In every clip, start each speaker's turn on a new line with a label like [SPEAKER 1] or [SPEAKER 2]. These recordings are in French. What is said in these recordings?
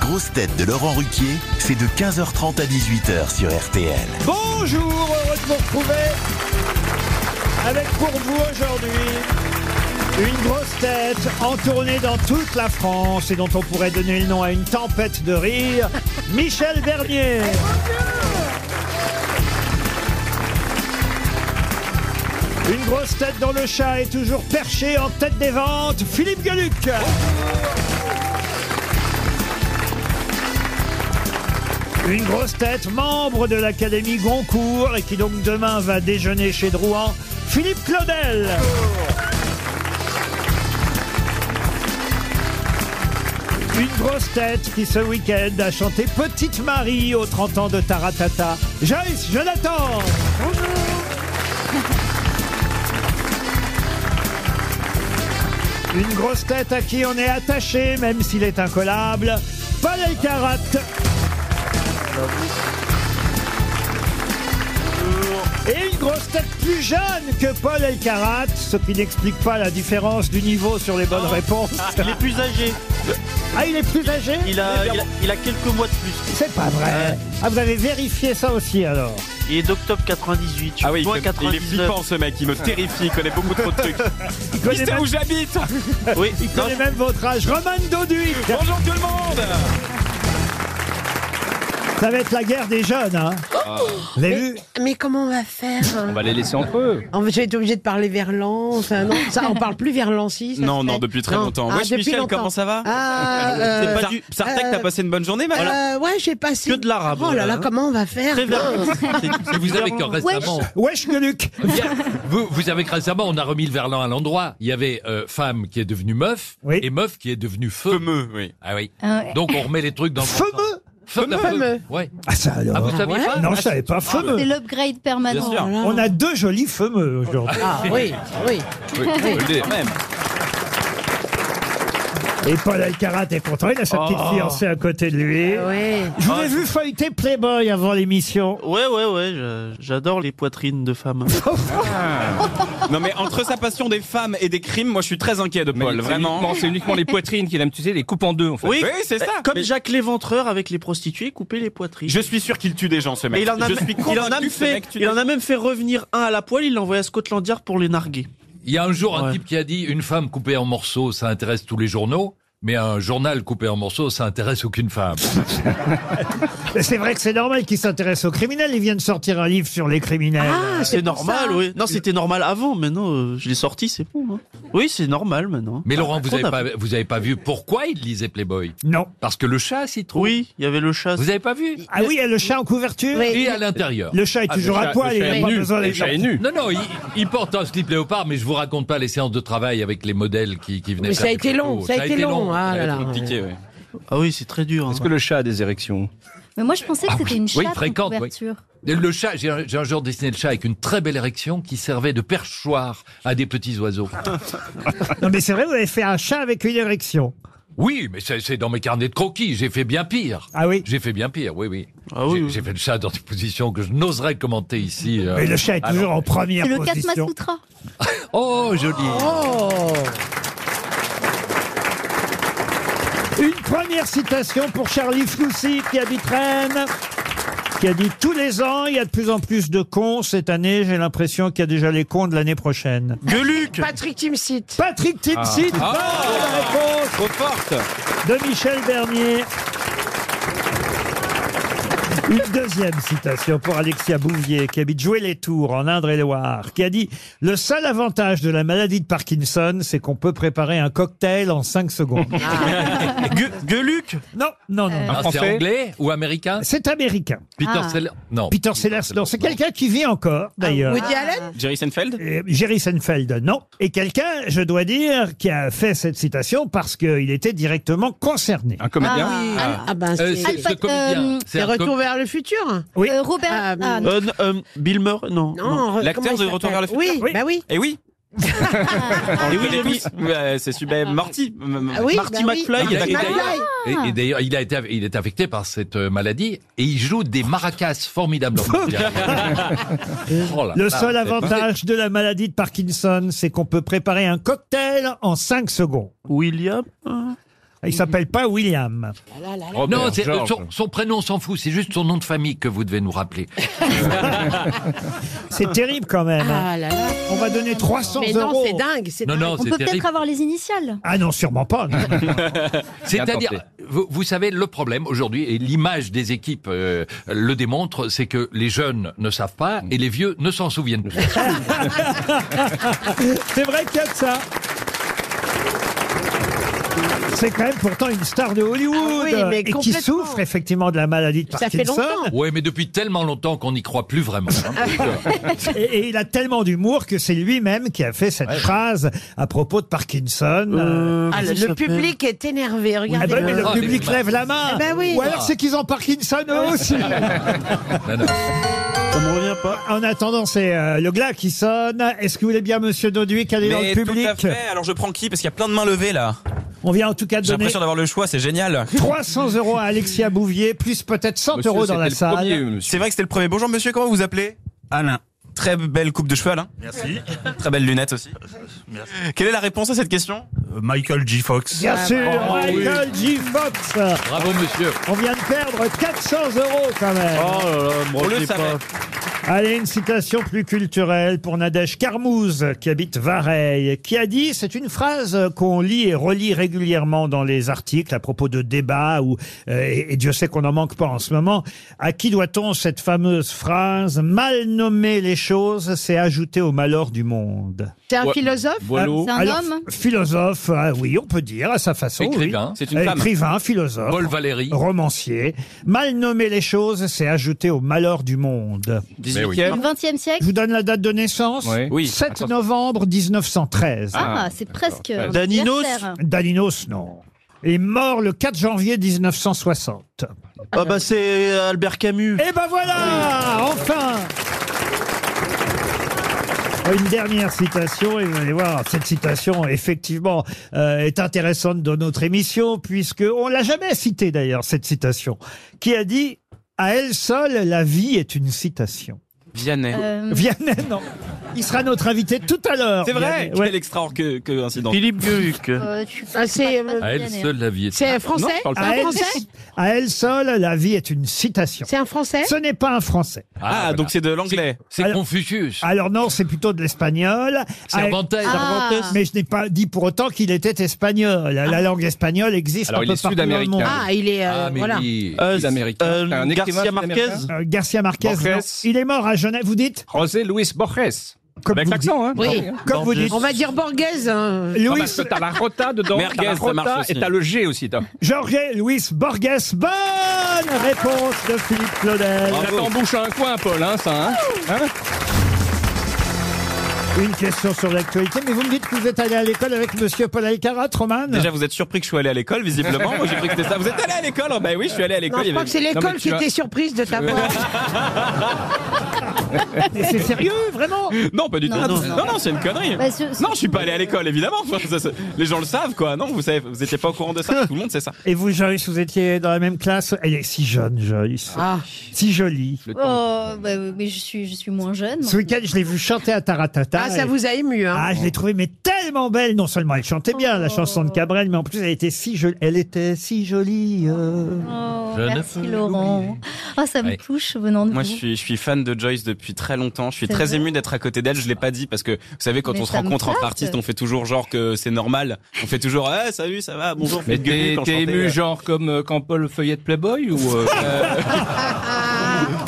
[SPEAKER 1] grosses têtes de Laurent Ruquier, c'est de 15h30 à 18h sur RTL.
[SPEAKER 2] Bonjour, heureux de vous retrouver avec pour vous aujourd'hui une grosse tête en tournée dans toute la France et dont on pourrait donner le nom à une tempête de rire, Michel Bernier. Une grosse tête dont le chat est toujours perché en tête des ventes, Philippe Gueluc. Une grosse tête, membre de l'Académie Goncourt et qui donc demain va déjeuner chez Drouan, Philippe Claudel. Une grosse tête qui ce week-end a chanté Petite Marie aux 30 ans de Taratata, Joyce Jonathan. Une grosse tête à qui on est attaché, même s'il est incollable, Paul Elkarat. Et une grosse tête plus jeune que Paul Elkarat, ce qui n'explique pas la différence du niveau sur les bonnes réponses.
[SPEAKER 3] Ah, il est plus âgé.
[SPEAKER 2] Ah, il est plus âgé
[SPEAKER 3] Il a, il a- il a quelques mois de plus.
[SPEAKER 2] C'est pas vrai. Ah, vous avez vérifié ça aussi alors
[SPEAKER 3] Il est d'octobre 98. je
[SPEAKER 4] Ah oui,
[SPEAKER 3] suis
[SPEAKER 4] il,
[SPEAKER 3] moins
[SPEAKER 4] fait- il est
[SPEAKER 3] 99.
[SPEAKER 4] flippant ce mec, il me terrifie, il connaît beaucoup trop de trucs.
[SPEAKER 2] Il
[SPEAKER 4] Il
[SPEAKER 2] connaît
[SPEAKER 4] sait
[SPEAKER 2] même,
[SPEAKER 4] où j'habite
[SPEAKER 3] Oui,
[SPEAKER 2] il
[SPEAKER 3] non,
[SPEAKER 2] connaît même votre âge. Roman Doduit
[SPEAKER 4] Bonjour tout le monde
[SPEAKER 2] Ça va être la guerre des jeunes, hein Vous avez vu
[SPEAKER 5] Mais comment on va faire
[SPEAKER 4] On va les laisser entre eux.
[SPEAKER 5] On va être obligé de parler verlan. Enfin, non, ça, on parle plus verlan si. ça
[SPEAKER 4] Non,
[SPEAKER 5] se
[SPEAKER 4] non,
[SPEAKER 5] fait.
[SPEAKER 4] depuis très
[SPEAKER 5] Non.
[SPEAKER 4] longtemps.
[SPEAKER 5] Ah,
[SPEAKER 4] Wesh,
[SPEAKER 5] depuis
[SPEAKER 4] Michel,
[SPEAKER 5] longtemps.
[SPEAKER 4] comment ça va
[SPEAKER 5] Ah, euh,
[SPEAKER 4] Pas du- Sartek,
[SPEAKER 5] euh,
[SPEAKER 4] t'as passé une bonne journée,
[SPEAKER 5] euh,
[SPEAKER 4] Max
[SPEAKER 5] ouais, j'ai passé.
[SPEAKER 3] Que de l'arabe,
[SPEAKER 5] Oh là là,
[SPEAKER 3] hein.
[SPEAKER 5] comment on va faire
[SPEAKER 3] très bien.
[SPEAKER 6] Et vous savez que récemment,
[SPEAKER 2] Wesh Gueluc
[SPEAKER 6] il y a- Eh vous, vous savez que récemment, on a remis le verlan à l'endroit. Il y avait euh, femme qui est devenue meuf
[SPEAKER 2] Oui.
[SPEAKER 6] et meuf qui est devenue feu.
[SPEAKER 4] Fameux, oui.
[SPEAKER 6] Ah oui.
[SPEAKER 7] Ah ouais.
[SPEAKER 6] Donc on remet les trucs dans le bon sens.
[SPEAKER 2] Fameux
[SPEAKER 6] Femme, la
[SPEAKER 5] Fameux.
[SPEAKER 6] feu. Ouais.
[SPEAKER 2] Ah ça alors
[SPEAKER 6] Ah, vous saviez
[SPEAKER 5] ouais
[SPEAKER 6] pas
[SPEAKER 2] Non, je savais pas,
[SPEAKER 7] Ah, C'est
[SPEAKER 2] fameux
[SPEAKER 7] l'upgrade permanent.
[SPEAKER 4] Bien sûr.
[SPEAKER 5] Oh là là.
[SPEAKER 2] On a deux jolis fameux aujourd'hui.
[SPEAKER 5] Ah oui, oui.
[SPEAKER 4] Oui, faut le dire, même.
[SPEAKER 2] Et Paul Alcarat est content, il a sa petite
[SPEAKER 3] Oh.
[SPEAKER 2] fiancée à côté de lui.
[SPEAKER 5] Ah, oui.
[SPEAKER 2] Je vous ai vu feuilleter Playboy avant l'émission.
[SPEAKER 3] Ouais, ouais, ouais, je- j'adore les poitrines de femmes.
[SPEAKER 2] Ah.
[SPEAKER 4] Non mais entre sa passion des femmes et des crimes, moi je suis très inquiet de Paul, vraiment.
[SPEAKER 8] C'est uniquement les poitrines qu'il aime, tu sais, les coupes en deux en fait.
[SPEAKER 4] Oui, Eh, c'est ça.
[SPEAKER 3] eh, Comme
[SPEAKER 4] Mais
[SPEAKER 3] Jacques Léventreur avec les prostituées, couper les poitrines.
[SPEAKER 4] Je suis sûr qu'il tue des gens, ce mec.
[SPEAKER 3] Mais il en a,
[SPEAKER 4] je suis
[SPEAKER 3] il en a
[SPEAKER 4] convaincu que ce
[SPEAKER 3] fait,
[SPEAKER 4] mec tue
[SPEAKER 3] il en
[SPEAKER 4] des
[SPEAKER 3] a même fait revenir un à la poêle. Il l'a envoyé à Scotland Yard pour les narguer.
[SPEAKER 6] Il y a un jour un
[SPEAKER 3] Ouais.
[SPEAKER 6] type qui a dit une femme coupée en morceaux, ça intéresse tous les journaux. Mais un journal coupé en morceaux, ça intéresse aucune femme.
[SPEAKER 2] Mais C'est vrai que c'est normal qu'ils s'intéressent aux criminels, ils viennent sortir un livre sur les criminels. Euh,
[SPEAKER 5] Ah,
[SPEAKER 3] Euh, C'est
[SPEAKER 5] c'est pour
[SPEAKER 3] normal,
[SPEAKER 5] ça.
[SPEAKER 3] oui. Non, c'était normal avant. Maintenant, euh, je l'ai sorti, c'est bon. hein. Oui, c'est normal maintenant.
[SPEAKER 6] Mais Laurent, vous
[SPEAKER 3] Trop
[SPEAKER 6] avez pas, vous avez pas vu pourquoi il lisait Playboy
[SPEAKER 2] Non.
[SPEAKER 6] Parce que le chat s'y trouve.
[SPEAKER 3] Oui, il y avait le chat.
[SPEAKER 6] Vous avez pas vu
[SPEAKER 2] Ah oui, il y a le chat en couverture
[SPEAKER 5] Oui.
[SPEAKER 6] Et à l'intérieur.
[SPEAKER 2] Le chat est
[SPEAKER 8] Ah,
[SPEAKER 2] toujours
[SPEAKER 8] le
[SPEAKER 2] à
[SPEAKER 8] chat-
[SPEAKER 2] poil,
[SPEAKER 8] le
[SPEAKER 2] il
[SPEAKER 8] chat
[SPEAKER 2] n'y a
[SPEAKER 8] est
[SPEAKER 2] pas
[SPEAKER 8] nu.
[SPEAKER 2] besoin
[SPEAKER 8] Le
[SPEAKER 2] d'être...
[SPEAKER 8] chat est nu.
[SPEAKER 6] Non, non, il, il porte un slip léopard, mais je vous raconte pas les séances de travail avec les modèles qui, qui venaient.
[SPEAKER 5] Mais ça
[SPEAKER 6] faire
[SPEAKER 5] a
[SPEAKER 6] des
[SPEAKER 5] été long,
[SPEAKER 6] photos.
[SPEAKER 5] ça a été long, ah
[SPEAKER 6] Ça a
[SPEAKER 5] là
[SPEAKER 6] été-
[SPEAKER 5] là.
[SPEAKER 4] Compliqué, ouais.
[SPEAKER 3] Ah oui, c'est très dur. hein.
[SPEAKER 8] Est-ce que le chat a des érections
[SPEAKER 7] Mais moi, je pensais que
[SPEAKER 6] Ah
[SPEAKER 7] c'était
[SPEAKER 6] oui,
[SPEAKER 7] une
[SPEAKER 6] oui,
[SPEAKER 7] chatte
[SPEAKER 6] fréquente,
[SPEAKER 7] en
[SPEAKER 6] oui.
[SPEAKER 7] couverture.
[SPEAKER 6] Le chat, j'ai un, j'ai un jour dessiné le chat avec une très belle érection qui servait de perchoir à des petits oiseaux.
[SPEAKER 2] Non mais c'est vrai, vous avez fait un chat avec une érection.
[SPEAKER 6] Oui, mais c'est c'est dans mes carnets de croquis, j'ai fait bien pire.
[SPEAKER 2] Ah oui
[SPEAKER 6] J'ai fait bien pire, oui, oui.
[SPEAKER 3] Ah oui,
[SPEAKER 6] J'ai-
[SPEAKER 3] oui.
[SPEAKER 6] J'ai fait le chat dans des positions que je n'oserais commenter ici. euh.
[SPEAKER 2] Mais le chat est
[SPEAKER 6] Ah
[SPEAKER 2] toujours
[SPEAKER 6] non.
[SPEAKER 2] en première
[SPEAKER 7] C'est le
[SPEAKER 2] position.
[SPEAKER 7] Katmasutra.
[SPEAKER 6] Oh, joli.
[SPEAKER 3] Oh.
[SPEAKER 2] Une première citation pour Charlie Floussi qui habite Rennes. Qui a dit tous les ans, il y a de plus en plus de cons. Cette année, j'ai l'impression qu'il y a déjà les cons de l'année prochaine.
[SPEAKER 3] Gueuluc
[SPEAKER 5] Patrick Timsit.
[SPEAKER 2] Patrick Timsit,
[SPEAKER 8] Ah.
[SPEAKER 2] bonne réponse
[SPEAKER 4] Trop forte
[SPEAKER 2] de Michel Bernier. Une deuxième citation pour Alexia Bouvier, qui habite Jouer les Tours en Indre-et-Loire, qui a dit Le seul avantage de la maladie de Parkinson, c'est qu'on peut préparer un cocktail en 5 secondes.
[SPEAKER 3] Gue- Gueuluc
[SPEAKER 2] non, non, non. non.
[SPEAKER 6] Ah, c'est
[SPEAKER 8] Français
[SPEAKER 6] anglais ou américain
[SPEAKER 2] C'est américain.
[SPEAKER 6] Peter
[SPEAKER 7] Ah.
[SPEAKER 6] Sellers Non.
[SPEAKER 2] Peter Sellers, non, c'est quelqu'un qui vit encore, d'ailleurs.
[SPEAKER 5] Ah, Woody Allen
[SPEAKER 4] Jerry Seinfeld
[SPEAKER 2] Et Jerry Seinfeld, non. Et quelqu'un, je dois dire, qui a fait cette citation parce qu'il était directement concerné.
[SPEAKER 4] Un comédien
[SPEAKER 5] Ah, ben
[SPEAKER 6] Euh,
[SPEAKER 5] c'est.
[SPEAKER 6] c'est
[SPEAKER 5] C'est
[SPEAKER 6] ce comédien.
[SPEAKER 7] euh,
[SPEAKER 6] C'est un com-
[SPEAKER 5] Retour vers le futur
[SPEAKER 2] Oui.
[SPEAKER 7] Euh, Robert.
[SPEAKER 5] Ah, mais-
[SPEAKER 7] ah, non.
[SPEAKER 3] Euh, n- euh, Bill Murray Non.
[SPEAKER 5] Non, re-
[SPEAKER 4] L'acteur
[SPEAKER 5] comment
[SPEAKER 4] de
[SPEAKER 5] il
[SPEAKER 4] Retour
[SPEAKER 5] s'appelle
[SPEAKER 4] vers le futur
[SPEAKER 5] Oui,
[SPEAKER 2] Oui.
[SPEAKER 5] bah oui.
[SPEAKER 4] Eh oui
[SPEAKER 3] Et oui, j'ai
[SPEAKER 4] Tous.
[SPEAKER 3] mis-
[SPEAKER 4] Ouais, C'est super. Morty
[SPEAKER 5] Ah oui,
[SPEAKER 3] Marty
[SPEAKER 5] bah oui. Ah.
[SPEAKER 3] McFly,
[SPEAKER 6] il a-
[SPEAKER 3] il a-
[SPEAKER 6] il a-
[SPEAKER 5] McFly.
[SPEAKER 6] Et, et d'ailleurs, il, a été, il est affecté par cette euh, maladie et il joue des maracas formidables. en mondial. Oh là
[SPEAKER 2] Le
[SPEAKER 6] là,
[SPEAKER 2] seul
[SPEAKER 6] c'est-
[SPEAKER 2] avantage de la maladie de Parkinson, c'est qu'on peut préparer un cocktail en 5 secondes. Ah,
[SPEAKER 3] William euh,
[SPEAKER 2] Il s'appelle pas William.
[SPEAKER 6] non, c'est- euh, son, son prénom on s'en fout, c'est juste son nom de famille que vous devez nous rappeler.
[SPEAKER 2] C'est terrible quand
[SPEAKER 4] Eh ben.
[SPEAKER 2] même. hein.
[SPEAKER 5] Ah là là.
[SPEAKER 2] On va donner 300
[SPEAKER 5] Mais non,
[SPEAKER 2] euros.
[SPEAKER 5] c'est dingue. C'est
[SPEAKER 6] Non,
[SPEAKER 5] dingue.
[SPEAKER 6] non,
[SPEAKER 7] On
[SPEAKER 6] c'est
[SPEAKER 7] peut
[SPEAKER 6] terrible.
[SPEAKER 7] peut-être avoir les initiales.
[SPEAKER 2] Ah non, sûrement pas. non.
[SPEAKER 6] C'est-à-dire,
[SPEAKER 8] Bien
[SPEAKER 6] vous, vous savez, le problème aujourd'hui, et l'image des équipes euh, le démontre, c'est que les jeunes ne savent pas et les vieux ne s'en souviennent plus.
[SPEAKER 2] C'est vrai qu'il y a de ça. C'est quand même pourtant une star de Hollywood
[SPEAKER 5] Ah oui, mais
[SPEAKER 2] et qui
[SPEAKER 5] complètement.
[SPEAKER 2] souffre effectivement de la maladie de
[SPEAKER 5] Ça fait
[SPEAKER 2] Parkinson.
[SPEAKER 5] longtemps. Ah
[SPEAKER 6] Ouais, mais depuis tellement longtemps qu'on n'y croit plus vraiment. hein.
[SPEAKER 2] Et, et il a tellement d'humour que c'est lui-même qui a fait cette phrase à propos de Parkinson. Euh,
[SPEAKER 5] Ah, le- le public est énervé.
[SPEAKER 2] eh
[SPEAKER 5] Regardez. Oh,
[SPEAKER 2] ben, mais le
[SPEAKER 6] Ah,
[SPEAKER 2] public
[SPEAKER 6] c'est-
[SPEAKER 2] lève la main.
[SPEAKER 5] Eh ben oui.
[SPEAKER 2] Ou alors c'est qu'ils ont Parkinson eux aussi.
[SPEAKER 6] Non, non.
[SPEAKER 3] Ça me revient pas.
[SPEAKER 2] en attendant, c'est euh, le glas qui sonne. Est-ce que vous voulez bien, Monsieur Dauduy, qu'elle est dans le
[SPEAKER 4] Mais tout
[SPEAKER 2] public
[SPEAKER 4] à fait. Alors je prends qui Parce qu'il y a plein de mains levées là.
[SPEAKER 2] On vient en tout cas
[SPEAKER 4] J'ai
[SPEAKER 2] donner
[SPEAKER 4] l'impression d'avoir le choix, c'est génial.
[SPEAKER 2] 300 euros à Alexia Bouvier, plus peut-être 100 euros dans la salle.
[SPEAKER 4] C'est vrai que c'était le premier. Bonjour monsieur, comment vous vous appelez Alain. Très belle coupe de cheveux, Alain.
[SPEAKER 9] Merci.
[SPEAKER 4] Très belles lunettes aussi. Quelle est la réponse à cette question
[SPEAKER 9] Euh, Michael G. Fox.
[SPEAKER 4] Ah,
[SPEAKER 2] Bien sûr, Michael G. Fox.
[SPEAKER 6] Bravo, monsieur.
[SPEAKER 2] On vient de perdre 400 euros quand même.
[SPEAKER 3] Oh là là, me
[SPEAKER 4] On le
[SPEAKER 3] retenez
[SPEAKER 4] savait.
[SPEAKER 3] pas.
[SPEAKER 2] Allez, une citation plus culturelle pour Nadège Carmouze, qui habite Vareille, qui a dit, c'est une phrase qu'on lit et relit régulièrement dans les articles à propos de débats, ou, euh, et, et Dieu sait qu'on n'en manque pas en ce moment. À qui doit-on cette fameuse phrase Mal nommer les choses, c'est ajouter au malheur du monde.
[SPEAKER 5] C'est un philosophe
[SPEAKER 7] C'est un
[SPEAKER 2] Alors,
[SPEAKER 7] homme
[SPEAKER 2] Philosophe, ah oui, on peut dire à sa façon. oui. Euh,
[SPEAKER 6] Écrivain.
[SPEAKER 4] C'est une femme.
[SPEAKER 2] Écrivain, philosophe.
[SPEAKER 6] Paul Valéry.
[SPEAKER 2] romancier. Mal nommer les choses, c'est ajouter au malheur du monde.
[SPEAKER 4] 18e.
[SPEAKER 7] du 20e
[SPEAKER 2] Je
[SPEAKER 7] siècle
[SPEAKER 2] vous donne la date de naissance
[SPEAKER 4] Oui.
[SPEAKER 2] 7 novembre 1913.
[SPEAKER 7] Ah, c'est presque. un
[SPEAKER 3] Daninos
[SPEAKER 7] anniversaire.
[SPEAKER 2] Daninos, non. Est mort le 4 janvier 1960.
[SPEAKER 3] Ah bah c'est Albert Camus.
[SPEAKER 2] Et ben voilà Enfin Oh, une dernière citation, et vous allez voir, cette citation, effectivement, euh, est intéressante dans notre émission, puisque on l'a jamais citée d'ailleurs, cette citation, qui a dit « À elle seule, la vie est une citation
[SPEAKER 4] Vianney. ».
[SPEAKER 7] Euh,
[SPEAKER 2] Vianney, non. Il sera notre invité tout à l'heure.
[SPEAKER 4] C'est
[SPEAKER 2] Vianney.
[SPEAKER 4] vrai Quel
[SPEAKER 2] Ouais.
[SPEAKER 4] extra que, que incident.
[SPEAKER 3] Philippe Gueluc.
[SPEAKER 7] euh, je suis pas-
[SPEAKER 5] Ah, c'est,
[SPEAKER 7] pas- pas
[SPEAKER 6] À elle
[SPEAKER 7] Vianney.
[SPEAKER 6] seule, la vie est...
[SPEAKER 5] C'est français
[SPEAKER 2] À
[SPEAKER 5] Un
[SPEAKER 2] elle,
[SPEAKER 5] français
[SPEAKER 2] à elle seule, la vie est une citation.
[SPEAKER 5] C'est un français
[SPEAKER 2] Ce n'est pas un français.
[SPEAKER 4] Ah,
[SPEAKER 6] voilà.
[SPEAKER 4] donc c'est de l'anglais.
[SPEAKER 6] c'est
[SPEAKER 2] Alors-
[SPEAKER 6] Confucius.
[SPEAKER 2] Alors non, c'est plutôt de l'espagnol. À elle-
[SPEAKER 6] Cervantes.
[SPEAKER 7] Ah.
[SPEAKER 2] Mais je n'ai pas dit pour autant qu'il était espagnol. La, la langue espagnole existe
[SPEAKER 8] Alors,
[SPEAKER 2] un
[SPEAKER 8] il
[SPEAKER 2] peu
[SPEAKER 8] est
[SPEAKER 2] partout dans le
[SPEAKER 8] sud-américain.
[SPEAKER 2] monde.
[SPEAKER 5] Ah, il est. euh,
[SPEAKER 6] Ah, mais
[SPEAKER 5] voilà.
[SPEAKER 6] oui.
[SPEAKER 8] Euh,
[SPEAKER 3] Euh,
[SPEAKER 8] Sud-américain.
[SPEAKER 3] euh,
[SPEAKER 8] Un écrivain
[SPEAKER 3] Garcia Marquez.
[SPEAKER 8] sud-américain
[SPEAKER 2] Euh, Garcia Marquez,
[SPEAKER 8] Borges.
[SPEAKER 2] non. il est mort à Genève. Vous dites
[SPEAKER 8] José Luis Borges.
[SPEAKER 2] Comme
[SPEAKER 8] Avec
[SPEAKER 2] vous
[SPEAKER 8] l'accent, hein
[SPEAKER 5] Oui.
[SPEAKER 8] Ah,
[SPEAKER 2] Comme vous
[SPEAKER 3] Borges.
[SPEAKER 2] dites, Ah,
[SPEAKER 5] On va dire Borghese. hein.
[SPEAKER 8] bah,
[SPEAKER 2] Luis,
[SPEAKER 8] T'as la rota dedans,
[SPEAKER 4] Merguez,
[SPEAKER 8] t'as la
[SPEAKER 4] ça marche
[SPEAKER 8] rota
[SPEAKER 4] aussi.
[SPEAKER 8] et t'as le G aussi.
[SPEAKER 3] Ah,
[SPEAKER 8] t'as.
[SPEAKER 2] Jorge Luis Borges. Bonne réponse de Philippe Claudel.
[SPEAKER 8] Ça t'embouche un coin, Paul, hein, ça. hein. Hein
[SPEAKER 2] Une question sur l'actualité, mais vous me dites que vous êtes allé à l'école avec Monsieur Paul Alcarat, Roman
[SPEAKER 4] Déjà, vous êtes surpris que je sois allé à l'école, visiblement. Moi, j'ai cru que c'était ça. Vous êtes allé à l'école Bah oui, je suis allé à
[SPEAKER 5] Non,
[SPEAKER 4] l'école.
[SPEAKER 5] je
[SPEAKER 4] il y
[SPEAKER 5] crois
[SPEAKER 4] avait-
[SPEAKER 5] que c'est
[SPEAKER 8] Non,
[SPEAKER 5] l'école
[SPEAKER 8] mais tu
[SPEAKER 5] qui
[SPEAKER 8] as-
[SPEAKER 5] était surprise de ta part.
[SPEAKER 2] Mais c'est sérieux, vraiment
[SPEAKER 4] Non, pas du tout.
[SPEAKER 7] Non,
[SPEAKER 4] Non,
[SPEAKER 7] non,
[SPEAKER 4] non, c'est une connerie.
[SPEAKER 7] Bah, ce- ce-
[SPEAKER 4] Non, je suis pas allé à l'école, évidemment. Enfin, ça, ça- les gens le savent, quoi. Non, vous savez, vous étiez pas au courant de ça. Tout le monde sait ça.
[SPEAKER 2] Et vous, Joyce, vous étiez dans la même classe Elle est si jeune, Joyce.
[SPEAKER 5] Ah.
[SPEAKER 2] Si jolie.
[SPEAKER 7] Oh, bah oui, mais je suis, je suis moins jeune.
[SPEAKER 2] Ce week-end, je l'ai vue chanter à Taratata.
[SPEAKER 5] Ah, ça vous a ému, hein
[SPEAKER 2] Ah, je l'ai trouvée mais tellement belle. Non seulement elle chantait bien la chanson
[SPEAKER 5] Oh.
[SPEAKER 2] de Cabrel, mais en plus elle était si jolie. Elle était si jolie. euh.
[SPEAKER 7] Oh,
[SPEAKER 6] Je ne
[SPEAKER 7] merci
[SPEAKER 6] peux
[SPEAKER 7] Laurent. Oh, ça me
[SPEAKER 6] Ouais.
[SPEAKER 7] touche venant de
[SPEAKER 4] Moi,
[SPEAKER 7] vous.
[SPEAKER 4] je suis, je suis fan de Joyce depuis très longtemps. Je suis
[SPEAKER 7] C'est
[SPEAKER 4] très
[SPEAKER 7] vrai
[SPEAKER 4] ému d'être à côté d'elle. Je l'ai pas dit parce que vous savez, quand
[SPEAKER 7] Mais
[SPEAKER 4] on se
[SPEAKER 7] ça me
[SPEAKER 4] rencontre entre
[SPEAKER 7] flatte.
[SPEAKER 4] artistes, on fait toujours genre que c'est normal. On fait toujours, eh, salut, ça va, bonjour.
[SPEAKER 8] Mais
[SPEAKER 4] faites gueuler
[SPEAKER 8] t'es
[SPEAKER 4] quand je
[SPEAKER 8] t'es
[SPEAKER 4] chantais,
[SPEAKER 8] ému,
[SPEAKER 4] euh.
[SPEAKER 8] genre comme euh, quand Paul feuillette Playboy ou. euh,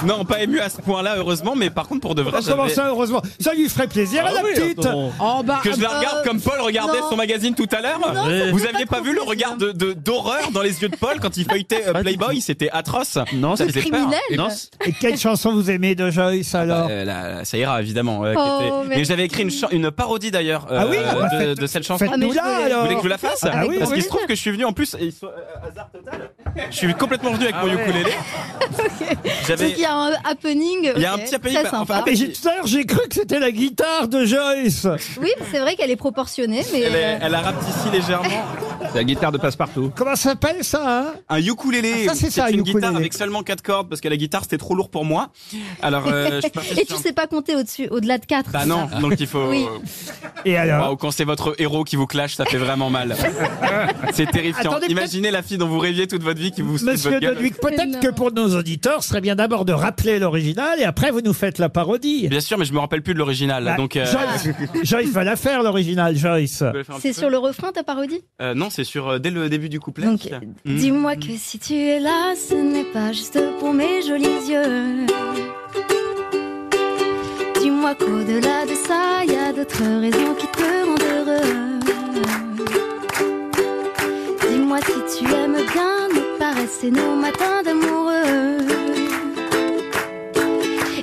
[SPEAKER 4] Non, pas ému à ce point-là, heureusement. Mais par contre, pour de vrai,
[SPEAKER 2] Ah, Comment
[SPEAKER 4] j'avais-
[SPEAKER 2] ça, heureusement Ça lui ferait plaisir à la petite
[SPEAKER 5] Oh, bah.
[SPEAKER 4] Ah que je la
[SPEAKER 7] Euh,
[SPEAKER 4] regarde comme Paul regardait
[SPEAKER 7] non.
[SPEAKER 4] son magazine tout à l'heure.
[SPEAKER 7] Non, ça
[SPEAKER 4] Vous
[SPEAKER 7] fait
[SPEAKER 4] aviez
[SPEAKER 7] pas
[SPEAKER 4] pas
[SPEAKER 7] trop
[SPEAKER 4] vu le
[SPEAKER 7] plaisir.
[SPEAKER 4] regard de de- d'horreur dans les yeux de Paul quand il feuilletait euh,
[SPEAKER 3] Pas du
[SPEAKER 4] Playboy,
[SPEAKER 3] tout.
[SPEAKER 4] c'était atroce.
[SPEAKER 3] Non,
[SPEAKER 4] Ça
[SPEAKER 3] c'est
[SPEAKER 4] faisait peur. ben,
[SPEAKER 7] criminel.
[SPEAKER 3] Non, c'est-
[SPEAKER 2] Et quelle chanson vous aimez de Joyce alors
[SPEAKER 4] Euh, là, là, ça ira évidemment. euh, qui
[SPEAKER 7] Oh,
[SPEAKER 4] était- Mais
[SPEAKER 7] merci.
[SPEAKER 4] j'avais écrit une, chan- une parodie d'ailleurs euh,
[SPEAKER 2] Ah oui Ah bah
[SPEAKER 4] de- de,
[SPEAKER 2] faites-
[SPEAKER 4] cette chanson.
[SPEAKER 7] Ah, mais
[SPEAKER 2] Faites-nous
[SPEAKER 7] je
[SPEAKER 2] là
[SPEAKER 7] voulais-
[SPEAKER 4] Vous
[SPEAKER 2] alors
[SPEAKER 4] voulez que je vous la fasse
[SPEAKER 2] Ah oui,
[SPEAKER 4] Parce
[SPEAKER 2] oui.
[SPEAKER 4] qu'il se trouve que je suis venu en plus, et ils sont- euh, hasard total. Je suis complètement venu avec
[SPEAKER 3] Ah
[SPEAKER 4] mon ukulélé.
[SPEAKER 7] Donc
[SPEAKER 4] J'avais.
[SPEAKER 7] il y a un happening.
[SPEAKER 4] Il y a
[SPEAKER 7] ok,
[SPEAKER 4] un petit happening,
[SPEAKER 7] Très
[SPEAKER 4] bah,
[SPEAKER 7] sympa.
[SPEAKER 2] Ah, mais j'ai- tout à l'heure j'ai cru que c'était la guitare de Joyce
[SPEAKER 7] Oui, c'est vrai qu'elle est proportionnée, mais.
[SPEAKER 4] Elle, est-
[SPEAKER 7] euh,
[SPEAKER 4] elle a rapetissé légèrement.
[SPEAKER 8] C'est la guitare de passe-partout.
[SPEAKER 2] Comment ça s'appelle ça hein
[SPEAKER 4] Un ukulélé.
[SPEAKER 2] Ah, ça, c'est ça, un
[SPEAKER 4] une
[SPEAKER 2] ukulélé.
[SPEAKER 4] guitare avec seulement quatre cordes parce que la guitare c'était trop lourd pour moi. Alors euh, je partais
[SPEAKER 7] Et
[SPEAKER 4] sur
[SPEAKER 7] tu
[SPEAKER 4] un-
[SPEAKER 7] sais pas compter au-dessus, au-delà de 4.
[SPEAKER 4] Bah non, donc il faut. euh,
[SPEAKER 7] Oui.
[SPEAKER 2] Et alors
[SPEAKER 4] Waouh, quand c'est votre héros qui vous clash, ça fait vraiment mal. c'est terrifiant.
[SPEAKER 2] Attendez,
[SPEAKER 4] Imaginez la fille dont vous rêviez toute votre vie qui vous fout de
[SPEAKER 2] Monsieur
[SPEAKER 4] votre gueule.
[SPEAKER 2] Dodwick,
[SPEAKER 7] Non.
[SPEAKER 2] peut-être que pour nos auditeurs, ce serait bien d'abord de rappeler l'original et après vous nous faites la parodie.
[SPEAKER 4] Bien sûr, mais je me rappelle plus de l'original.
[SPEAKER 2] Bah,
[SPEAKER 4] donc euh,
[SPEAKER 2] Joyce, Joyce va la faire l'original, Joyce.
[SPEAKER 4] je vais faire un
[SPEAKER 7] C'est
[SPEAKER 4] petit peu.
[SPEAKER 7] sur le refrain ta parodie
[SPEAKER 4] Euh, non, c'est sur euh, dès le début du couplet.
[SPEAKER 7] Donc,
[SPEAKER 4] Mm.
[SPEAKER 7] dis-moi que si tu es là, ce n'est pas juste pour mes jolis yeux. Dis-moi qu'au-delà de ça, il y a d'autres raisons qui te rendent heureux. Dis-moi si tu aimes bien nous paresser nos matins d'amoureux.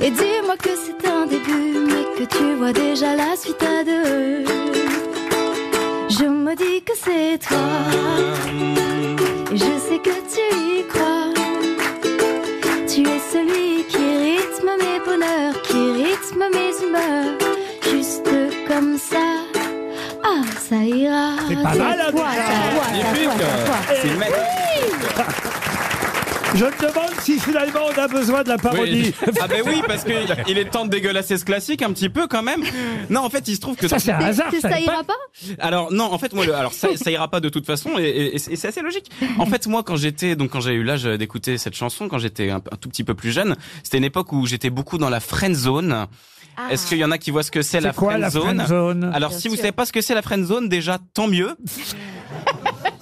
[SPEAKER 7] Et dis-moi que c'est un début, mais que tu vois déjà la suite à deux. Je me dis que c'est toi. Et je sais que tu y crois. Tu es celui qui rythme mes bonheurs, qui rythme mes humeurs. Juste comme ça, ah, ça ira.
[SPEAKER 2] C'est pas mal, hein,
[SPEAKER 7] Toi, toi,
[SPEAKER 2] déjà
[SPEAKER 7] toi,
[SPEAKER 8] Magnifique.
[SPEAKER 7] toi, toi.
[SPEAKER 4] C'est magnifique.
[SPEAKER 2] Je me demande si finalement on a besoin de la parodie.
[SPEAKER 4] Ah ben oui, parce qu'il est temps de dégueulasser ce classique un petit peu quand même. Non, en fait, il se trouve que...
[SPEAKER 2] Ça c'est un
[SPEAKER 7] C'est-
[SPEAKER 2] hasard.
[SPEAKER 7] c'est
[SPEAKER 2] ça,
[SPEAKER 7] ça
[SPEAKER 2] n'est pas-
[SPEAKER 7] ira pas
[SPEAKER 4] Alors non, en fait, moi, le- alors ça, ça ira pas de toute façon, et, et- et c'est assez logique. En fait, moi, quand j'étais, donc quand j'ai eu l'âge d'écouter cette chanson, quand j'étais un, un tout petit peu plus jeune, c'était une époque où j'étais beaucoup dans la friend zone. Est-ce qu'il y en a qui voient ce que c'est la
[SPEAKER 2] C'est quoi la
[SPEAKER 4] friend zone
[SPEAKER 2] friend zone
[SPEAKER 4] Alors,
[SPEAKER 7] Bien
[SPEAKER 4] si vous
[SPEAKER 7] sûr.
[SPEAKER 4] savez pas ce que c'est la friend zone, déjà, tant mieux.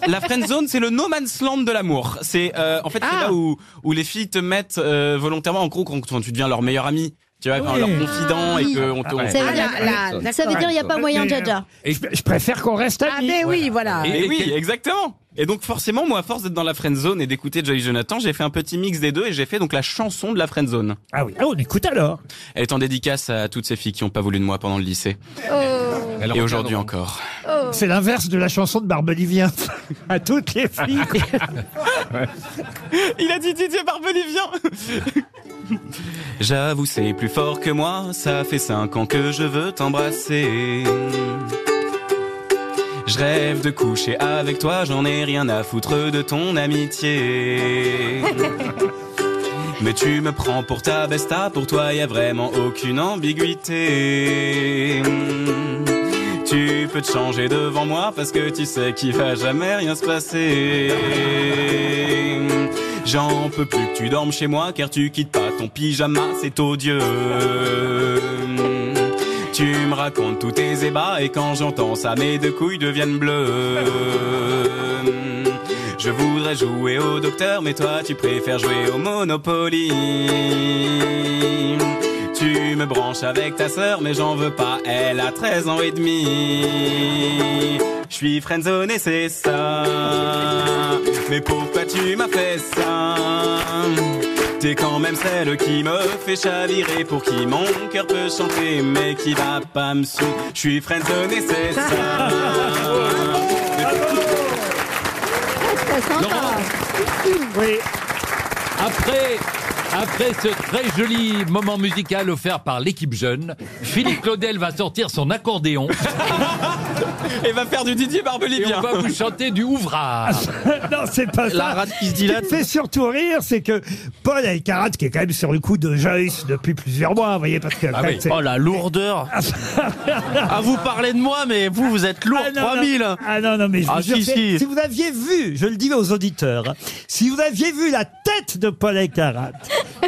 [SPEAKER 4] La friend zone, c'est le no man's land de l'amour. C'est euh, en fait c'est là où où les filles te mettent euh, volontairement en gros quand quand tu deviens leur meilleur ami, tu vois, quand
[SPEAKER 2] Oui.
[SPEAKER 4] leur confident
[SPEAKER 7] Ah, oui.
[SPEAKER 4] et que on te
[SPEAKER 8] Ah ouais.
[SPEAKER 7] Ça veut
[SPEAKER 5] Ah,
[SPEAKER 7] dire,
[SPEAKER 5] là, là, d'accord.
[SPEAKER 7] ça veut dire il n'y a pas moyen, Jaja.
[SPEAKER 6] Et-
[SPEAKER 2] Je, je préfère qu'on reste
[SPEAKER 5] Ah,
[SPEAKER 2] amis.
[SPEAKER 5] mais oui, voilà.
[SPEAKER 6] Et-
[SPEAKER 4] Et oui, exactement. Et donc forcément, moi, à force d'être dans la friend zone et d'écouter Joy Jonathan, j'ai fait un petit mix des deux et j'ai fait donc la chanson de la friend zone.
[SPEAKER 2] Ah oui, ah, on écoute alors.
[SPEAKER 4] Elle est en dédicace à toutes ces filles qui n'ont pas voulu de moi pendant le lycée
[SPEAKER 7] Oh,
[SPEAKER 4] et aujourd'hui encore.
[SPEAKER 7] oh.
[SPEAKER 2] C'est l'inverse de la chanson de Barbelivien. à toutes les filles.
[SPEAKER 4] Il a dit Didier Barbelivien. J'avoue, c'est plus fort que moi. Ça fait cinq ans que je veux t'embrasser. Je rêve de coucher avec toi, j'en ai rien à foutre de ton amitié. Mais tu me prends pour ta besta, pour toi y a vraiment aucune ambiguïté. Tu peux te changer devant moi parce que tu sais qu'il va jamais rien se passer. J'en peux plus que tu dormes chez moi car tu quittes pas ton pyjama, c'est odieux. Tu me racontes tous tes ébats et quand j'entends ça, mes deux couilles deviennent bleues. Je voudrais jouer au docteur, mais toi tu préfères jouer au Monopoly. Tu me branches avec ta sœur, mais j'en veux pas, elle a 13 ans et demi. Je suis friendzone et c'est ça. Mais pourquoi tu m'as fait ça T'es quand même celle qui me fait chavirer, pour qui mon cœur peut chanter, mais qui va pas me suivre. Je suis friendzone et c'est ça.
[SPEAKER 5] Très sympa.
[SPEAKER 2] Oui.
[SPEAKER 6] Après, après ce très joli moment musical offert par l'équipe jeune, Philippe Claudel va sortir son accordéon
[SPEAKER 4] Et va faire du Didier
[SPEAKER 6] et
[SPEAKER 4] Barbelivien.
[SPEAKER 6] on va vous chanter du ouvrage.
[SPEAKER 2] non, c'est pas ça.
[SPEAKER 4] La rate qui se
[SPEAKER 2] Ce qui
[SPEAKER 4] dilate.
[SPEAKER 2] me fait surtout rire, c'est que Paul Alcarat, qui est quand même sur le coup de Joyce depuis plusieurs mois, vous voyez, parce que
[SPEAKER 6] Ah oui.
[SPEAKER 2] c'est-
[SPEAKER 3] Oh la lourdeur Ah vous parlez de moi, mais vous, vous êtes lourd,
[SPEAKER 2] Ah non,
[SPEAKER 3] 3000
[SPEAKER 2] non. Ah non, non, mais je
[SPEAKER 3] Ah,
[SPEAKER 2] vous jure,
[SPEAKER 3] si,
[SPEAKER 2] c'est-
[SPEAKER 3] si.
[SPEAKER 2] vous aviez vu, je le dis aux auditeurs, hein, si vous aviez vu la tête de Paul Elkarat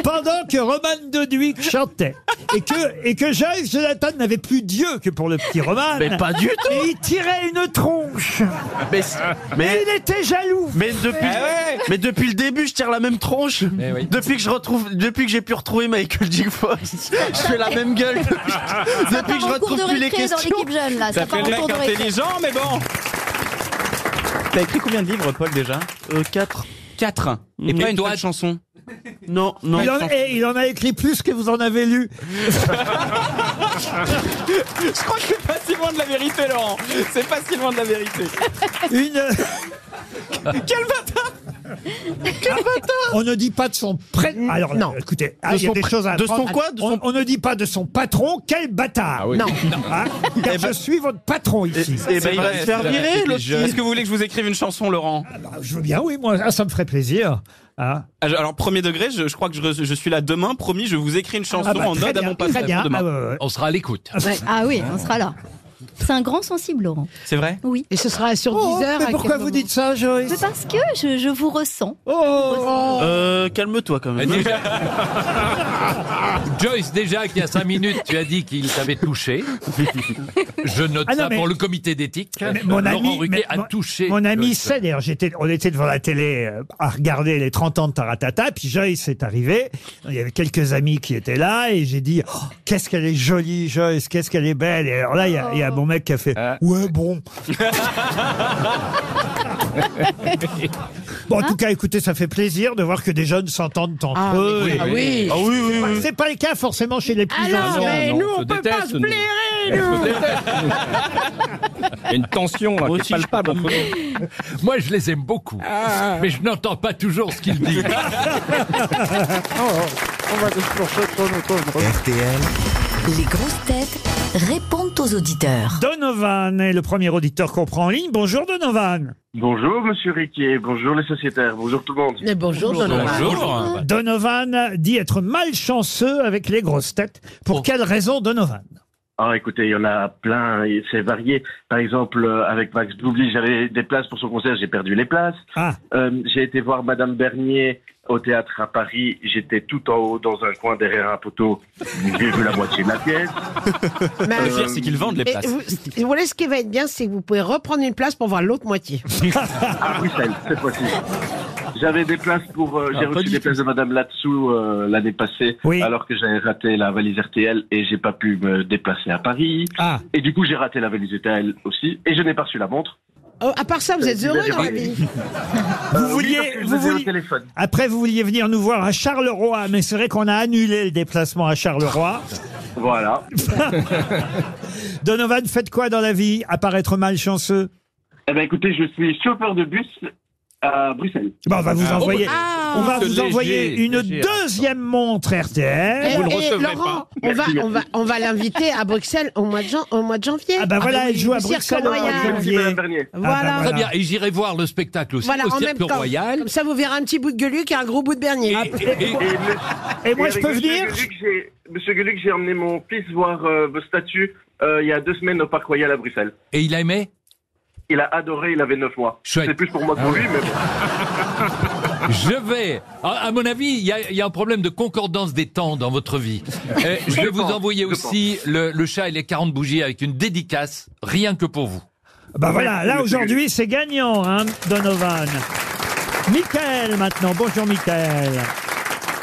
[SPEAKER 2] pendant que Roman Duduic chantait et que, et que Joyce Jonathan n'avait plus Dieu que pour le petit Roman,
[SPEAKER 3] Mais pas du tout
[SPEAKER 2] et il tirait une tronche.
[SPEAKER 3] Mais,
[SPEAKER 2] Et
[SPEAKER 3] mais,
[SPEAKER 2] il Eh était jaloux.
[SPEAKER 3] mais depuis, mais depuis le début, je tire la même tronche.
[SPEAKER 6] Eh oui.
[SPEAKER 3] Depuis que je retrouve, depuis que j'ai pu retrouver Michael J. Fox, je fais la même gueule. Depuis,
[SPEAKER 7] Ça part
[SPEAKER 3] depuis que je
[SPEAKER 7] en cours
[SPEAKER 3] retrouve
[SPEAKER 7] de
[SPEAKER 3] plus les
[SPEAKER 7] récré dans
[SPEAKER 3] questions.
[SPEAKER 7] l'équipe jeune, là. Ça,
[SPEAKER 4] Ça fait
[SPEAKER 7] part en
[SPEAKER 4] le mec
[SPEAKER 7] cours de récré.
[SPEAKER 4] intelligent, mais bon. T'as écrit combien de livres, Paul, déjà
[SPEAKER 3] 4
[SPEAKER 4] Euh, Quatre. Et
[SPEAKER 3] Mm.
[SPEAKER 4] pas
[SPEAKER 6] Et
[SPEAKER 4] une
[SPEAKER 6] toi-
[SPEAKER 4] seule chanson.
[SPEAKER 3] Non, non.
[SPEAKER 2] Il en, et il en a écrit plus que vous en avez lu.
[SPEAKER 4] Je crois que c'est pas si loin de la vérité, Laurent. C'est pas si loin de la vérité.
[SPEAKER 2] Une,
[SPEAKER 4] Quel bâtard
[SPEAKER 2] On ne dit pas de son
[SPEAKER 5] Mm,
[SPEAKER 2] prénom. Alors, non. écoutez, ah, il y a
[SPEAKER 3] son
[SPEAKER 2] des
[SPEAKER 3] pr-
[SPEAKER 2] choses à
[SPEAKER 3] de son
[SPEAKER 2] apprendre.
[SPEAKER 3] quoi De
[SPEAKER 2] on,
[SPEAKER 3] son-
[SPEAKER 2] on ne dit pas de son patron. Quel bâtard
[SPEAKER 8] Ah oui.
[SPEAKER 5] Non.
[SPEAKER 2] Hein Car je suis votre patron ici.
[SPEAKER 3] ben- Eh ben, il va
[SPEAKER 4] vrai,
[SPEAKER 3] se faire
[SPEAKER 4] c'est vrai.
[SPEAKER 3] virer, le
[SPEAKER 8] Je-
[SPEAKER 4] Est-ce que vous voulez que je vous écrive une chanson, Laurent
[SPEAKER 2] Ah, Je veux bien, oui, moi, ah, ça me ferait plaisir. Hein
[SPEAKER 4] Ah, je- Alors, premier degré, je, je crois que je, je suis là demain, promis, je vous écris une chanson
[SPEAKER 2] Ah bah,
[SPEAKER 4] en
[SPEAKER 2] très
[SPEAKER 4] ode à
[SPEAKER 2] bien,
[SPEAKER 4] mon
[SPEAKER 2] Très
[SPEAKER 4] patron
[SPEAKER 2] bien.
[SPEAKER 4] demain.
[SPEAKER 2] Ah, ouais, ouais.
[SPEAKER 6] On sera à l'écoute.
[SPEAKER 7] Ah oui, on sera là. C'est un grand sensible, Laurent.
[SPEAKER 4] C'est vrai
[SPEAKER 7] Oui.
[SPEAKER 5] Et ce sera sur
[SPEAKER 2] Oh,
[SPEAKER 5] 10 heures. à
[SPEAKER 2] mais
[SPEAKER 5] quel
[SPEAKER 2] pourquoi vous
[SPEAKER 5] moment
[SPEAKER 2] dites ça, Joyce
[SPEAKER 7] Mais parce que je, je vous ressens.
[SPEAKER 2] Oh, oh, oh.
[SPEAKER 3] Euh, calme-toi quand
[SPEAKER 6] Ah,
[SPEAKER 3] même.
[SPEAKER 6] déjà- Joyce, déjà qu'il y a cinq minutes, tu as dit qu'il t'avait touché. Je note
[SPEAKER 2] Ah non,
[SPEAKER 6] ça
[SPEAKER 2] mais- Ah,
[SPEAKER 6] pour le comité d'éthique.
[SPEAKER 2] Mais mon
[SPEAKER 6] Laurent
[SPEAKER 2] ami,
[SPEAKER 6] Ruquier
[SPEAKER 2] mais
[SPEAKER 6] a
[SPEAKER 2] mon-
[SPEAKER 6] touché.
[SPEAKER 2] mon ami
[SPEAKER 6] Joyce.
[SPEAKER 2] Seller, j'étais, on était devant la télé euh, à regarder les 30 ans de Taratata, puis Joyce est arrivé. Il y avait quelques amis qui étaient là, et j'ai dit, Oh, qu'est-ce qu'elle est jolie, Joyce, qu'est-ce qu'elle est belle. Et alors là, il y, a- il y
[SPEAKER 5] Oh.
[SPEAKER 2] a mon mec qui a fait,
[SPEAKER 8] Ah.
[SPEAKER 2] ouais, bon. bon, en tout cas, écoutez, ça fait plaisir de voir que des jeunes s'entendent entre
[SPEAKER 5] Ah,
[SPEAKER 2] eux.
[SPEAKER 5] mais-
[SPEAKER 2] Et-
[SPEAKER 5] ah oui.
[SPEAKER 4] Ah oui, oui, oui.
[SPEAKER 2] C'est pas le cas forcément chez les plus
[SPEAKER 5] Alors,
[SPEAKER 2] jeunes.
[SPEAKER 5] mais
[SPEAKER 8] non,
[SPEAKER 5] nous,
[SPEAKER 8] on
[SPEAKER 5] on
[SPEAKER 8] se
[SPEAKER 5] peut pas
[SPEAKER 8] déteste,
[SPEAKER 5] se
[SPEAKER 8] nous.
[SPEAKER 5] blairer, nous.
[SPEAKER 8] Il y a une tension là,
[SPEAKER 3] Moi
[SPEAKER 8] qui
[SPEAKER 3] aussi,
[SPEAKER 8] est
[SPEAKER 3] je
[SPEAKER 8] palpable entre nous.
[SPEAKER 6] Moi, je les aime beaucoup.
[SPEAKER 5] Ah.
[SPEAKER 6] Mais je n'entends pas toujours ce qu'ils disent.
[SPEAKER 2] Ah, Oh,
[SPEAKER 1] RTL,
[SPEAKER 9] Les grosses têtes répondent aux auditeurs.
[SPEAKER 2] Donovan est le premier auditeur qu'on prend en ligne. Bonjour Donovan.
[SPEAKER 10] Bonjour Monsieur Riquier, bonjour les sociétaires, bonjour tout le monde.
[SPEAKER 5] Mais bonjour, Donovan.
[SPEAKER 4] Bonjour.
[SPEAKER 2] Donovan dit être malchanceux avec les grosses têtes. Pour
[SPEAKER 5] Oh.
[SPEAKER 2] quelle raison, Donovan
[SPEAKER 10] Ah écoutez, il y en a plein, et c'est varié. Par exemple, euh, avec Max Boublil, j'avais des places pour son concert, j'ai perdu les places.
[SPEAKER 2] Ah,
[SPEAKER 10] Euh, j'ai été voir Madame Bernier au théâtre à Paris, j'étais tout en haut dans un coin derrière un poteau, j'ai vu la moitié de la pièce.
[SPEAKER 5] Mais- euh,
[SPEAKER 4] Le pire, c'est qu'ils vendent les
[SPEAKER 5] Et
[SPEAKER 4] places.
[SPEAKER 5] vous, vous voyez, ce qui va être bien, c'est que vous pouvez reprendre une place pour voir l'autre moitié.
[SPEAKER 10] À Bruxelles, cette fois-ci. J'avais des places pour, euh,
[SPEAKER 2] Ah,
[SPEAKER 10] j'ai reçu des places de Madame Latsou euh, l'année passée,
[SPEAKER 2] Oui.
[SPEAKER 10] alors que j'avais raté la valise RTL et j'ai pas pu me déplacer à Paris.
[SPEAKER 2] ah.
[SPEAKER 10] Et du coup, j'ai raté la valise RTL aussi, et je n'ai pas reçu la montre.
[SPEAKER 5] Oh, à part ça, vous êtes heureux dans la vie.
[SPEAKER 2] Vous
[SPEAKER 10] Euh, oui, parce
[SPEAKER 2] vouliez,
[SPEAKER 10] que je
[SPEAKER 2] vous
[SPEAKER 10] les ai au
[SPEAKER 2] vouliez-
[SPEAKER 10] téléphone.
[SPEAKER 2] Après, vous vouliez venir nous voir à Charleroi, mais c'est vrai qu'on a annulé le déplacement à Charleroi.
[SPEAKER 5] Ah,
[SPEAKER 10] Voilà.
[SPEAKER 2] Donovan, faites quoi dans la vie À part être malchanceux
[SPEAKER 10] Eh ben, écoutez, je suis chauffeur de bus à Bruxelles.
[SPEAKER 2] Bon, Bah, On va vous envoyer,
[SPEAKER 5] Ah.
[SPEAKER 2] on va vous
[SPEAKER 8] Oh, Léger,
[SPEAKER 2] envoyer une
[SPEAKER 8] léger,
[SPEAKER 2] deuxième montre
[SPEAKER 5] Et,
[SPEAKER 2] RTL.
[SPEAKER 8] Vous le
[SPEAKER 5] et
[SPEAKER 8] recevrez
[SPEAKER 5] Laurent,
[SPEAKER 8] pas.
[SPEAKER 5] on va,
[SPEAKER 10] Merci,
[SPEAKER 5] on va, on va l'inviter à Bruxelles au mois de, jan- au mois de janvier. bah
[SPEAKER 2] Ah ben voilà, elle joue à
[SPEAKER 5] Au Cirque
[SPEAKER 2] Bruxelles au mois de
[SPEAKER 5] Royal.
[SPEAKER 2] janvier.
[SPEAKER 10] Merci, Madame Bernier.
[SPEAKER 5] Voilà.
[SPEAKER 2] Ah ben
[SPEAKER 6] Très bien. Et j'irai voir le spectacle aussi
[SPEAKER 5] Voilà,
[SPEAKER 6] au
[SPEAKER 5] en
[SPEAKER 6] Cirque
[SPEAKER 5] même temps.
[SPEAKER 6] Royal.
[SPEAKER 5] Comme ça, vous verrez un petit bout de gueuluc et un gros bout de bernier. Ah,
[SPEAKER 6] Et- et- et-
[SPEAKER 10] Et,
[SPEAKER 2] Et moi, je peux venir
[SPEAKER 10] venir Monsieur Gueluc, j'ai emmené mon fils voir euh, vos statues euh, il y a deux semaines au Parc Royal à Bruxelles.
[SPEAKER 6] et il a aimé
[SPEAKER 10] Il a adoré, il avait neuf mois.
[SPEAKER 6] Chouette.
[SPEAKER 10] C'est plus pour moi que pour lui, mais bon.
[SPEAKER 6] Je vais. À, à mon avis, il y, a- il y a un problème de concordance des temps dans votre vie. Euh, je vais vous
[SPEAKER 10] pense,
[SPEAKER 6] envoyer
[SPEAKER 10] je
[SPEAKER 6] aussi le, le chat et les 40 bougies avec une dédicace, rien que pour vous.
[SPEAKER 2] Bah voilà, là
[SPEAKER 10] Merci,
[SPEAKER 2] aujourd'hui c'est gagnant, hein, Donovan. Michael maintenant, bonjour Michael.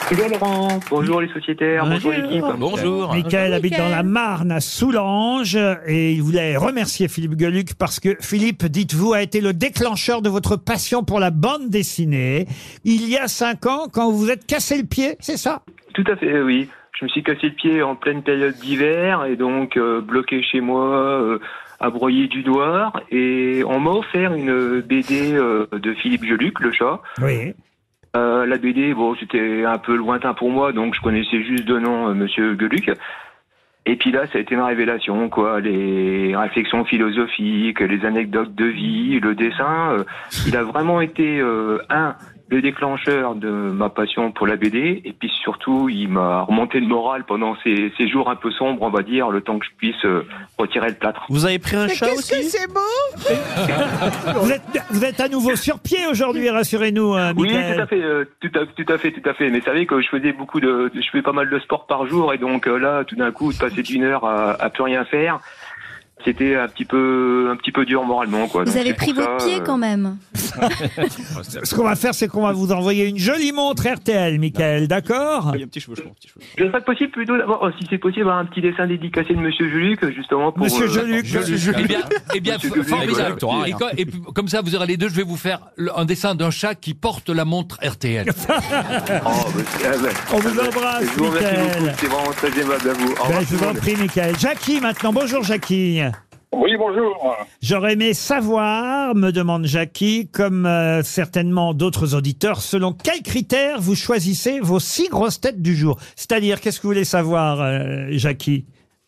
[SPEAKER 10] Bonjour Laurent. Bonjour les sociétaires. Bonjour, l'équipe.
[SPEAKER 4] Bonjour.
[SPEAKER 2] Hein Michael habite dans la Marne à Soulanges et il voulait remercier Philippe Gueluc parce que Philippe, dites-vous, a été le déclencheur de votre passion pour la bande dessinée. Il y a cinq ans, quand vous vous êtes cassé le pied, c'est ça
[SPEAKER 10] Tout à fait, oui. Je me suis cassé le pied en pleine période d'hiver et donc euh, bloqué chez moi euh, à broyer du doigt. Et on m'a offert une BD euh, de Philippe Geluc, le chat.
[SPEAKER 2] Oui.
[SPEAKER 10] Euh, la BD, bon, c'était un peu lointain pour moi, donc je connaissais juste de nom euh, Monsieur Geluc. Et puis là, ça a été une révélation, quoi. Les réflexions philosophiques, les anecdotes de vie, le dessin, euh, il a vraiment été euh, un le déclencheur de ma passion pour la BD, et puis surtout, il m'a remonté le moral pendant ces, ces jours un peu sombres, on va dire, le temps que je puisse euh, retirer le plâtre.
[SPEAKER 3] Vous avez pris un
[SPEAKER 5] Mais
[SPEAKER 3] chat
[SPEAKER 5] qu'est-ce que
[SPEAKER 3] aussi
[SPEAKER 5] c'est beau
[SPEAKER 2] Vous êtes, vous êtes à nouveau sur pied aujourd'hui, rassurez-nous, euh,
[SPEAKER 10] Oui,
[SPEAKER 2] Michael.
[SPEAKER 10] tout à fait, euh, tout à, tout à fait, tout à fait. Mais vous savez que je faisais beaucoup de, je fais pas mal de sport par jour et donc euh, là, tout d'un coup, de passer d'une heure à, à plus rien faire, c'était un petit peu, un petit peu dur moralement, quoi.
[SPEAKER 7] Vous
[SPEAKER 10] Donc,
[SPEAKER 7] avez
[SPEAKER 10] c'est
[SPEAKER 7] pris
[SPEAKER 10] pour
[SPEAKER 7] votre
[SPEAKER 10] ça,
[SPEAKER 7] pied
[SPEAKER 10] euh,
[SPEAKER 7] quand même.
[SPEAKER 4] Ah,
[SPEAKER 2] Ce qu'on va faire, c'est qu'on va vous envoyer une jolie montre RTL, Michael, d'accord
[SPEAKER 4] Il y a un petit cheveu, je crois. un petit cheveu.
[SPEAKER 10] Je serais possible plutôt d'avoir, oh, si c'est possible, un petit dessin dédicacé de Monsieur Juluc, justement pour.
[SPEAKER 2] Monsieur
[SPEAKER 10] euh,
[SPEAKER 2] Geluc,
[SPEAKER 6] Eh bien, eh bien
[SPEAKER 10] Monsieur
[SPEAKER 6] f-
[SPEAKER 10] Gueluc,
[SPEAKER 6] formidable.
[SPEAKER 10] avec toi,
[SPEAKER 6] Et, quand- et puis, comme ça, vous aurez les deux. Je vais vous faire le- un dessin d'un chat qui porte la montre RTL.
[SPEAKER 10] oh, bah, c'est- ah, bah,
[SPEAKER 2] On vous
[SPEAKER 10] ah, bah,
[SPEAKER 2] embrasse,
[SPEAKER 10] Je vous remercie
[SPEAKER 2] Michael.
[SPEAKER 10] beaucoup. C'est vraiment très aimable à vous. Au
[SPEAKER 2] Ben,
[SPEAKER 10] revoir,
[SPEAKER 2] je
[SPEAKER 10] tout
[SPEAKER 2] vous
[SPEAKER 10] le
[SPEAKER 2] en
[SPEAKER 10] monde.
[SPEAKER 2] prie, Michael. Jackie, maintenant. Bonjour, Jackie.
[SPEAKER 11] Oui, bonjour.
[SPEAKER 2] J'aurais aimé savoir, me demande Jackie, comme euh, certainement d'autres auditeurs, selon quels critères vous choisissez vos six grosses têtes du jour. C'est-à-dire, qu'est-ce que vous voulez savoir, euh, Jackie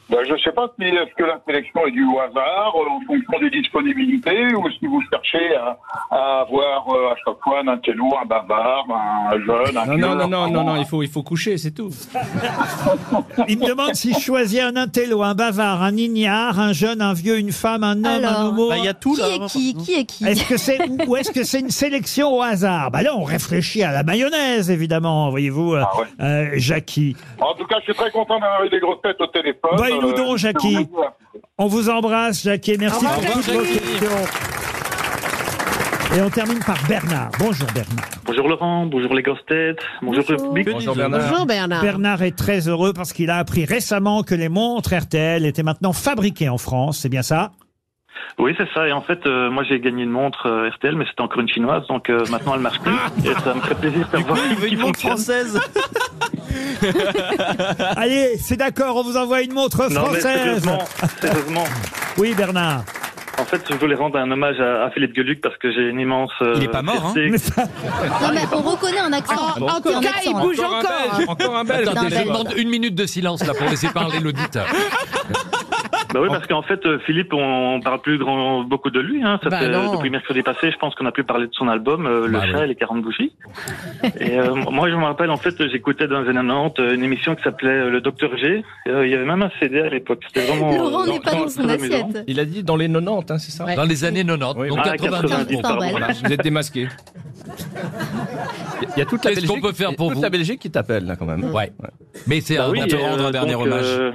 [SPEAKER 11] Ben, je ne sais pas si est-ce que la sélection est due au hasard, euh, en fonction des disponibilités, ou si vous cherchez à, à avoir euh, à chaque fois un intello, un bavard, un jeune, un
[SPEAKER 8] Non, non, non,
[SPEAKER 11] cœur,
[SPEAKER 8] non,
[SPEAKER 11] un-
[SPEAKER 8] non, non, il faut, il faut coucher, c'est tout.
[SPEAKER 2] Il me demande si je choisis un intello, un bavard, un ignare, un jeune, un vieux, une femme, un homme, un
[SPEAKER 7] Alors,
[SPEAKER 9] Bah,
[SPEAKER 2] homo.
[SPEAKER 7] qui
[SPEAKER 9] hein,
[SPEAKER 7] est qui Qui est qui
[SPEAKER 2] Est-ce que c'est ou est-ce que c'est une sélection au hasard Bah là, on réfléchit à la mayonnaise, évidemment, voyez-vous, euh, euh, Jackie.
[SPEAKER 11] En tout cas, je suis très content d'avoir eu des grosses têtes au téléphone.
[SPEAKER 2] Bah, il nous donc,
[SPEAKER 11] Euh,
[SPEAKER 2] Jackie.
[SPEAKER 11] je vous remercie.
[SPEAKER 2] On vous embrasse, Jackie, et merci
[SPEAKER 11] Au
[SPEAKER 2] pour
[SPEAKER 11] revoir,
[SPEAKER 2] toutes vos
[SPEAKER 11] Jackie.
[SPEAKER 2] questions. Et on termine par Bernard. Bonjour Bernard.
[SPEAKER 12] Bonjour Laurent, bonjour les grosses têtes, bonjour, République.
[SPEAKER 2] Bernard est très heureux parce qu'il a appris récemment que les montres RTL étaient maintenant fabriquées en France, c'est bien ça
[SPEAKER 12] Oui, c'est ça. Et en fait, euh, moi, j'ai gagné une montre euh, RTL, mais c'était encore une chinoise, donc euh, maintenant elle marche plus. Et ça me fait plaisir de savoir.
[SPEAKER 3] Il veut une montre française.
[SPEAKER 2] Allez, c'est d'accord, on vous envoie une montre
[SPEAKER 12] Non, mais
[SPEAKER 2] française.
[SPEAKER 12] sérieusement, sérieusement.
[SPEAKER 2] oui, Bernard.
[SPEAKER 12] En fait, je voulais rendre un hommage à, à Philippe Gueluc parce que j'ai une immense. euh, il est pas
[SPEAKER 2] mort,
[SPEAKER 7] Non, mais on reconnaît un accent.
[SPEAKER 6] Ah, bon.
[SPEAKER 7] Un
[SPEAKER 6] Encore-
[SPEAKER 7] accent.
[SPEAKER 6] encore un Belge, Encore un belge.
[SPEAKER 12] Attendez,
[SPEAKER 6] Attendez, je demande une minute de silence là pour laisser parler l'auditeur.
[SPEAKER 12] Bah oui, parce qu'en fait, euh, Philippe, on, on parle plus grand, beaucoup de lui. Hein. Ça
[SPEAKER 6] Bah
[SPEAKER 12] fait-
[SPEAKER 6] non.
[SPEAKER 12] depuis mercredi passé, je pense qu'on a pu parler de son album, euh, Le
[SPEAKER 6] Bah
[SPEAKER 12] chat
[SPEAKER 6] oui.
[SPEAKER 12] et les 40 bougies. et euh, moi, je me rappelle, en fait, j'écoutais dans les années 90 euh, une émission qui s'appelait euh, Le Docteur G. Euh, il y avait même un CD à l'époque. C'était vraiment. euh, très amusant.
[SPEAKER 8] Il a dit dans les 90, hein, c'est ça
[SPEAKER 6] Dans les années 90,
[SPEAKER 8] Oui,
[SPEAKER 6] donc
[SPEAKER 8] voilà.
[SPEAKER 6] 90.
[SPEAKER 8] Voilà, vous êtes démasqué. Il y a toute la
[SPEAKER 6] Qu'est-ce
[SPEAKER 8] Belgique,
[SPEAKER 6] qu'on peut faire pour
[SPEAKER 8] toute
[SPEAKER 6] vous
[SPEAKER 8] la Belgique qui t'appelle, là, quand même.
[SPEAKER 6] Ouais. Mais c'est
[SPEAKER 12] Bah
[SPEAKER 6] un
[SPEAKER 12] oui,
[SPEAKER 6] on peut
[SPEAKER 12] et,
[SPEAKER 6] rendre
[SPEAKER 12] euh,
[SPEAKER 6] un dernier
[SPEAKER 12] donc,
[SPEAKER 6] hommage.
[SPEAKER 12] euh,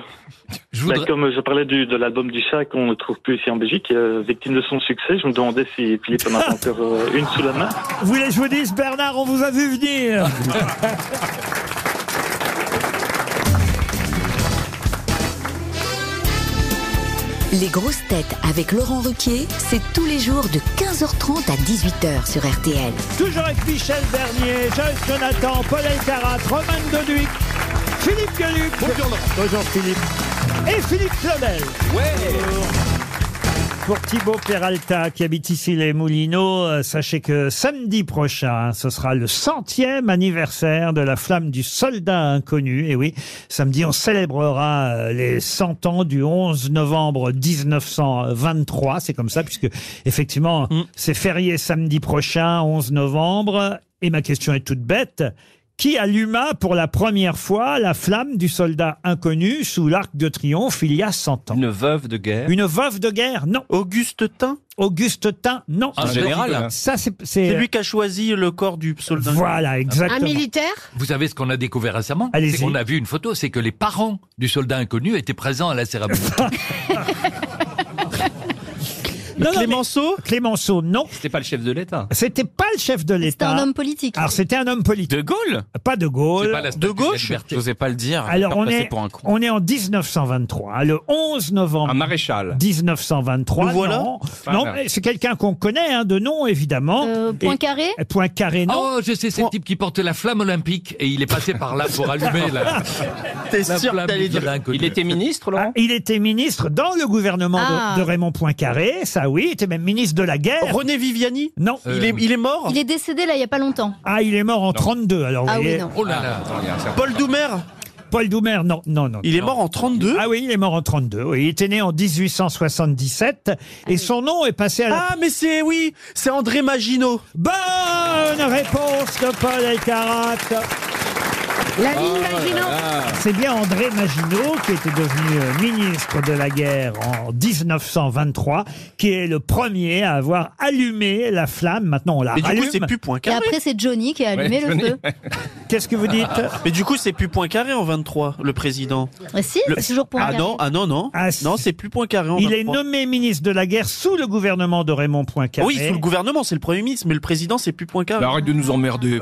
[SPEAKER 12] bah, comme je parlais du, de l'album du chat qu'on ne trouve plus ici en Belgique, euh, victime de son succès, je me demandais si Philippe en a encore euh, une sous la main.
[SPEAKER 2] Vous voulez que je vous dise, Bernard, on vous a vu venir
[SPEAKER 9] Les grosses têtes avec Laurent Ruquier, c'est tous les jours de 15h30 à 18h sur RTL.
[SPEAKER 2] Toujours avec Michel Bernier, Joyce Jonathan, Paul Elkarat, Roman Doduic, Philippe Gueluc. Bonjour, Philippe. Et Philippe Claudel. Pour Thibaut Peralta, qui habite ici les Moulineaux, euh, sachez que samedi prochain, hein, ce sera le centième anniversaire de la flamme du soldat inconnu. Et oui, samedi, on célébrera euh, les 100 ans du 11 novembre 1923. C'est comme ça, puisque effectivement, c'est férié samedi prochain, 11 novembre. Et ma question est toute bête. Qui alluma pour la première fois la flamme du soldat inconnu sous l'arc de triomphe il y a 100 ans
[SPEAKER 8] Une veuve de guerre.
[SPEAKER 2] une veuve de guerre, non. Auguste Tain Auguste Tain, non.
[SPEAKER 3] Un général
[SPEAKER 2] Ça, c'est.
[SPEAKER 3] C'est lui qui a choisi le corps du soldat.
[SPEAKER 2] Voilà,
[SPEAKER 6] Vous savez ce qu'on a découvert récemment
[SPEAKER 3] Allez-y.
[SPEAKER 6] C'est qu'on a vu une photo, c'est que les parents du soldat inconnu étaient présents à la cérémonie.
[SPEAKER 2] Clémenceau Clémenceau, non.
[SPEAKER 8] C'était pas le chef de l'État.
[SPEAKER 2] C'était pas le chef de l'État.
[SPEAKER 7] C'était un homme politique.
[SPEAKER 2] Alors, c'était un homme politique. De Gaulle Pas de Gaulle.
[SPEAKER 3] de gauche Je n'osais pas le dire.
[SPEAKER 2] Alors,
[SPEAKER 3] Peur
[SPEAKER 2] on
[SPEAKER 3] de passer
[SPEAKER 2] est,
[SPEAKER 3] pour un con.
[SPEAKER 2] on est en 1923, hein, le 11 novembre. Un
[SPEAKER 8] maréchal.
[SPEAKER 2] 1923.
[SPEAKER 3] Nous voilà.
[SPEAKER 2] Non,
[SPEAKER 3] Enfin,
[SPEAKER 2] non,
[SPEAKER 3] merde.
[SPEAKER 2] mais c'est quelqu'un qu'on connaît, hein, de nom, évidemment.
[SPEAKER 7] Euh, Poincaré
[SPEAKER 2] Point carré, non.
[SPEAKER 6] Oh, je sais, c'est le type qui portait la flamme olympique et il est passé par là pour allumer la.
[SPEAKER 2] T'es
[SPEAKER 6] la
[SPEAKER 2] sûr que
[SPEAKER 6] flamme
[SPEAKER 2] t'allais
[SPEAKER 6] du
[SPEAKER 2] dire-
[SPEAKER 6] soldat inconnu.
[SPEAKER 8] Il était ministre,
[SPEAKER 2] Ah, il était ministre dans le gouvernement de-
[SPEAKER 7] Ah.
[SPEAKER 2] de, Raymond Poincaré, ça oui, il était même ministre de la guerre.
[SPEAKER 3] René Viviani Euh,
[SPEAKER 2] Non.
[SPEAKER 3] Il est- il est mort
[SPEAKER 7] Il est décédé là, il n'y a pas longtemps.
[SPEAKER 2] Ah, il est mort en 32, alors vous
[SPEAKER 7] Ah oui,
[SPEAKER 2] voyez.
[SPEAKER 7] non.
[SPEAKER 6] Oh là là.
[SPEAKER 2] Paul Doumer Paul Doumer, non, non, non.
[SPEAKER 3] Il est
[SPEAKER 2] non.
[SPEAKER 3] mort en 32
[SPEAKER 2] Ah oui, il est mort en 32. oui. Il était né en 1877
[SPEAKER 7] Ah
[SPEAKER 2] et son nom est passé à la...
[SPEAKER 3] Ah, mais c'est, oui, c'est André Maginot.
[SPEAKER 2] Bonne réponse de Paul Elkarat.
[SPEAKER 5] La ligne Maginot.
[SPEAKER 3] Ah.
[SPEAKER 2] C'est bien André Maginot qui était devenu euh, ministre de la guerre en 1923, qui est le premier à avoir allumé la flamme. Maintenant, on la
[SPEAKER 3] Mais du coup,
[SPEAKER 2] rallume.
[SPEAKER 3] c'est plus
[SPEAKER 7] Et
[SPEAKER 3] Poincaré.
[SPEAKER 7] après, c'est Johnny qui a allumé le feu.
[SPEAKER 2] Qu'est-ce que vous dites
[SPEAKER 3] Mais du coup, c'est plus Poincaré en 23, le président.
[SPEAKER 7] Ah, si,
[SPEAKER 3] Le-
[SPEAKER 7] c'est toujours Poincaré.
[SPEAKER 3] Ah non, ah non, non. non, c'est plus Poincaré en
[SPEAKER 2] Il est
[SPEAKER 3] 23.
[SPEAKER 2] nommé ministre de la guerre sous le gouvernement de Raymond Poincaré.
[SPEAKER 3] Oui, sous le gouvernement, c'est le premier ministre, mais le président, c'est plus Poincaré.
[SPEAKER 8] arrête de nous emmerder.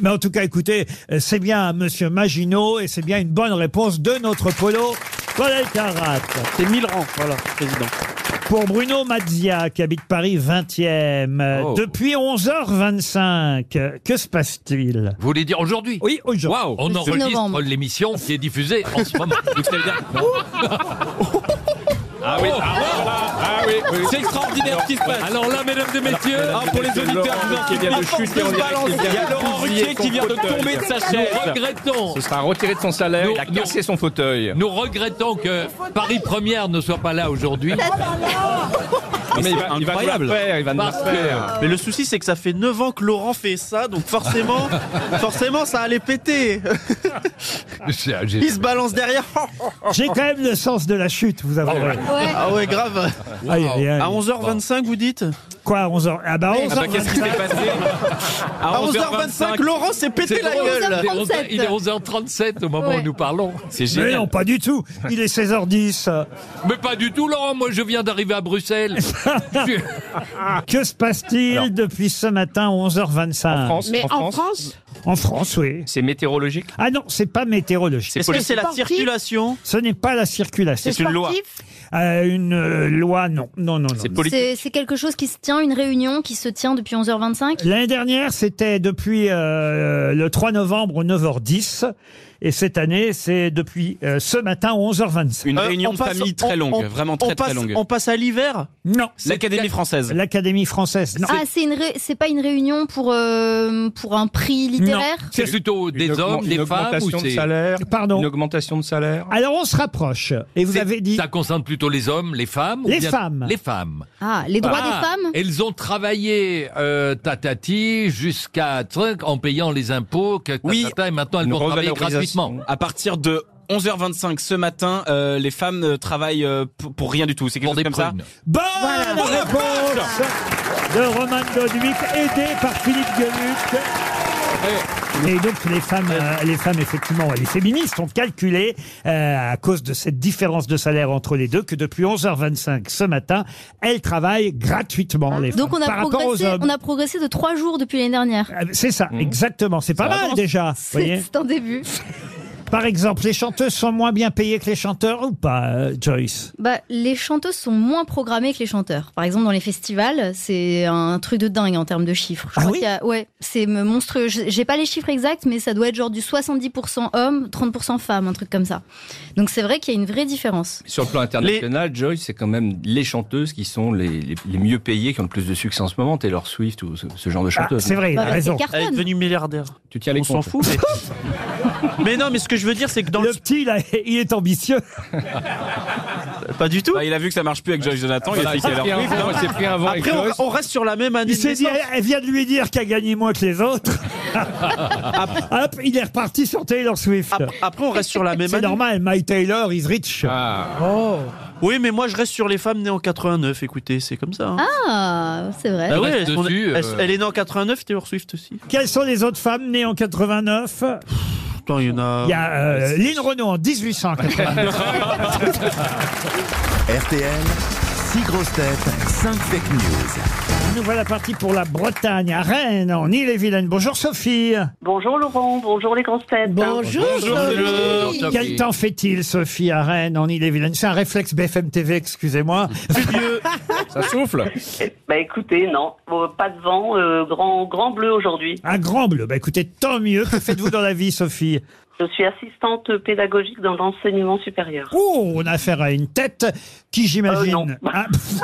[SPEAKER 2] Mais en tout cas, écoutez, euh, c'est bien Monsieur Maginot et c'est bien une bonne réponse de notre polo. Paul Elkarat.
[SPEAKER 3] C'est Milran, voilà, président.
[SPEAKER 2] Pour Bruno Mazzia, qui habite Paris 20e, euh,
[SPEAKER 6] Oh.
[SPEAKER 2] depuis 11h25, euh, que se passe-t-il
[SPEAKER 6] Vous voulez dire aujourd'hui
[SPEAKER 2] Oui, aujourd'hui.
[SPEAKER 6] Waouh On
[SPEAKER 2] Le six
[SPEAKER 6] enregistre
[SPEAKER 2] novembre. Oh.
[SPEAKER 6] l'émission qui est diffusée en ce moment.
[SPEAKER 13] Ah oui, ah oui, voilà. Ah oui, oui.
[SPEAKER 6] C'est extraordinaire ce qui se passe. Alors là, mesdames et messieurs,
[SPEAKER 13] Alors, hein, pour les auditeurs qui
[SPEAKER 6] qui
[SPEAKER 13] vient de chuter en direct, il vient de bousiller son fauteuil.
[SPEAKER 6] Nous regrettons.
[SPEAKER 8] Ce sera retiré de son salaire.
[SPEAKER 6] Nous-
[SPEAKER 8] il a
[SPEAKER 6] nous-
[SPEAKER 8] cassé son fauteuil.
[SPEAKER 6] Nous regrettons que Paris Première ne soit pas là aujourd'hui.
[SPEAKER 8] Non, mais il va- il va nous la faire, il va nous la
[SPEAKER 3] Parce que-
[SPEAKER 8] faire.
[SPEAKER 3] Mais le souci, c'est que ça fait 9 ans que Laurent fait ça, donc forcément, forcément, ça allait péter. Il se balance derrière.
[SPEAKER 2] Oh, J'ai quand même le sens de la chute, vous avez.
[SPEAKER 3] Ah ouais, grave.
[SPEAKER 2] Aïe, aïe, aïe.
[SPEAKER 3] À 11h25, vous dites
[SPEAKER 2] Quoi, à 11h Ah bah
[SPEAKER 3] Ah bah,
[SPEAKER 2] 11h25.
[SPEAKER 3] qu'est-ce qui s'est passé À 11h25, Laurent s'est pété
[SPEAKER 6] C'est
[SPEAKER 3] la
[SPEAKER 6] drôle,
[SPEAKER 3] gueule.
[SPEAKER 6] il est 11h- Il est 11h37 au moment
[SPEAKER 3] Ouais.
[SPEAKER 6] où nous parlons. C'est
[SPEAKER 2] Mais non, pas du tout. Il est 16h10.
[SPEAKER 6] Mais pas du tout, Laurent. Moi, je viens d'arriver à Bruxelles. Je suis-
[SPEAKER 2] Que se passe-t-il depuis ce matin 11h25
[SPEAKER 8] En France, Mais en en France
[SPEAKER 5] France
[SPEAKER 2] En France, oui.
[SPEAKER 8] C'est météorologique
[SPEAKER 2] Ah non, c'est pas météorologique.
[SPEAKER 8] Est-ce que c'est la Sportif
[SPEAKER 3] circulation
[SPEAKER 2] Ce n'est pas la circulation.
[SPEAKER 8] C'est une loi.
[SPEAKER 2] Euh, une euh, loi, non. Non, non, non. non.
[SPEAKER 7] C'est c'est quelque chose qui se tient, une réunion qui se tient depuis 11h25.
[SPEAKER 2] L'année dernière, c'était depuis euh, le 3 novembre au 9h10. Et cette année, c'est depuis euh, ce matin 11h25.
[SPEAKER 4] Une réunion de famille très longue, vraiment très,
[SPEAKER 2] Euh, on
[SPEAKER 4] très
[SPEAKER 2] passe-
[SPEAKER 4] longue.
[SPEAKER 2] on passe à l'hiver Non.
[SPEAKER 4] L'Académie française.
[SPEAKER 2] L'Académie française, non.
[SPEAKER 7] Ah, c'est une ré- c'est pas une réunion pour euh, pour un prix littéraire.
[SPEAKER 6] C'est plutôt des
[SPEAKER 8] Une
[SPEAKER 6] hommes,
[SPEAKER 8] augmen-
[SPEAKER 6] des
[SPEAKER 8] une
[SPEAKER 6] femmes ou
[SPEAKER 8] augmentation de
[SPEAKER 6] c'est-
[SPEAKER 8] salaire
[SPEAKER 2] Pardon.
[SPEAKER 8] Une augmentation de salaire
[SPEAKER 2] Alors on se rapproche. Et vous avez dit.
[SPEAKER 6] Ça concerne plutôt les hommes, les femmes ou
[SPEAKER 2] Les
[SPEAKER 6] bien-
[SPEAKER 2] femmes.
[SPEAKER 6] Les femmes.
[SPEAKER 7] Ah, les droits
[SPEAKER 6] Ah,
[SPEAKER 7] des femmes.
[SPEAKER 6] Elles ont travaillé euh, tatati jusqu'à truc en payant les impôts que
[SPEAKER 4] Oui.
[SPEAKER 6] tatata, et maintenant elles vont travailler gratuitement.
[SPEAKER 4] À partir de 11h25 ce matin, euh, les femmes euh, travaillent euh, pour, pour rien du tout. C'est quelque chose comme ça.
[SPEAKER 2] Bonne réponse de Roman Doduic, aidé par Philippe Gueluc. Et donc les femmes, euh, les femmes effectivement, les féministes ont calculé euh, à cause de cette différence de salaire entre les deux que depuis 11h25 ce matin, elles travaillent gratuitement les
[SPEAKER 7] Ah. Donc
[SPEAKER 2] femmes,
[SPEAKER 7] on a
[SPEAKER 2] par rapport aux
[SPEAKER 7] progressé,
[SPEAKER 2] hommes.
[SPEAKER 7] on a progressé de trois jours depuis l'année dernière.
[SPEAKER 2] Euh, C'est ça,
[SPEAKER 4] Mmh.
[SPEAKER 2] exactement. C'est pas
[SPEAKER 7] Ça
[SPEAKER 2] mal
[SPEAKER 7] avance.
[SPEAKER 2] déjà. vous
[SPEAKER 7] C'est
[SPEAKER 2] voyez
[SPEAKER 7] c'est un début.
[SPEAKER 2] Par exemple, les chanteuses sont moins bien payées que les chanteurs ou pas, euh, Joyce
[SPEAKER 7] Bah, les chanteuses sont moins programmées que les chanteurs. Par exemple, dans les festivals, c'est un truc de dingue en termes de chiffres.
[SPEAKER 2] Ah
[SPEAKER 7] Je crois qu'il y a- ouais, c'est me- monstrueux. Je- J'ai pas les chiffres exacts, mais ça doit être genre du 70% hommes, 30% femmes, un truc comme ça. Donc c'est vrai qu'il y a une vraie différence.
[SPEAKER 8] Sur le plan international, Joyce, c'est quand même les chanteuses qui sont les, les- les mieux payées, qui ont le plus de succès en ce moment, Taylor Swift ou ce, ce genre de chanteuses.
[SPEAKER 2] Ah, c'est vrai,
[SPEAKER 7] il a Bah, bah, raison. c'est Carton.
[SPEAKER 3] Elle est devenue milliardaire.
[SPEAKER 8] Tu tiens les
[SPEAKER 3] On s'en
[SPEAKER 8] comptes.
[SPEAKER 3] fout. Mais... mais non, mais ce que je veux dire, c'est que dans le.
[SPEAKER 2] petit, il, est ambitieux.
[SPEAKER 3] Pas du tout.
[SPEAKER 4] Bah, il a vu que ça marche plus avec Joyce Jonathan. Il a dit qu'il avait repris. Non.
[SPEAKER 3] Après, on, on reste sur la même année.
[SPEAKER 2] Il
[SPEAKER 3] de
[SPEAKER 2] s'est dit,
[SPEAKER 3] naissance.
[SPEAKER 2] elle- elle vient de lui dire qu'elle gagnait moins que les autres. Hop, il est reparti sur Taylor Swift.
[SPEAKER 3] Après, on reste sur la même
[SPEAKER 2] C'est
[SPEAKER 3] année.
[SPEAKER 2] normal, My Taylor is rich.
[SPEAKER 3] Ah.
[SPEAKER 2] Oh.
[SPEAKER 3] Oui, mais moi, je reste sur les femmes nées en 89. Écoutez, c'est comme ça. hein.
[SPEAKER 7] Ah, c'est vrai.
[SPEAKER 3] Bah ouais,
[SPEAKER 6] reste
[SPEAKER 3] elles sont-
[SPEAKER 6] dessus, euh.
[SPEAKER 3] elles- Elle est née en 89, Taylor Swift aussi.
[SPEAKER 2] Quelles sont les autres femmes nées en 89
[SPEAKER 3] Pourtant, il y en a.
[SPEAKER 2] Il y a euh, Lynn Renault en 1889.
[SPEAKER 1] RTL, 6 grosses têtes, 5 fake news.
[SPEAKER 2] Nous voilà partis pour la Bretagne, à Rennes, en Ille-et-Vilaine. Bonjour Sophie.
[SPEAKER 14] Bonjour Laurent, bonjour les grosses têtes.
[SPEAKER 2] Bonjour,
[SPEAKER 6] Sophie. Sophie.
[SPEAKER 2] Quel temps fait-il, Sophie, à Rennes, en Ille-et-Vilaine C'est un réflexe BFM TV, excusez-moi.
[SPEAKER 8] Ça souffle
[SPEAKER 14] Bah écoutez, non, Bon, pas de vent, euh, grand, grand bleu aujourd'hui.
[SPEAKER 2] un grand bleu. Bah écoutez, tant mieux. Que faites-vous dans la vie, Sophie
[SPEAKER 14] Je suis assistante pédagogique dans l'enseignement supérieur.
[SPEAKER 2] Oh, on a affaire à une tête qui,
[SPEAKER 14] Euh,
[SPEAKER 2] j'imagine. Ah, pff,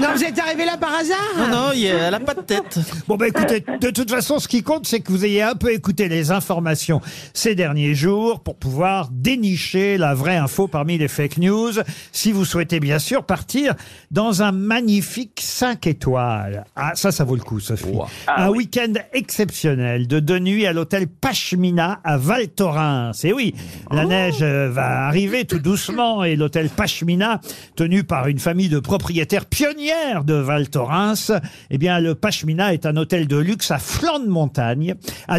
[SPEAKER 5] Non, vous êtes arrivé là par hasard
[SPEAKER 3] Non, non, il y a- elle a pas de tête.
[SPEAKER 2] bon, bah écoutez, de toute façon, ce qui compte, c'est que vous ayez un peu écouté les informations ces derniers jours pour pouvoir dénicher la vraie info parmi les fake news. Si vous souhaitez, bien sûr, partir dans un magnifique 5 étoiles. Ah, ça, ça vaut le coup, Sophie.
[SPEAKER 3] Ah
[SPEAKER 2] un week-end exceptionnel de deux nuits à l'hôtel Pachmina à Val Thorens. Et oui, la
[SPEAKER 5] Oh.
[SPEAKER 2] neige euh, va arriver tout doucement et l'hôtel Pachmina, tenu par une famille de propriétaires pionnières de Val Thorens, eh bien, le Pachmina est un hôtel de luxe à flanc de montagne, à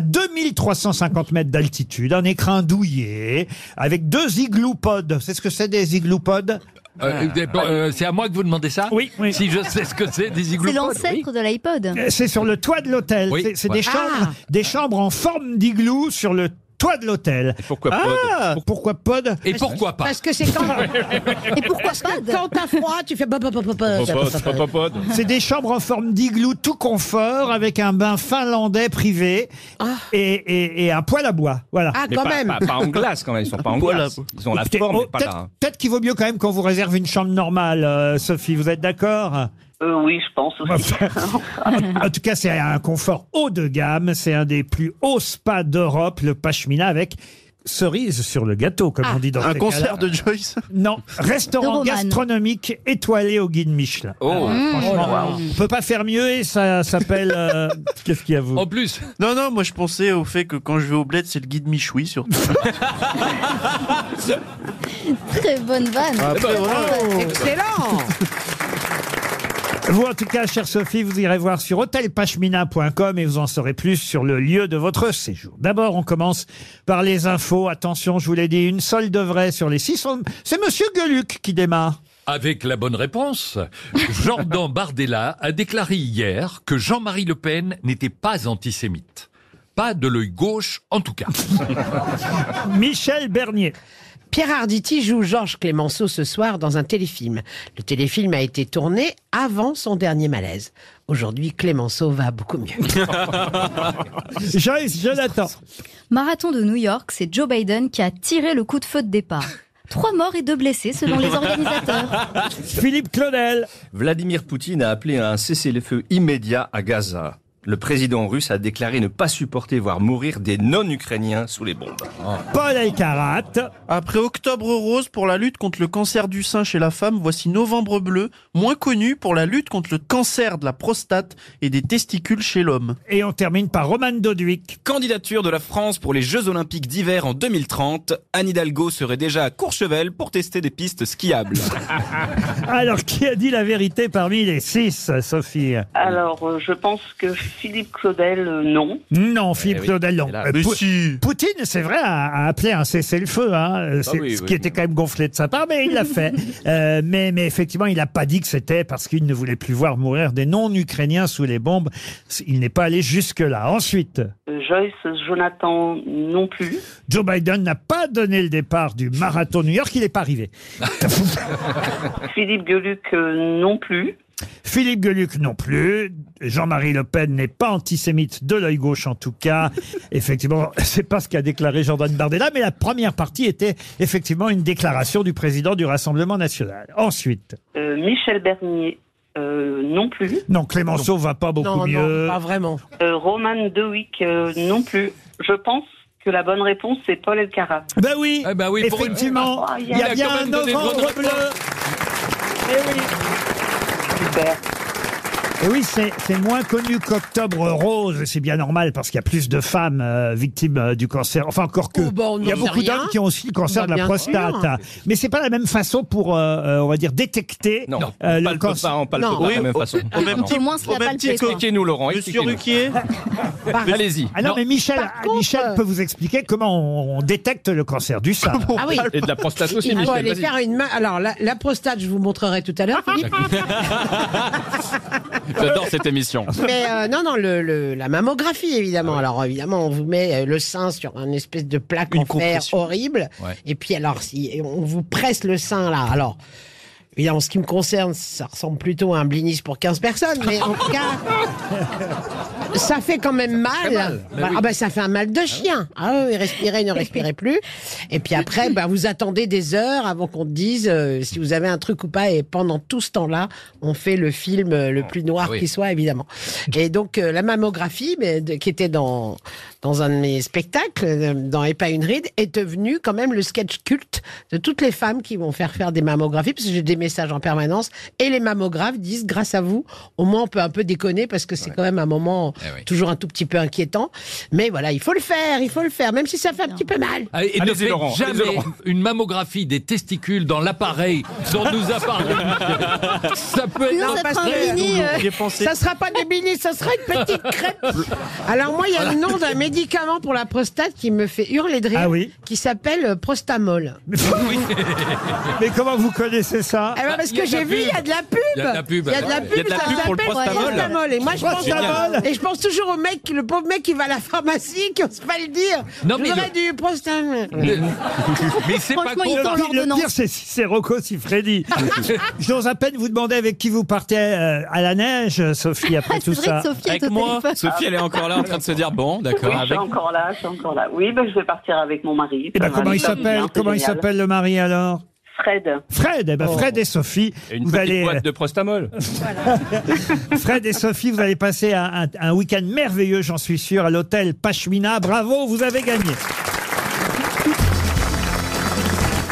[SPEAKER 2] 2350 mètres d'altitude, un écrin douillet, avec deux igloupodes. C'est ce que c'est des igloupodes? Ah.
[SPEAKER 6] Euh, euh, bon, euh, c'est à moi que vous demandez ça
[SPEAKER 2] Oui, oui.
[SPEAKER 6] Si je sais ce que c'est, des igloos.
[SPEAKER 7] C'est l'ancêtre de l'iPod.
[SPEAKER 2] Eh, Euh, C'est sur le toit de l'hôtel.
[SPEAKER 6] Oui,
[SPEAKER 2] C'est- c'est
[SPEAKER 5] Ah.
[SPEAKER 6] ouais.
[SPEAKER 2] des chambres, des chambres en forme d'igloo sur le toit de l'hôtel.
[SPEAKER 6] pourquoi
[SPEAKER 2] Pod Pourquoi Pod
[SPEAKER 6] Et pourquoi pas
[SPEAKER 5] Parce que c'est quand. Et pourquoi pas Quand t'as froid, tu fais. pop, pop, pop, pop, pop, pop, pop.
[SPEAKER 2] C'est des chambres en forme d'igloo tout confort avec un bain finlandais privé et, et- et un poêle à bois. Voilà.
[SPEAKER 5] Ah,
[SPEAKER 8] Mais quand pas- même. pas- pas en glace, quand même, ils sont pas en Poêle à glace. bois. Ils ont la forme, mais pas
[SPEAKER 2] oh, peut-être,
[SPEAKER 8] la-
[SPEAKER 2] peut-être qu'il vaut mieux quand même qu'on vous réserve une chambre normale, euh, Sophie. Vous êtes d'accord
[SPEAKER 14] Euh, oui, je pense aussi.
[SPEAKER 2] en tout cas, c'est un confort haut de gamme. C'est un des plus hauts spas d'Europe, le Pashmina, avec cerise sur le gâteau,
[SPEAKER 5] Ah.
[SPEAKER 2] comme on dit dans
[SPEAKER 3] Un
[SPEAKER 2] ces
[SPEAKER 3] concert
[SPEAKER 2] cas-là.
[SPEAKER 3] de Joyce
[SPEAKER 2] Non, restaurant
[SPEAKER 3] De Roman.
[SPEAKER 2] gastronomique étoilé au guide Michelin. Euh,
[SPEAKER 3] Oh. Mmh.
[SPEAKER 2] franchement,
[SPEAKER 3] Oh là là.
[SPEAKER 2] on peut pas faire mieux et ça s'appelle. euh, Qu'est-ce qu'il y a vous
[SPEAKER 6] En plus
[SPEAKER 3] Non, non, moi je pensais au fait que quand je vais au bled, c'est le guide Michoui surtout.
[SPEAKER 7] Très bonne vanne.
[SPEAKER 3] Ah, bah, bravo.
[SPEAKER 5] Excellent
[SPEAKER 2] Vous, en tout cas, chère Sophie, vous irez voir sur hôtelpachemina.com et vous en saurez plus sur le lieu de votre séjour. D'abord, on commence par les infos. Attention, je vous l'ai dit, une seule de vraie sur les six. On- C'est Monsieur Gueluc qui démarre.
[SPEAKER 6] Avec la bonne réponse, Jordan Bardella a déclaré hier que Jean-Marie Le Pen n'était pas antisémite. Pas de l'œil gauche, en tout cas.
[SPEAKER 2] Michel Bernier.
[SPEAKER 5] Pierre Arditi joue Georges Clémenceau ce soir dans un téléfilm. Le téléfilm a été tourné avant son dernier malaise. Aujourd'hui, Clémenceau va beaucoup mieux.
[SPEAKER 2] Joyce, Jonathan.
[SPEAKER 7] Marathon de New York, c'est Joe Biden qui a tiré le coup de feu de départ. Trois morts et deux blessés selon les organisateurs.
[SPEAKER 2] Philippe Claudel.
[SPEAKER 8] Vladimir Poutine a appelé à un cessez-le-feu immédiat à Gaza. Le président russe a déclaré ne pas supporter, voire mourir, des non-ukrainiens sous les bombes.
[SPEAKER 3] Ah.
[SPEAKER 2] Paul Aycarat.
[SPEAKER 3] Après Octobre Rose pour la lutte contre le cancer du sein chez la femme, voici Novembre Bleu, moins connu pour la lutte contre le cancer de la prostate et des testicules chez l'homme.
[SPEAKER 2] Et on termine par Roman Doduic.
[SPEAKER 15] Candidature de la France pour les Jeux Olympiques d'hiver en 2030. Anne Hidalgo serait déjà à Courchevel pour tester des pistes skiables.
[SPEAKER 2] Alors, qui a dit la vérité parmi les six, Sophie
[SPEAKER 14] Alors, euh, je pense que Philippe Claudel, euh, non.
[SPEAKER 2] Non, Philippe
[SPEAKER 14] oui,
[SPEAKER 2] Claudel, non.
[SPEAKER 14] c'est là.
[SPEAKER 2] Euh,
[SPEAKER 14] Mais
[SPEAKER 2] Pou- Poutine, c'est vrai, a, a appelé à un cessez-le-feu, hein. Euh, c'est-
[SPEAKER 14] Ah oui,
[SPEAKER 2] ce
[SPEAKER 14] oui,
[SPEAKER 2] qui était quand même gonflé de sa part, mais il l'a fait. Euh, mais, mais effectivement, il n'a pas dit que c'était parce qu'il ne voulait plus voir mourir des non-Ukrainiens sous les bombes. Il n'est pas allé jusque-là. Ensuite,
[SPEAKER 14] Euh, Joyce Jonathan, non plus.
[SPEAKER 2] Joe Biden n'a pas donné le départ du marathon de New York, il n'est pas arrivé.
[SPEAKER 14] Philippe Gueluc, euh, non plus.
[SPEAKER 2] Philippe Gueluc non plus. Jean-Marie Le Pen n'est pas antisémite de l'œil gauche en tout cas. effectivement, c'est pas ce qu'a déclaré Jordan Bardella, mais la première partie était effectivement une déclaration du président du Rassemblement national. Ensuite,
[SPEAKER 14] Euh, Michel Bernier, euh, non plus.
[SPEAKER 2] non, Clémenceau va pas beaucoup
[SPEAKER 14] Non, non,
[SPEAKER 2] mieux.
[SPEAKER 14] pas
[SPEAKER 5] vraiment.
[SPEAKER 14] Euh, Roman Dewick, euh, non plus. Je pense que la bonne réponse, c'est Paul Elkarat.
[SPEAKER 2] Ben oui,
[SPEAKER 14] Eh oui, pour une-
[SPEAKER 2] effectivement,
[SPEAKER 14] Ah,
[SPEAKER 2] il y a
[SPEAKER 14] il a
[SPEAKER 2] bien
[SPEAKER 14] quand
[SPEAKER 2] un
[SPEAKER 14] même donné une bonne
[SPEAKER 2] novembre bleu.
[SPEAKER 14] réponse.
[SPEAKER 2] Eh oui. Et oui, c'est c'est moins connu qu'Octobre Rose, c'est bien normal parce qu'il y a plus de femmes euh, victimes euh, du cancer. Enfin, encore que.
[SPEAKER 5] Oh, bah, on
[SPEAKER 2] il y a
[SPEAKER 5] n'en
[SPEAKER 2] beaucoup
[SPEAKER 5] sait rien.
[SPEAKER 2] d'hommes qui ont aussi le cancer
[SPEAKER 5] Bah,
[SPEAKER 2] de la
[SPEAKER 5] bien sûr.
[SPEAKER 2] prostate. hein. Mais c'est pas la même façon pour, euh, euh, on va dire, détecter
[SPEAKER 8] Non,
[SPEAKER 2] euh,
[SPEAKER 8] on
[SPEAKER 2] le
[SPEAKER 8] palpe pas,
[SPEAKER 2] cancer.
[SPEAKER 8] on palpe Non. pas de la même façon. Au même titre- Au moins, se au la même palper, titre quoi. que- Expliquez-nous, Laurent, Monsieur expliquez-nous.
[SPEAKER 2] Par-
[SPEAKER 8] Allez-y.
[SPEAKER 2] Ah non,
[SPEAKER 8] Non.
[SPEAKER 2] mais Michel,
[SPEAKER 8] Par
[SPEAKER 2] Michel peut vous expliquer comment on, on détecte le cancer du sein.
[SPEAKER 5] Ah oui.
[SPEAKER 8] Et de la prostate aussi,
[SPEAKER 5] Il faut
[SPEAKER 8] Michel,
[SPEAKER 5] aller
[SPEAKER 8] vas-y.
[SPEAKER 5] faire une main. Alors, la, la prostate, je vous montrerai tout à l'heure, Philippe.
[SPEAKER 15] J'adore cette émission.
[SPEAKER 5] Mais euh, non, non, le, le- la mammographie, évidemment. Alors, évidemment, on vous met euh, le sein sur une espèce de plaque en fer
[SPEAKER 15] compression.
[SPEAKER 5] horrible.
[SPEAKER 15] Ouais.
[SPEAKER 5] Et puis, alors, si on vous presse le sein, là, alors... Évidemment, en ce qui me concerne, ça ressemble plutôt à un blinis pour 15 personnes, mais en tout cas, ça fait quand même mal.
[SPEAKER 16] mal, bah
[SPEAKER 5] Voilà.
[SPEAKER 16] oui.
[SPEAKER 5] Ah bah, ça fait un mal de chien. Ah oui, respirez, ne respirez plus. Et puis après, bah, vous attendez des heures avant qu'on te dise euh, si vous avez un truc ou pas. Et pendant tout ce temps-là, on fait le film euh, le plus noir
[SPEAKER 16] Ah oui.
[SPEAKER 5] qui soit, évidemment. Et donc, euh, la mammographie, mais, de- qui était dans, dans un de mes spectacles, euh, dans Et pas une ride, est devenue quand même le sketch culte de toutes les femmes qui vont faire faire des mammographies, parce que j'ai des messages en permanence. Et les mammographes disent, grâce à vous, au moins on peut un peu déconner, parce que c'est quand même un moment toujours un tout petit peu inquiétant. Mais voilà, il faut le faire, il faut le faire, même si ça fait un petit peu mal.
[SPEAKER 6] Ah, Et ne
[SPEAKER 5] Allez-y,
[SPEAKER 6] faites
[SPEAKER 5] Laurent,
[SPEAKER 6] jamais
[SPEAKER 5] allez-y, Laurent.
[SPEAKER 6] une mammographie des testicules dans l'appareil dont nous a parlé. Michel. ça peut être
[SPEAKER 5] Non,
[SPEAKER 6] un euh,
[SPEAKER 5] parce
[SPEAKER 6] stress.
[SPEAKER 5] que- euh,
[SPEAKER 6] J'ai pensé-
[SPEAKER 5] Ça sera pas des blinis, ça sera une petite crêpe. Alors moi, il y a le nom d'un médicament pour la prostate qui me fait hurler de rire, qui s'appelle euh, Prostamol.
[SPEAKER 2] Mais comment vous connaissez ça
[SPEAKER 5] Ah ouais, parce que j'ai vu, il y a de la pub.
[SPEAKER 2] Il y a de la pub.
[SPEAKER 5] Il y a de la pub,
[SPEAKER 2] Il y a de la
[SPEAKER 5] ça
[SPEAKER 2] pub pour le
[SPEAKER 5] s'appelle
[SPEAKER 2] prostamol.
[SPEAKER 5] Et moi, je pense,
[SPEAKER 2] Prostamol.
[SPEAKER 5] et je pense toujours au mec, le pauvre mec qui va à la pharmacie, qui n'ose pas le dire.
[SPEAKER 6] Non,
[SPEAKER 5] Non,
[SPEAKER 6] mais
[SPEAKER 5] mais. J'aurais dû prostate.
[SPEAKER 6] Mais c'est pas con.
[SPEAKER 2] Le, le pire, c'est c'est Rocco Siffredi. J'ose à peine vous demander avec qui vous partez euh, à la neige, Sophie, après tout ça.
[SPEAKER 4] avec moi, Sophie, elle est encore là en train de se dire bon,
[SPEAKER 14] Oui,
[SPEAKER 4] d'accord.
[SPEAKER 14] je suis
[SPEAKER 4] avec-
[SPEAKER 14] encore là, je suis encore là. Oui, ben, je vais partir avec mon mari.
[SPEAKER 2] Eh ben,
[SPEAKER 14] Ça va,
[SPEAKER 2] comment il
[SPEAKER 14] ça va
[SPEAKER 2] s'appelle
[SPEAKER 14] bien, c'est
[SPEAKER 2] Comment il
[SPEAKER 14] génial.
[SPEAKER 2] s'appelle le mari alors
[SPEAKER 14] Fred.
[SPEAKER 2] Fred, eh ben,
[SPEAKER 14] Oh.
[SPEAKER 2] Fred et Sophie, vous allez euh,
[SPEAKER 8] boîte de prostamol.
[SPEAKER 2] Fred et Sophie, vous allez passer un, un- un week-end merveilleux, j'en suis sûr, à l'hôtel Pachmina. Bravo, vous avez gagné.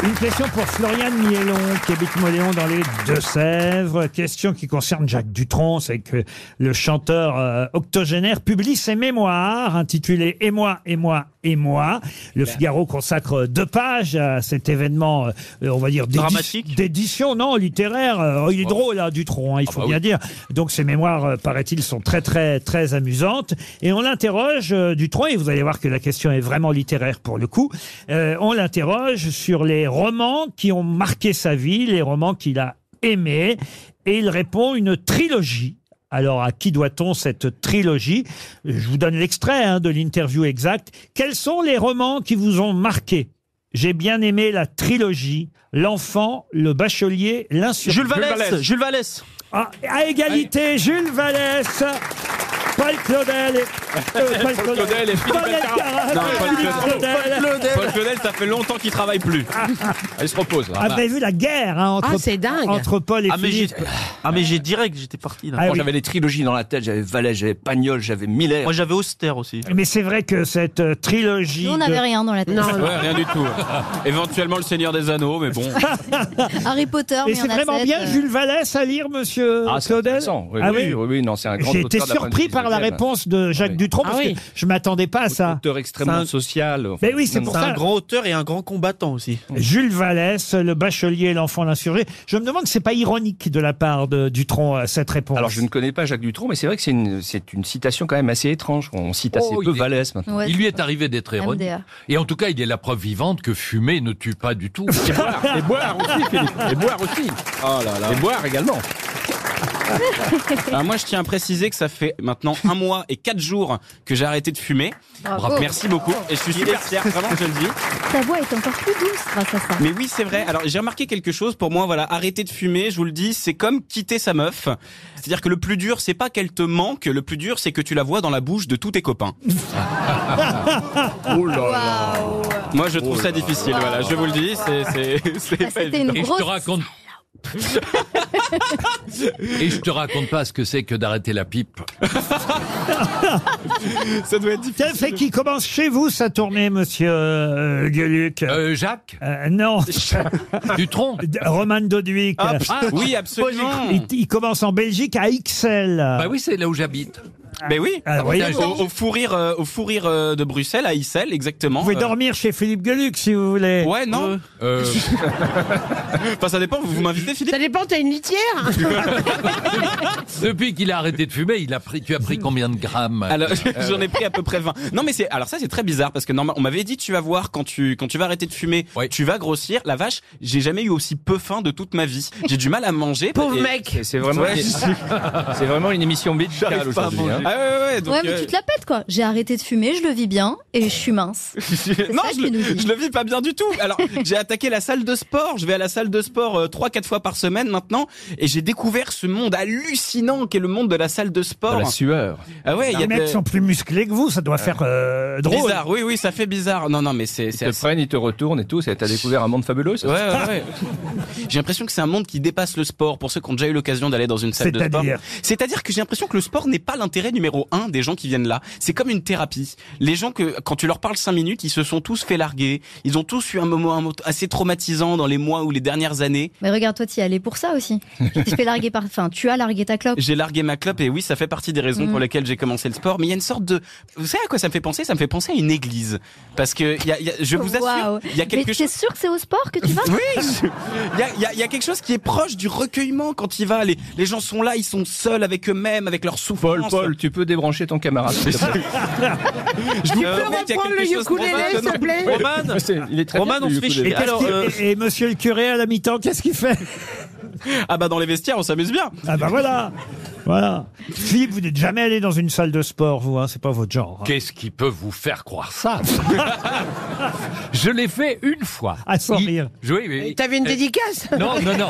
[SPEAKER 2] Une question pour Florian Miellon, qui habite Moléon dans les Deux-Sèvres. Question qui concerne Jacques Dutronc. C'est que le chanteur euh, octogénaire publie ses mémoires intitulées Et moi, et moi, et moi. Le Figaro consacre deux pages à cet événement, euh, on va dire, d'édi- d'édition, non, littéraire. Euh, Il est drôle, hein, Dutronc, hein, il faut bien dire. Donc ses mémoires, euh, paraît-il, sont très, très, très amusantes. Et on l'interroge, euh, Dutronc, et vous allez voir que la question est vraiment littéraire pour le coup. Euh, on l'interroge sur les romans qui ont marqué sa vie, les romans qu'il a aimés. Et il répond une trilogie. Alors, à qui doit-on cette trilogie Je vous donne l'extrait hein, de l'interview exacte. Quels sont les romans qui vous ont marqué J'ai bien aimé la trilogie L'enfant, le bachelier, l'insurgé.
[SPEAKER 3] Jules Vallès, Jules Vallès. Jules Vallès.
[SPEAKER 2] Ah, à égalité, Jules Vallès, Paul Claudel et. euh,
[SPEAKER 4] Paul Claudel et Philippe
[SPEAKER 2] Paul
[SPEAKER 4] Elkarat.
[SPEAKER 2] Elkarat.
[SPEAKER 4] Non, Paul
[SPEAKER 2] Philippe
[SPEAKER 4] Claudel.
[SPEAKER 2] Claudel.
[SPEAKER 4] Paul Claudel, ça fait longtemps qu'il travaille plus. Il se repose.
[SPEAKER 8] bah.
[SPEAKER 2] Ah, vous avez vu la guerre hein, entre,
[SPEAKER 5] Ah, c'est dingue.
[SPEAKER 2] entre Paul et
[SPEAKER 3] Ah mais j'ai,
[SPEAKER 2] Philippe
[SPEAKER 3] ah mais j'ai direct, j'étais parti là.
[SPEAKER 2] Ah
[SPEAKER 8] Moi,
[SPEAKER 2] oui.
[SPEAKER 8] j'avais les trilogies dans la tête. J'avais Valais, j'avais Pagnol, j'avais Miller.
[SPEAKER 3] Moi j'avais Austère aussi.
[SPEAKER 2] Mais c'est vrai que cette euh, trilogie.
[SPEAKER 7] Nous, on n'avait
[SPEAKER 2] de-
[SPEAKER 7] rien dans la tête.
[SPEAKER 4] Ouais, rien du tout. Éventuellement le Seigneur des Anneaux, mais bon.
[SPEAKER 7] Harry Potter,
[SPEAKER 2] Et
[SPEAKER 7] mais
[SPEAKER 2] c'est
[SPEAKER 7] on a
[SPEAKER 2] vraiment
[SPEAKER 7] sept,
[SPEAKER 2] bien
[SPEAKER 7] euh,
[SPEAKER 2] Jules Vallès à lire, monsieur
[SPEAKER 8] Ah, c'est
[SPEAKER 2] Claudel
[SPEAKER 8] intéressant. Oui,
[SPEAKER 2] Ah
[SPEAKER 8] oui,
[SPEAKER 2] oui.
[SPEAKER 8] oui, oui, non, c'est un grand
[SPEAKER 2] J'ai été
[SPEAKER 8] auteur de la fin du
[SPEAKER 2] surpris par la
[SPEAKER 8] 19e.
[SPEAKER 2] réponse de Jacques Dutronc
[SPEAKER 8] Ah
[SPEAKER 2] parce
[SPEAKER 8] oui.
[SPEAKER 2] que je m'attendais pas à ça.
[SPEAKER 8] Auteur extrêmement
[SPEAKER 2] C'est un-
[SPEAKER 8] social.
[SPEAKER 2] Mais oui, c'est
[SPEAKER 8] Non,
[SPEAKER 2] pour
[SPEAKER 8] non.
[SPEAKER 2] ça.
[SPEAKER 3] Un grand auteur et un grand combattant aussi.
[SPEAKER 2] Jules Vallès, le bachelier et l'enfant l'insurgé. Je me demande, c'est pas ironique de la part de Dutronc euh, cette réponse.
[SPEAKER 8] Alors, je ne connais pas Jacques Dutronc, mais c'est vrai que c'est une, c'est une citation quand même assez étrange. On cite assez
[SPEAKER 6] Oh,
[SPEAKER 8] peu
[SPEAKER 6] il est-
[SPEAKER 8] Vallès maintenant.
[SPEAKER 7] Ouais.
[SPEAKER 6] Il lui est arrivé d'être ironique.
[SPEAKER 7] MDR.
[SPEAKER 6] Et en tout cas, il est la preuve vivante que fumer ne tue pas du tout.
[SPEAKER 13] Et boire aussi, Philippe. Et boire aussi.
[SPEAKER 4] Oh là là.
[SPEAKER 8] Et boire également.
[SPEAKER 4] Ah, moi, je tiens à préciser que ça fait maintenant un mois et quatre jours que j'ai arrêté de fumer.
[SPEAKER 7] Bravo.
[SPEAKER 4] Merci beaucoup. Et je suis super fier, vraiment, je le dis.
[SPEAKER 7] Ta voix est encore plus douce grâce à ça.
[SPEAKER 4] Mais oui, c'est vrai. Alors, j'ai remarqué quelque chose. Pour moi, voilà, arrêter de fumer, je vous le dis, c'est comme quitter sa meuf. C'est-à-dire que le plus dur, c'est pas qu'elle te manque. Le plus dur, c'est que tu la vois dans la bouche de tous tes copains. Moi, je trouve ça difficile. Voilà, je vous le dis, c'est, c'est, c'est pas
[SPEAKER 7] Ah, c'était
[SPEAKER 4] évident.
[SPEAKER 7] une
[SPEAKER 6] Et je
[SPEAKER 7] grosse
[SPEAKER 6] te raconte. Et je te raconte pas ce que c'est que d'arrêter la pipe.
[SPEAKER 4] Ça doit être difficile.
[SPEAKER 2] Quel fait qui commence chez vous sa tournée, monsieur euh, Gueuluc
[SPEAKER 6] Euh, Jacques,
[SPEAKER 2] Euh, Non,
[SPEAKER 6] du tronc.
[SPEAKER 2] Roman Doduic.
[SPEAKER 4] Ah,
[SPEAKER 6] Ah,
[SPEAKER 4] oui, absolument.
[SPEAKER 2] Il, il commence en Belgique à Ixelles.
[SPEAKER 6] Bah oui, c'est là où j'habite.
[SPEAKER 4] Mais oui.
[SPEAKER 2] Ah, oui.
[SPEAKER 4] Au, au fou rire, euh, au fou rire euh, de Bruxelles, à Issel, exactement.
[SPEAKER 2] Vous pouvez
[SPEAKER 4] Euh,
[SPEAKER 2] dormir chez Philippe Gueluc si vous voulez.
[SPEAKER 4] Ouais, non.
[SPEAKER 6] Euh,
[SPEAKER 4] Enfin, ça dépend. Vous, vous m'invitez, Philippe
[SPEAKER 5] Ça dépend, t'as une litière
[SPEAKER 6] depuis qu'il a arrêté de fumer, il a pris. Tu as pris combien de grammes
[SPEAKER 4] Alors, j'en ai pris à peu près 20. Non, mais c'est, alors ça, c'est très bizarre parce que normal, on m'avait dit, tu vas voir, quand tu, quand tu vas arrêter de fumer,
[SPEAKER 6] Ouais.
[SPEAKER 4] tu vas grossir. La vache, j'ai jamais eu aussi peu faim de toute ma vie. J'ai du mal à manger.
[SPEAKER 5] Pauvre
[SPEAKER 4] Et-
[SPEAKER 5] mec
[SPEAKER 8] Et C'est vraiment,
[SPEAKER 4] Ouais, je-
[SPEAKER 8] c'est vraiment une émission médicale aujourd'hui. hein.
[SPEAKER 4] Ah ouais, ouais, ouais, donc,
[SPEAKER 7] ouais, mais
[SPEAKER 4] euh,
[SPEAKER 7] tu te la pètes, quoi. J'ai arrêté de fumer, je le vis bien, et je suis mince.
[SPEAKER 4] non,
[SPEAKER 7] ça
[SPEAKER 4] je
[SPEAKER 7] qui nous
[SPEAKER 4] le,
[SPEAKER 7] dit.
[SPEAKER 4] je le vis pas bien du tout. Alors, j'ai attaqué la salle de sport. Je vais à la salle de sport euh, trois, quatre fois par semaine maintenant, et j'ai découvert ce monde hallucinant qu'est le monde de la salle de
[SPEAKER 8] Dans
[SPEAKER 4] sport.
[SPEAKER 8] la sueur.
[SPEAKER 4] ah ouais, il y
[SPEAKER 2] Les
[SPEAKER 4] a
[SPEAKER 2] mecs
[SPEAKER 4] des-
[SPEAKER 2] sont plus musclés que vous, ça doit faire euh, drôle.
[SPEAKER 4] bizarre. Oui, oui, ça fait bizarre. Non, non, mais c'est,
[SPEAKER 8] Ils
[SPEAKER 4] c'est
[SPEAKER 8] te
[SPEAKER 4] assez-
[SPEAKER 8] prennent, ils te retournent et tout. c'est- T'as découvert un monde fabuleux. ça.
[SPEAKER 4] Ouais, ouais, ouais. j'ai l'impression que c'est un monde qui dépasse le sport pour ceux qui ont déjà eu l'occasion d'aller dans une salle de sport.
[SPEAKER 2] C'est-à-dire
[SPEAKER 4] C'est-à-dire que j'ai l'impression que le sport n'est pas l'intérêt numéro un des gens qui viennent là. C'est comme une thérapie. Les gens que, quand tu leur parles cinq minutes, ils se sont tous fait larguer. Ils ont tous eu un moment un moment assez traumatisant dans les mois ou les dernières années.
[SPEAKER 7] Mais regarde, toi, t'y es allé pour ça aussi. Tu t'es fait larguer par. Enfin, tu as largué ta clope.
[SPEAKER 4] J'ai largué ma clope et oui, ça fait partie des raisons
[SPEAKER 7] Mm.
[SPEAKER 4] pour lesquelles j'ai commencé le sport. Mais il y a une sorte de, vous savez à quoi ça me fait penser? Ça me fait penser à une église. Parce que, il y a- il y a- je vous assure,
[SPEAKER 7] Waouh.
[SPEAKER 4] il y a quelque
[SPEAKER 7] Mais
[SPEAKER 4] chose.
[SPEAKER 7] t'es sûr que c'est au sport que tu vas
[SPEAKER 4] Oui, je- il y a, il y a- il y a quelque chose qui est proche du recueillement quand il va. Les, les gens sont là, ils sont seuls avec eux-mêmes, avec leur
[SPEAKER 8] Paul,
[SPEAKER 4] souffrance.
[SPEAKER 8] Paul, tu peux débrancher ton camarade. s'il te plaît.
[SPEAKER 11] Ah,
[SPEAKER 4] je vous
[SPEAKER 5] Tu peux
[SPEAKER 4] promets qu'il y a
[SPEAKER 5] reprendre le
[SPEAKER 4] quelque chose qu'on
[SPEAKER 5] ukulélé,
[SPEAKER 4] va-
[SPEAKER 5] s'il te plaît
[SPEAKER 3] Roman,
[SPEAKER 8] C'est- Il est très
[SPEAKER 3] Roman,
[SPEAKER 8] bien,
[SPEAKER 3] on
[SPEAKER 8] le
[SPEAKER 3] se fait
[SPEAKER 8] ukulélé.
[SPEAKER 3] chier.
[SPEAKER 2] Et, qu'est-ce
[SPEAKER 3] Alors,
[SPEAKER 2] qu'il-
[SPEAKER 3] euh,
[SPEAKER 2] et- et monsieur le curé à la mi-temps, qu'est-ce qu'il fait
[SPEAKER 4] Ah bah dans les vestiaires, on s'amuse bien.
[SPEAKER 2] Ah bah voilà Voilà. Philippe, vous n'êtes jamais allé dans une salle de sport, vous, hein, c'est pas votre genre.
[SPEAKER 6] Qu'est-ce qui peut vous faire croire ça Je l'ai fait une fois.
[SPEAKER 2] À sans
[SPEAKER 6] Il-
[SPEAKER 2] rire.
[SPEAKER 6] Oui, oui.
[SPEAKER 5] Et t'avais une
[SPEAKER 6] Euh,
[SPEAKER 5] dédicace
[SPEAKER 6] Non, non, non.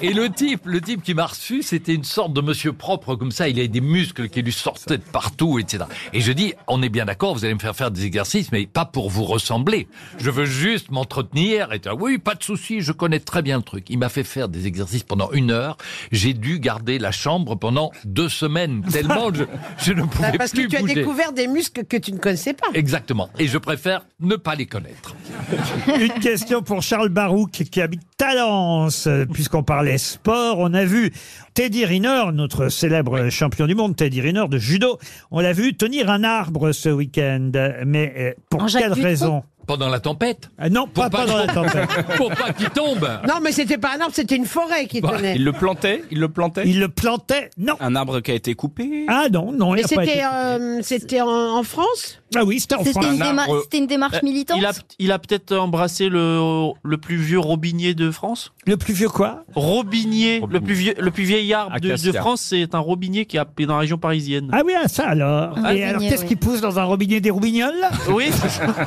[SPEAKER 6] Et le type, le type qui m'a reçu, c'était une sorte de monsieur propre comme ça. Il avait des muscles qui lui sortaient de partout, etc. Et je dis, on est bien d'accord, vous allez me faire faire des exercices, mais pas pour vous ressembler. Je veux juste m'entretenir. Et tu vois, oui, pas de souci, je connais très bien le truc. Il m'a fait faire des exercices pendant une heure. J'ai dû garder la chambre pendant deux semaines tellement je, je ne
[SPEAKER 5] Bah,
[SPEAKER 6] pouvais
[SPEAKER 5] parce que
[SPEAKER 6] plus
[SPEAKER 5] tu as
[SPEAKER 6] bouger.
[SPEAKER 5] découvert des muscles que tu ne connaissais pas.
[SPEAKER 6] Exactement. Et je préfère ne pas les connaître.
[SPEAKER 2] Une question pour Charles Barouk qui habite Talence, Euh, puisqu'on parlait sport. On a vu Teddy Riner, notre célèbre champion du monde, Teddy Riner de judo. On l'a vu tenir un arbre ce week-end. Mais euh, pour
[SPEAKER 6] En Jacques
[SPEAKER 2] quelle
[SPEAKER 6] Dutronc
[SPEAKER 2] raison
[SPEAKER 6] Pendant la tempête
[SPEAKER 2] Ah Non, pas
[SPEAKER 6] pas-
[SPEAKER 2] pendant la tempête.
[SPEAKER 6] Pour pas qu'il tombe.
[SPEAKER 5] Non, mais c'était pas un arbre, c'était une forêt qui
[SPEAKER 8] Bah,
[SPEAKER 5] tenait.
[SPEAKER 15] Il le plantait Il le plantait
[SPEAKER 2] Il le plantait Non.
[SPEAKER 15] Un arbre qui a été coupé
[SPEAKER 2] Ah non, non,
[SPEAKER 5] Mais c'était euh, c'était en, en France
[SPEAKER 2] Ah oui, c'était
[SPEAKER 7] C'était une, déma- c'était une démarche
[SPEAKER 3] Euh,
[SPEAKER 7] militante.
[SPEAKER 3] Il a, il a peut-être embrassé le, le plus vieux robinier de France
[SPEAKER 2] Le plus vieux quoi
[SPEAKER 3] Robinier, le plus vieux, le plus vieil arbre de, de
[SPEAKER 2] Acacia.
[SPEAKER 3] France, c'est un robinier qui est appelé dans la région parisienne.
[SPEAKER 2] Ah oui, ah, ça alors.
[SPEAKER 3] Un
[SPEAKER 2] Et alors,
[SPEAKER 3] robinier,
[SPEAKER 2] qu'est-ce
[SPEAKER 3] oui.
[SPEAKER 2] qui pousse dans un robinet des roubignoles
[SPEAKER 3] Oui,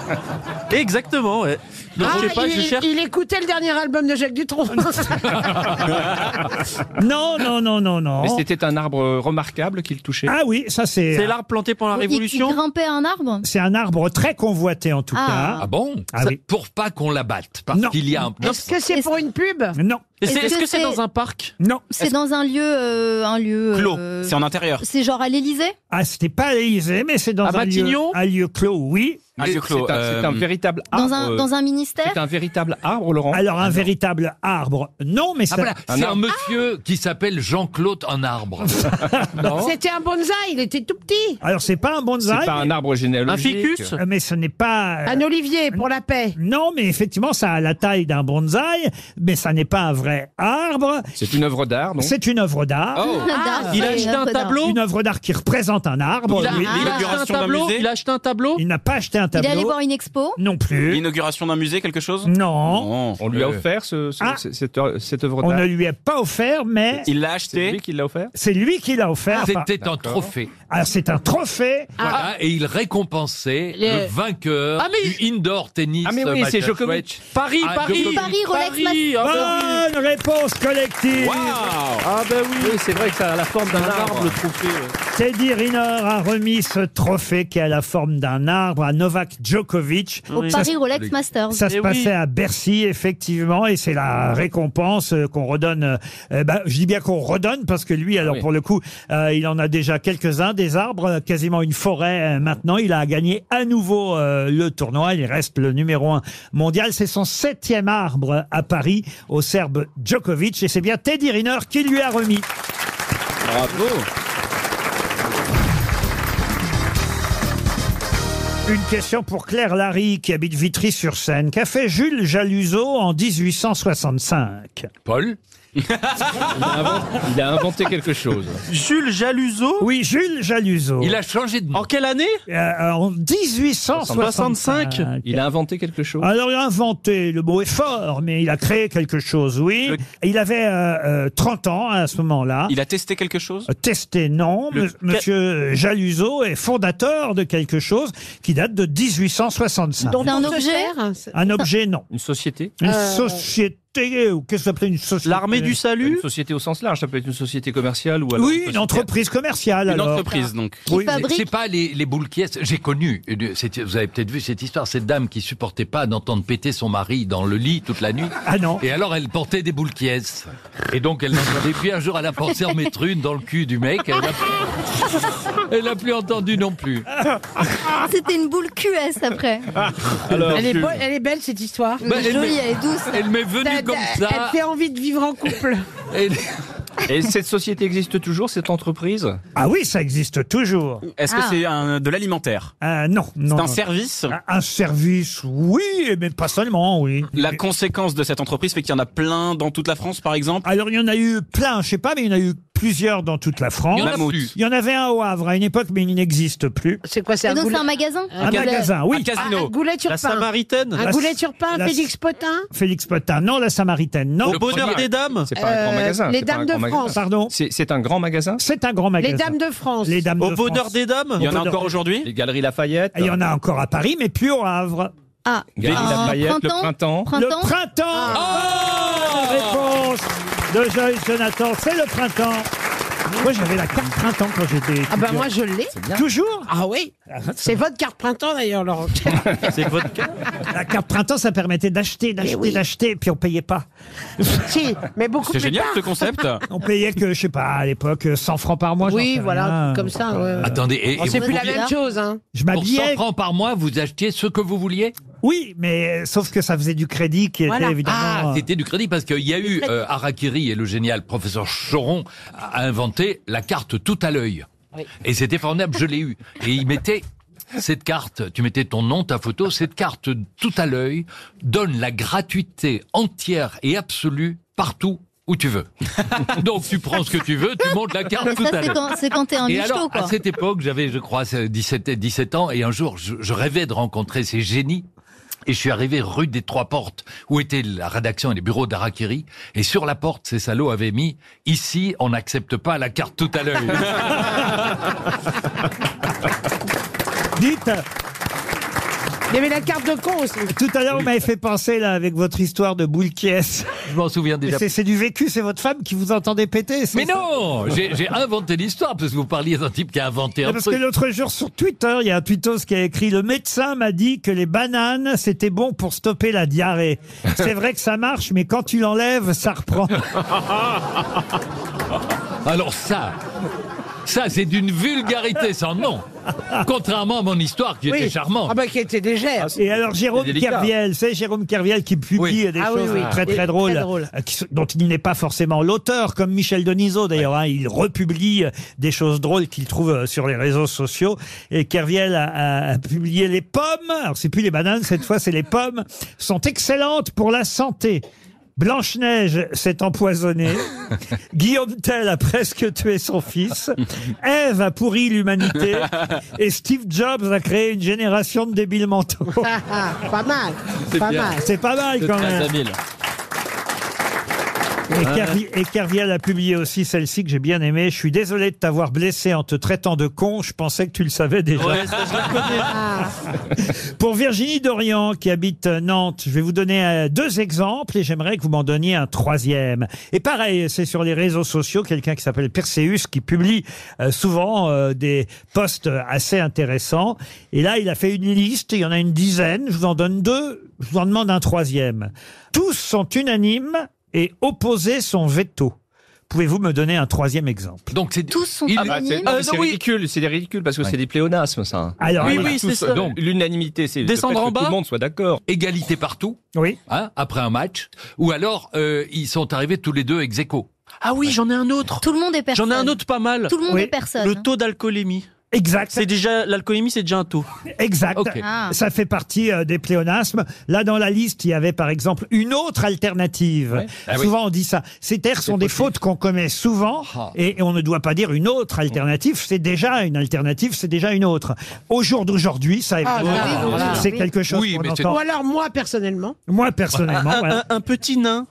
[SPEAKER 3] exactement. ouais. Donc,
[SPEAKER 5] ah,
[SPEAKER 3] je sais pas,
[SPEAKER 5] il,
[SPEAKER 3] je cherche.
[SPEAKER 5] il écoutait le dernier album de Jacques Dutronc.
[SPEAKER 2] Non, non, non, non, non.
[SPEAKER 8] Mais c'était un arbre euh, remarquable qu'il touchait.
[SPEAKER 2] Ah oui, ça c'est.
[SPEAKER 3] C'est l'arbre planté pendant la
[SPEAKER 7] Il-
[SPEAKER 3] Révolution.
[SPEAKER 7] Il, grimpait à un arbre.
[SPEAKER 2] C'est un arbre très convoité en tout
[SPEAKER 7] Ah.
[SPEAKER 2] cas.
[SPEAKER 6] Ah bon
[SPEAKER 2] Ah
[SPEAKER 6] Ça-
[SPEAKER 2] oui.
[SPEAKER 6] Pour pas qu'on la batte. Parce
[SPEAKER 2] Non.
[SPEAKER 6] qu'il y a un...
[SPEAKER 5] Est-ce que c'est pour une pub
[SPEAKER 2] Non.
[SPEAKER 3] Et c'est-
[SPEAKER 7] Est-ce
[SPEAKER 3] Est-ce
[SPEAKER 7] que
[SPEAKER 3] que c'est
[SPEAKER 7] c'est-
[SPEAKER 3] dans un parc
[SPEAKER 2] Non.
[SPEAKER 7] C'est dans un lieu. euh, un lieu
[SPEAKER 15] Clos.
[SPEAKER 7] euh,
[SPEAKER 15] C'est en intérieur.
[SPEAKER 7] C'est genre à l'Élysée
[SPEAKER 2] Ah, c'était pas à l'Élysée, mais c'est dans
[SPEAKER 3] À
[SPEAKER 2] un lieu,
[SPEAKER 3] Matignon
[SPEAKER 2] un lieu clos, oui.
[SPEAKER 15] Ah,
[SPEAKER 8] Mais
[SPEAKER 15] Dieu Clos,
[SPEAKER 8] c'est un-
[SPEAKER 15] euh,
[SPEAKER 8] c'est un véritable
[SPEAKER 2] Ah,
[SPEAKER 8] arbre.
[SPEAKER 7] dans
[SPEAKER 2] euh,
[SPEAKER 7] un, dans un ministère
[SPEAKER 8] C'est un véritable arbre, Laurent. Ah
[SPEAKER 2] Alors, un véritable arbre, non, mais
[SPEAKER 6] Ah
[SPEAKER 2] ça...
[SPEAKER 6] voilà, c'est un
[SPEAKER 8] arbre.
[SPEAKER 6] monsieur qui s'appelle Jean-Claude un arbre.
[SPEAKER 5] C'était un bonsaï, il était tout petit.
[SPEAKER 2] Alors, c'est pas un bonsaï,
[SPEAKER 8] C'est pas un arbre généalogique.
[SPEAKER 3] Un
[SPEAKER 8] Euh,
[SPEAKER 3] ficus
[SPEAKER 2] Euh, mais ce n'est pas... euh,
[SPEAKER 5] Un olivier pour la paix.
[SPEAKER 2] Non, mais effectivement, ça a la taille d'un bonsaï, mais ça n'est pas un vrai arbre.
[SPEAKER 8] C'est une œuvre d'art, non
[SPEAKER 2] C'est une œuvre d'art.
[SPEAKER 8] Oh.
[SPEAKER 7] D'art,
[SPEAKER 3] Ah, Il
[SPEAKER 7] Ah, c'est
[SPEAKER 3] a acheté un
[SPEAKER 7] peu d'art.
[SPEAKER 3] tableau.
[SPEAKER 2] Une œuvre d'art qui représente un arbre.
[SPEAKER 3] Il a,
[SPEAKER 2] oui.
[SPEAKER 3] il a acheté
[SPEAKER 15] L'inauguration
[SPEAKER 3] un
[SPEAKER 15] d'un
[SPEAKER 3] tableau.
[SPEAKER 15] musée.
[SPEAKER 3] Il a acheté un tableau.
[SPEAKER 2] Il n'a pas acheté un
[SPEAKER 7] Il est allé
[SPEAKER 2] tableau.
[SPEAKER 7] voir une expo
[SPEAKER 2] Non plus.
[SPEAKER 15] L'inauguration d'un musée, quelque chose
[SPEAKER 2] Non.
[SPEAKER 15] Non.
[SPEAKER 8] On lui a
[SPEAKER 6] Euh.
[SPEAKER 8] offert ce- ce-
[SPEAKER 2] Ah.
[SPEAKER 8] ce- cette, cette œuvre
[SPEAKER 2] On ne
[SPEAKER 8] d'art.
[SPEAKER 2] lui a pas offert, mais
[SPEAKER 15] Il l'a
[SPEAKER 8] C'est lui
[SPEAKER 15] acheté
[SPEAKER 8] qui l'a offert
[SPEAKER 2] c'est lui qui l'a
[SPEAKER 3] Ah,
[SPEAKER 2] offert. Enfin,
[SPEAKER 6] C'était un trophée.
[SPEAKER 2] alors, c'est un trophée.
[SPEAKER 6] Voilà, et il récompensait
[SPEAKER 5] Les-
[SPEAKER 6] le vainqueur
[SPEAKER 3] Ah, mais-
[SPEAKER 6] du indoor tennis.
[SPEAKER 8] Ah, mais oui,
[SPEAKER 6] euh,
[SPEAKER 8] c'est
[SPEAKER 6] Michael
[SPEAKER 8] Djokovic.
[SPEAKER 6] Schwech.
[SPEAKER 3] Paris,
[SPEAKER 6] Ah,
[SPEAKER 3] Paris,
[SPEAKER 6] Djokovic.
[SPEAKER 7] Paris, Rolex,
[SPEAKER 3] Paris, ah bah oui.
[SPEAKER 2] Bonne réponse collective.
[SPEAKER 8] Ah ben oui, c'est vrai que ça a la forme d'un arbre.
[SPEAKER 2] Teddy Riner a remis ce trophée qui a la forme d'un arbre à Novak Djokovic.
[SPEAKER 7] au
[SPEAKER 2] Ça,
[SPEAKER 7] Paris Rolex Masters.
[SPEAKER 2] ça se
[SPEAKER 3] Eh oui.
[SPEAKER 2] passait à Bercy, effectivement, et c'est la récompense euh, qu'on redonne. euh, euh, bah, je dis bien qu'on redonne parce que lui, alors
[SPEAKER 8] oui.
[SPEAKER 2] pour le coup, euh, il en a déjà quelques-uns, des arbres, euh, quasiment une forêt euh, maintenant. Il a gagné à nouveau euh, le tournoi. Il reste le numéro un mondial. C'est son septième arbre à Paris au Serbe Djokovic, et c'est bien Teddy Riner qui lui a remis.
[SPEAKER 15] Bravo
[SPEAKER 2] Une question pour Claire Larry, qui habite Vitry-sur-Seine. Qu'a fait Jules Jaluseau en 1865
[SPEAKER 6] Paul
[SPEAKER 8] Il a inventé- il a inventé quelque chose.
[SPEAKER 3] Jules Jaluso.
[SPEAKER 2] Oui, Jules Jaluseau.
[SPEAKER 6] Il a changé de nom.
[SPEAKER 3] En quelle année
[SPEAKER 2] Euh, en 1865.
[SPEAKER 8] Il a inventé quelque chose.
[SPEAKER 2] Alors, il a inventé, le mot est fort, mais il a créé quelque chose, oui.
[SPEAKER 15] Le-
[SPEAKER 2] Il avait euh, euh, 30 ans à ce moment-là.
[SPEAKER 15] Il a testé quelque chose
[SPEAKER 2] Testé, non.
[SPEAKER 3] Le-
[SPEAKER 2] M- Monsieur Jaluseau est fondateur de quelque chose qui date de 1865.
[SPEAKER 7] C'est un
[SPEAKER 5] On se
[SPEAKER 7] objet
[SPEAKER 5] sert, hein, c'est-
[SPEAKER 2] Un objet, non.
[SPEAKER 8] Une société
[SPEAKER 2] Une
[SPEAKER 5] Euh,
[SPEAKER 2] société, ou qu'est-ce que ça s'appelait une société
[SPEAKER 3] L'armée du
[SPEAKER 8] Une
[SPEAKER 3] salut.
[SPEAKER 8] société au sens large, ça peut être une société commerciale ou alors
[SPEAKER 2] Oui, une
[SPEAKER 8] société-
[SPEAKER 2] entreprise commerciale.
[SPEAKER 15] Une
[SPEAKER 2] alors.
[SPEAKER 15] entreprise, donc.
[SPEAKER 7] qui
[SPEAKER 2] Oui, mais
[SPEAKER 6] C'est
[SPEAKER 7] fabrique.
[SPEAKER 6] pas les, les boules qui est- J'ai connu, une- c'était- vous avez peut-être vu cette histoire, cette dame qui supportait pas d'entendre péter son mari dans le lit toute la nuit.
[SPEAKER 2] Ah non.
[SPEAKER 6] Et alors elle portait des boules qui est. Et donc elle l'entendait. Puis un jour elle a pensé en mettre une dans le cul du mec. Elle n'a elle a plus entendu non plus.
[SPEAKER 7] C'était une boule QS après.
[SPEAKER 5] Ah. elle, est bonne- elle est belle cette histoire.
[SPEAKER 6] Bah,
[SPEAKER 7] elle est
[SPEAKER 6] elle
[SPEAKER 7] jolie,
[SPEAKER 6] m'est-
[SPEAKER 7] elle est douce.
[SPEAKER 6] Elle m'est venue
[SPEAKER 5] T'as-
[SPEAKER 6] comme
[SPEAKER 5] t'as- Elle
[SPEAKER 6] ça.
[SPEAKER 5] fait envie de vivre en couple.
[SPEAKER 6] Elle-
[SPEAKER 8] Et cette société existe toujours, cette entreprise
[SPEAKER 2] Ah oui, ça existe toujours.
[SPEAKER 15] Est-ce que
[SPEAKER 7] Ah.
[SPEAKER 15] c'est un- de l'alimentaire
[SPEAKER 2] Euh, non, non.
[SPEAKER 15] C'est un
[SPEAKER 2] non.
[SPEAKER 15] service
[SPEAKER 2] Un- un service, oui, mais pas seulement, oui.
[SPEAKER 15] La conséquence de cette entreprise fait qu'il y en a plein dans toute la France, par exemple
[SPEAKER 2] Alors, il y en a eu plein, je sais pas, mais il y en a eu plusieurs dans toute la France.
[SPEAKER 6] Il y en a Mammouth. plus.
[SPEAKER 2] Il y en avait un au Havre à une époque, mais il n'existe plus.
[SPEAKER 5] C'est quoi, c'est
[SPEAKER 7] Mais
[SPEAKER 5] un
[SPEAKER 7] non, c'est
[SPEAKER 5] goulet
[SPEAKER 7] un magasin
[SPEAKER 2] Un magasin, oui.
[SPEAKER 5] Un goulet turpin. Un
[SPEAKER 2] La-
[SPEAKER 5] goulet turpin,
[SPEAKER 2] la-
[SPEAKER 5] Félix Potin
[SPEAKER 2] Félix Potin, non, la Samaritaine, non.
[SPEAKER 8] Le Bonheur premier. des Dames C'est pas un grand magasin,
[SPEAKER 5] Euh, Les
[SPEAKER 8] c'est pas un
[SPEAKER 5] Dames de
[SPEAKER 8] grand magasin.
[SPEAKER 5] France.
[SPEAKER 2] Pardon
[SPEAKER 8] C'est un grand magasin
[SPEAKER 2] C'est un grand magasin.
[SPEAKER 5] Les Dames de France.
[SPEAKER 2] Les Dames de France.
[SPEAKER 8] Dames
[SPEAKER 2] Il y en a encore
[SPEAKER 8] aujourd'hui Les Galeries Lafayette.
[SPEAKER 2] Il y en a encore à Paris, mais plus au Havre.
[SPEAKER 7] Ah,
[SPEAKER 8] Galeries
[SPEAKER 7] un
[SPEAKER 8] Lafayette, le printemps.
[SPEAKER 2] Le printemps
[SPEAKER 11] Oh
[SPEAKER 2] Bonne réponse de Joyce Jonathan, c'est le printemps. Moi, j'avais la carte printemps quand j'étais.
[SPEAKER 5] Ah bah
[SPEAKER 2] étudiant.
[SPEAKER 5] moi je l'ai.
[SPEAKER 2] Toujours
[SPEAKER 5] Ah oui. C'est votre carte printemps d'ailleurs, Laurent.
[SPEAKER 2] C'est votre carte La carte printemps, ça permettait d'acheter, d'acheter, d'acheter, puis on payait pas.
[SPEAKER 5] Eh si, mais beaucoup
[SPEAKER 15] C'est
[SPEAKER 5] plus
[SPEAKER 15] génial
[SPEAKER 5] tard.
[SPEAKER 15] ce concept.
[SPEAKER 2] On payait que, je sais pas, à l'époque, 100 francs par mois. j'en
[SPEAKER 5] Oui,
[SPEAKER 2] sais
[SPEAKER 5] voilà,
[SPEAKER 2] rien.
[SPEAKER 5] comme ça. ouais, ouais.
[SPEAKER 6] Attendez, et,
[SPEAKER 5] Bon,
[SPEAKER 6] et
[SPEAKER 5] c'est
[SPEAKER 6] vous
[SPEAKER 5] plus la
[SPEAKER 6] pouviez-
[SPEAKER 5] même chose, hein.
[SPEAKER 2] Je
[SPEAKER 6] Pour 100
[SPEAKER 2] m'habillais.
[SPEAKER 6] francs par mois, vous achetiez ce que vous vouliez
[SPEAKER 2] Oui, mais euh, sauf que ça faisait du crédit qui
[SPEAKER 5] Voilà.
[SPEAKER 2] était évidemment.
[SPEAKER 6] Ah,
[SPEAKER 2] euh,
[SPEAKER 6] c'était du crédit parce qu'il y a eu euh, Harakiri et le génial professeur Choron a a inventé la carte tout à l'œil.
[SPEAKER 5] Oui.
[SPEAKER 6] Et c'était formidable, je l'ai eu. Et il mettait cette carte, tu mettais ton nom, ta photo, cette carte tout à l'œil donne la gratuité entière et absolue partout où tu veux. Donc tu prends ce que tu veux, tu montes la carte
[SPEAKER 7] Mais
[SPEAKER 6] tout
[SPEAKER 7] ça,
[SPEAKER 6] à
[SPEAKER 7] c'est
[SPEAKER 6] l'œil.
[SPEAKER 7] quand- c'est quand t'es un
[SPEAKER 6] Et
[SPEAKER 7] michto,
[SPEAKER 6] alors,
[SPEAKER 7] quoi.
[SPEAKER 6] à cette époque, j'avais, je crois, 17, 17 ans, et un jour, je, je rêvais de rencontrer ces génies. Et je suis arrivé rue des Trois Portes, où était la rédaction et les bureaux d'Arakiri. Et sur la porte, ces salauds avaient mis « Ici, on n'accepte pas la carte tout à l'heure
[SPEAKER 2] Dites,
[SPEAKER 5] Il y avait la carte de con aussi.
[SPEAKER 2] tout à l'heure, vous m'avez fait penser, là, avec votre histoire de boule qui est. ».
[SPEAKER 6] Je m'en souviens
[SPEAKER 2] Mais
[SPEAKER 6] déjà.
[SPEAKER 2] c'est- C'est du vécu, c'est votre femme qui vous entendait péter. c'est
[SPEAKER 6] Mais
[SPEAKER 2] ça
[SPEAKER 6] non J'ai j'ai inventé l'histoire, parce que vous parliez d'un type qui a inventé un
[SPEAKER 2] Ah, Parce que
[SPEAKER 6] truc.
[SPEAKER 2] l'autre jour sur Twitter, il y a un tweetos qui a écrit Le médecin m'a dit que les bananes, c'était bon pour stopper la diarrhée. C'est vrai que ça marche, mais quand tu l'enlèves, ça reprend.
[SPEAKER 6] Alors ça, ça c'est d'une vulgarité sans nom. Contrairement à mon histoire qui était charmante.
[SPEAKER 5] Ah bah qui était légère.
[SPEAKER 2] Et alors Jérôme
[SPEAKER 6] C'est délicat.
[SPEAKER 2] Kerviel, c'est Jérôme Kerviel qui publie
[SPEAKER 6] Oui.
[SPEAKER 2] des
[SPEAKER 5] Ah oui,
[SPEAKER 2] choses
[SPEAKER 5] oui.
[SPEAKER 2] très très
[SPEAKER 5] Et très
[SPEAKER 2] drôles,
[SPEAKER 5] drôles.
[SPEAKER 2] euh, qui sont- dont il n'est pas forcément l'auteur, comme Michel Denisot d'ailleurs. hein. il republie euh, des choses drôles qu'il trouve euh, sur les réseaux sociaux. Et Kerviel a, a- a publié les pommes. Alors c'est plus les bananes cette fois, c'est les pommes. Sont excellentes pour la santé. Blanche-Neige s'est empoisonnée. Guillaume Tell a presque tué son fils. Ève a pourri l'humanité. Et Steve Jobs a créé une génération de débiles mentaux.
[SPEAKER 5] Ah, ah, pas mal. Pas
[SPEAKER 6] bien.
[SPEAKER 5] mal.
[SPEAKER 2] C'est pas mal quand même. Et, Kervi- et Kerviel a publié aussi celle-ci que j'ai bien aimée. Je suis désolé de t'avoir blessé en te traitant de con. Je pensais que tu le savais déjà. Pour Virginie Dorian, qui habite euh, Nantes, je vais vous donner euh, deux exemples et j'aimerais que vous m'en donniez un troisième. Et pareil, c'est sur les réseaux sociaux, quelqu'un qui s'appelle Perseus, qui publie euh, souvent euh, des posts euh, assez intéressants. Et là, il a fait une liste, il y en a une dizaine, je vous en donne deux, je vous en demande un troisième. Tous sont unanimes et opposés son veto. Pouvez-vous me donner un troisième exemple
[SPEAKER 6] Donc c'est
[SPEAKER 7] Tous sont
[SPEAKER 6] Il-
[SPEAKER 8] Ah bah, c'est
[SPEAKER 7] unanimes.
[SPEAKER 8] ah,
[SPEAKER 6] Euh,
[SPEAKER 8] mais c'est
[SPEAKER 6] oui.
[SPEAKER 8] ridicule, c'est des ridicules parce que c'est des pléonasmes ça. hein.
[SPEAKER 2] Alors,
[SPEAKER 6] Oui,
[SPEAKER 2] allez.
[SPEAKER 6] oui, c'est ça.
[SPEAKER 8] Euh, Donc l'unanimité, c'est le
[SPEAKER 6] Descendre
[SPEAKER 8] fait
[SPEAKER 6] en
[SPEAKER 8] que tout
[SPEAKER 6] bas.
[SPEAKER 8] le monde soit d'accord.
[SPEAKER 6] égalité partout.
[SPEAKER 2] oui.
[SPEAKER 6] hein, après un match, ou alors euh, ils sont arrivés tous les deux ex aequo. Ah oui, j'en ai un autre.
[SPEAKER 7] Tout le monde est personne.
[SPEAKER 3] J'en ai un autre pas mal.
[SPEAKER 7] Tout le monde
[SPEAKER 2] Oui.
[SPEAKER 7] est personne.
[SPEAKER 3] Le taux d'alcoolémie.
[SPEAKER 2] Exact.
[SPEAKER 3] C'est déjà l'alcoolémie, c'est déjà un taux.
[SPEAKER 2] Exact.
[SPEAKER 6] Ok.
[SPEAKER 7] Ah.
[SPEAKER 2] Ça fait partie euh, des pléonasmes. Là, dans la liste, il y avait par exemple une autre alternative.
[SPEAKER 6] Ah oui.
[SPEAKER 2] souvent, on dit ça. Ces terres sont des fautes qu'on commet souvent
[SPEAKER 6] Ah.
[SPEAKER 2] et, et on ne doit pas dire une autre alternative. C'est déjà une alternative, c'est déjà une autre. Au jour d'aujourd'hui, ça,
[SPEAKER 5] Ah,
[SPEAKER 2] évidemment,
[SPEAKER 5] oui, oui, oui.
[SPEAKER 2] c'est quelque chose
[SPEAKER 6] Oui,
[SPEAKER 2] qu'on
[SPEAKER 6] mais c'est-
[SPEAKER 2] entend.
[SPEAKER 5] Ou alors moi personnellement.
[SPEAKER 2] Moi, personnellement,
[SPEAKER 3] Un,
[SPEAKER 2] voilà.
[SPEAKER 3] un- un petit nain.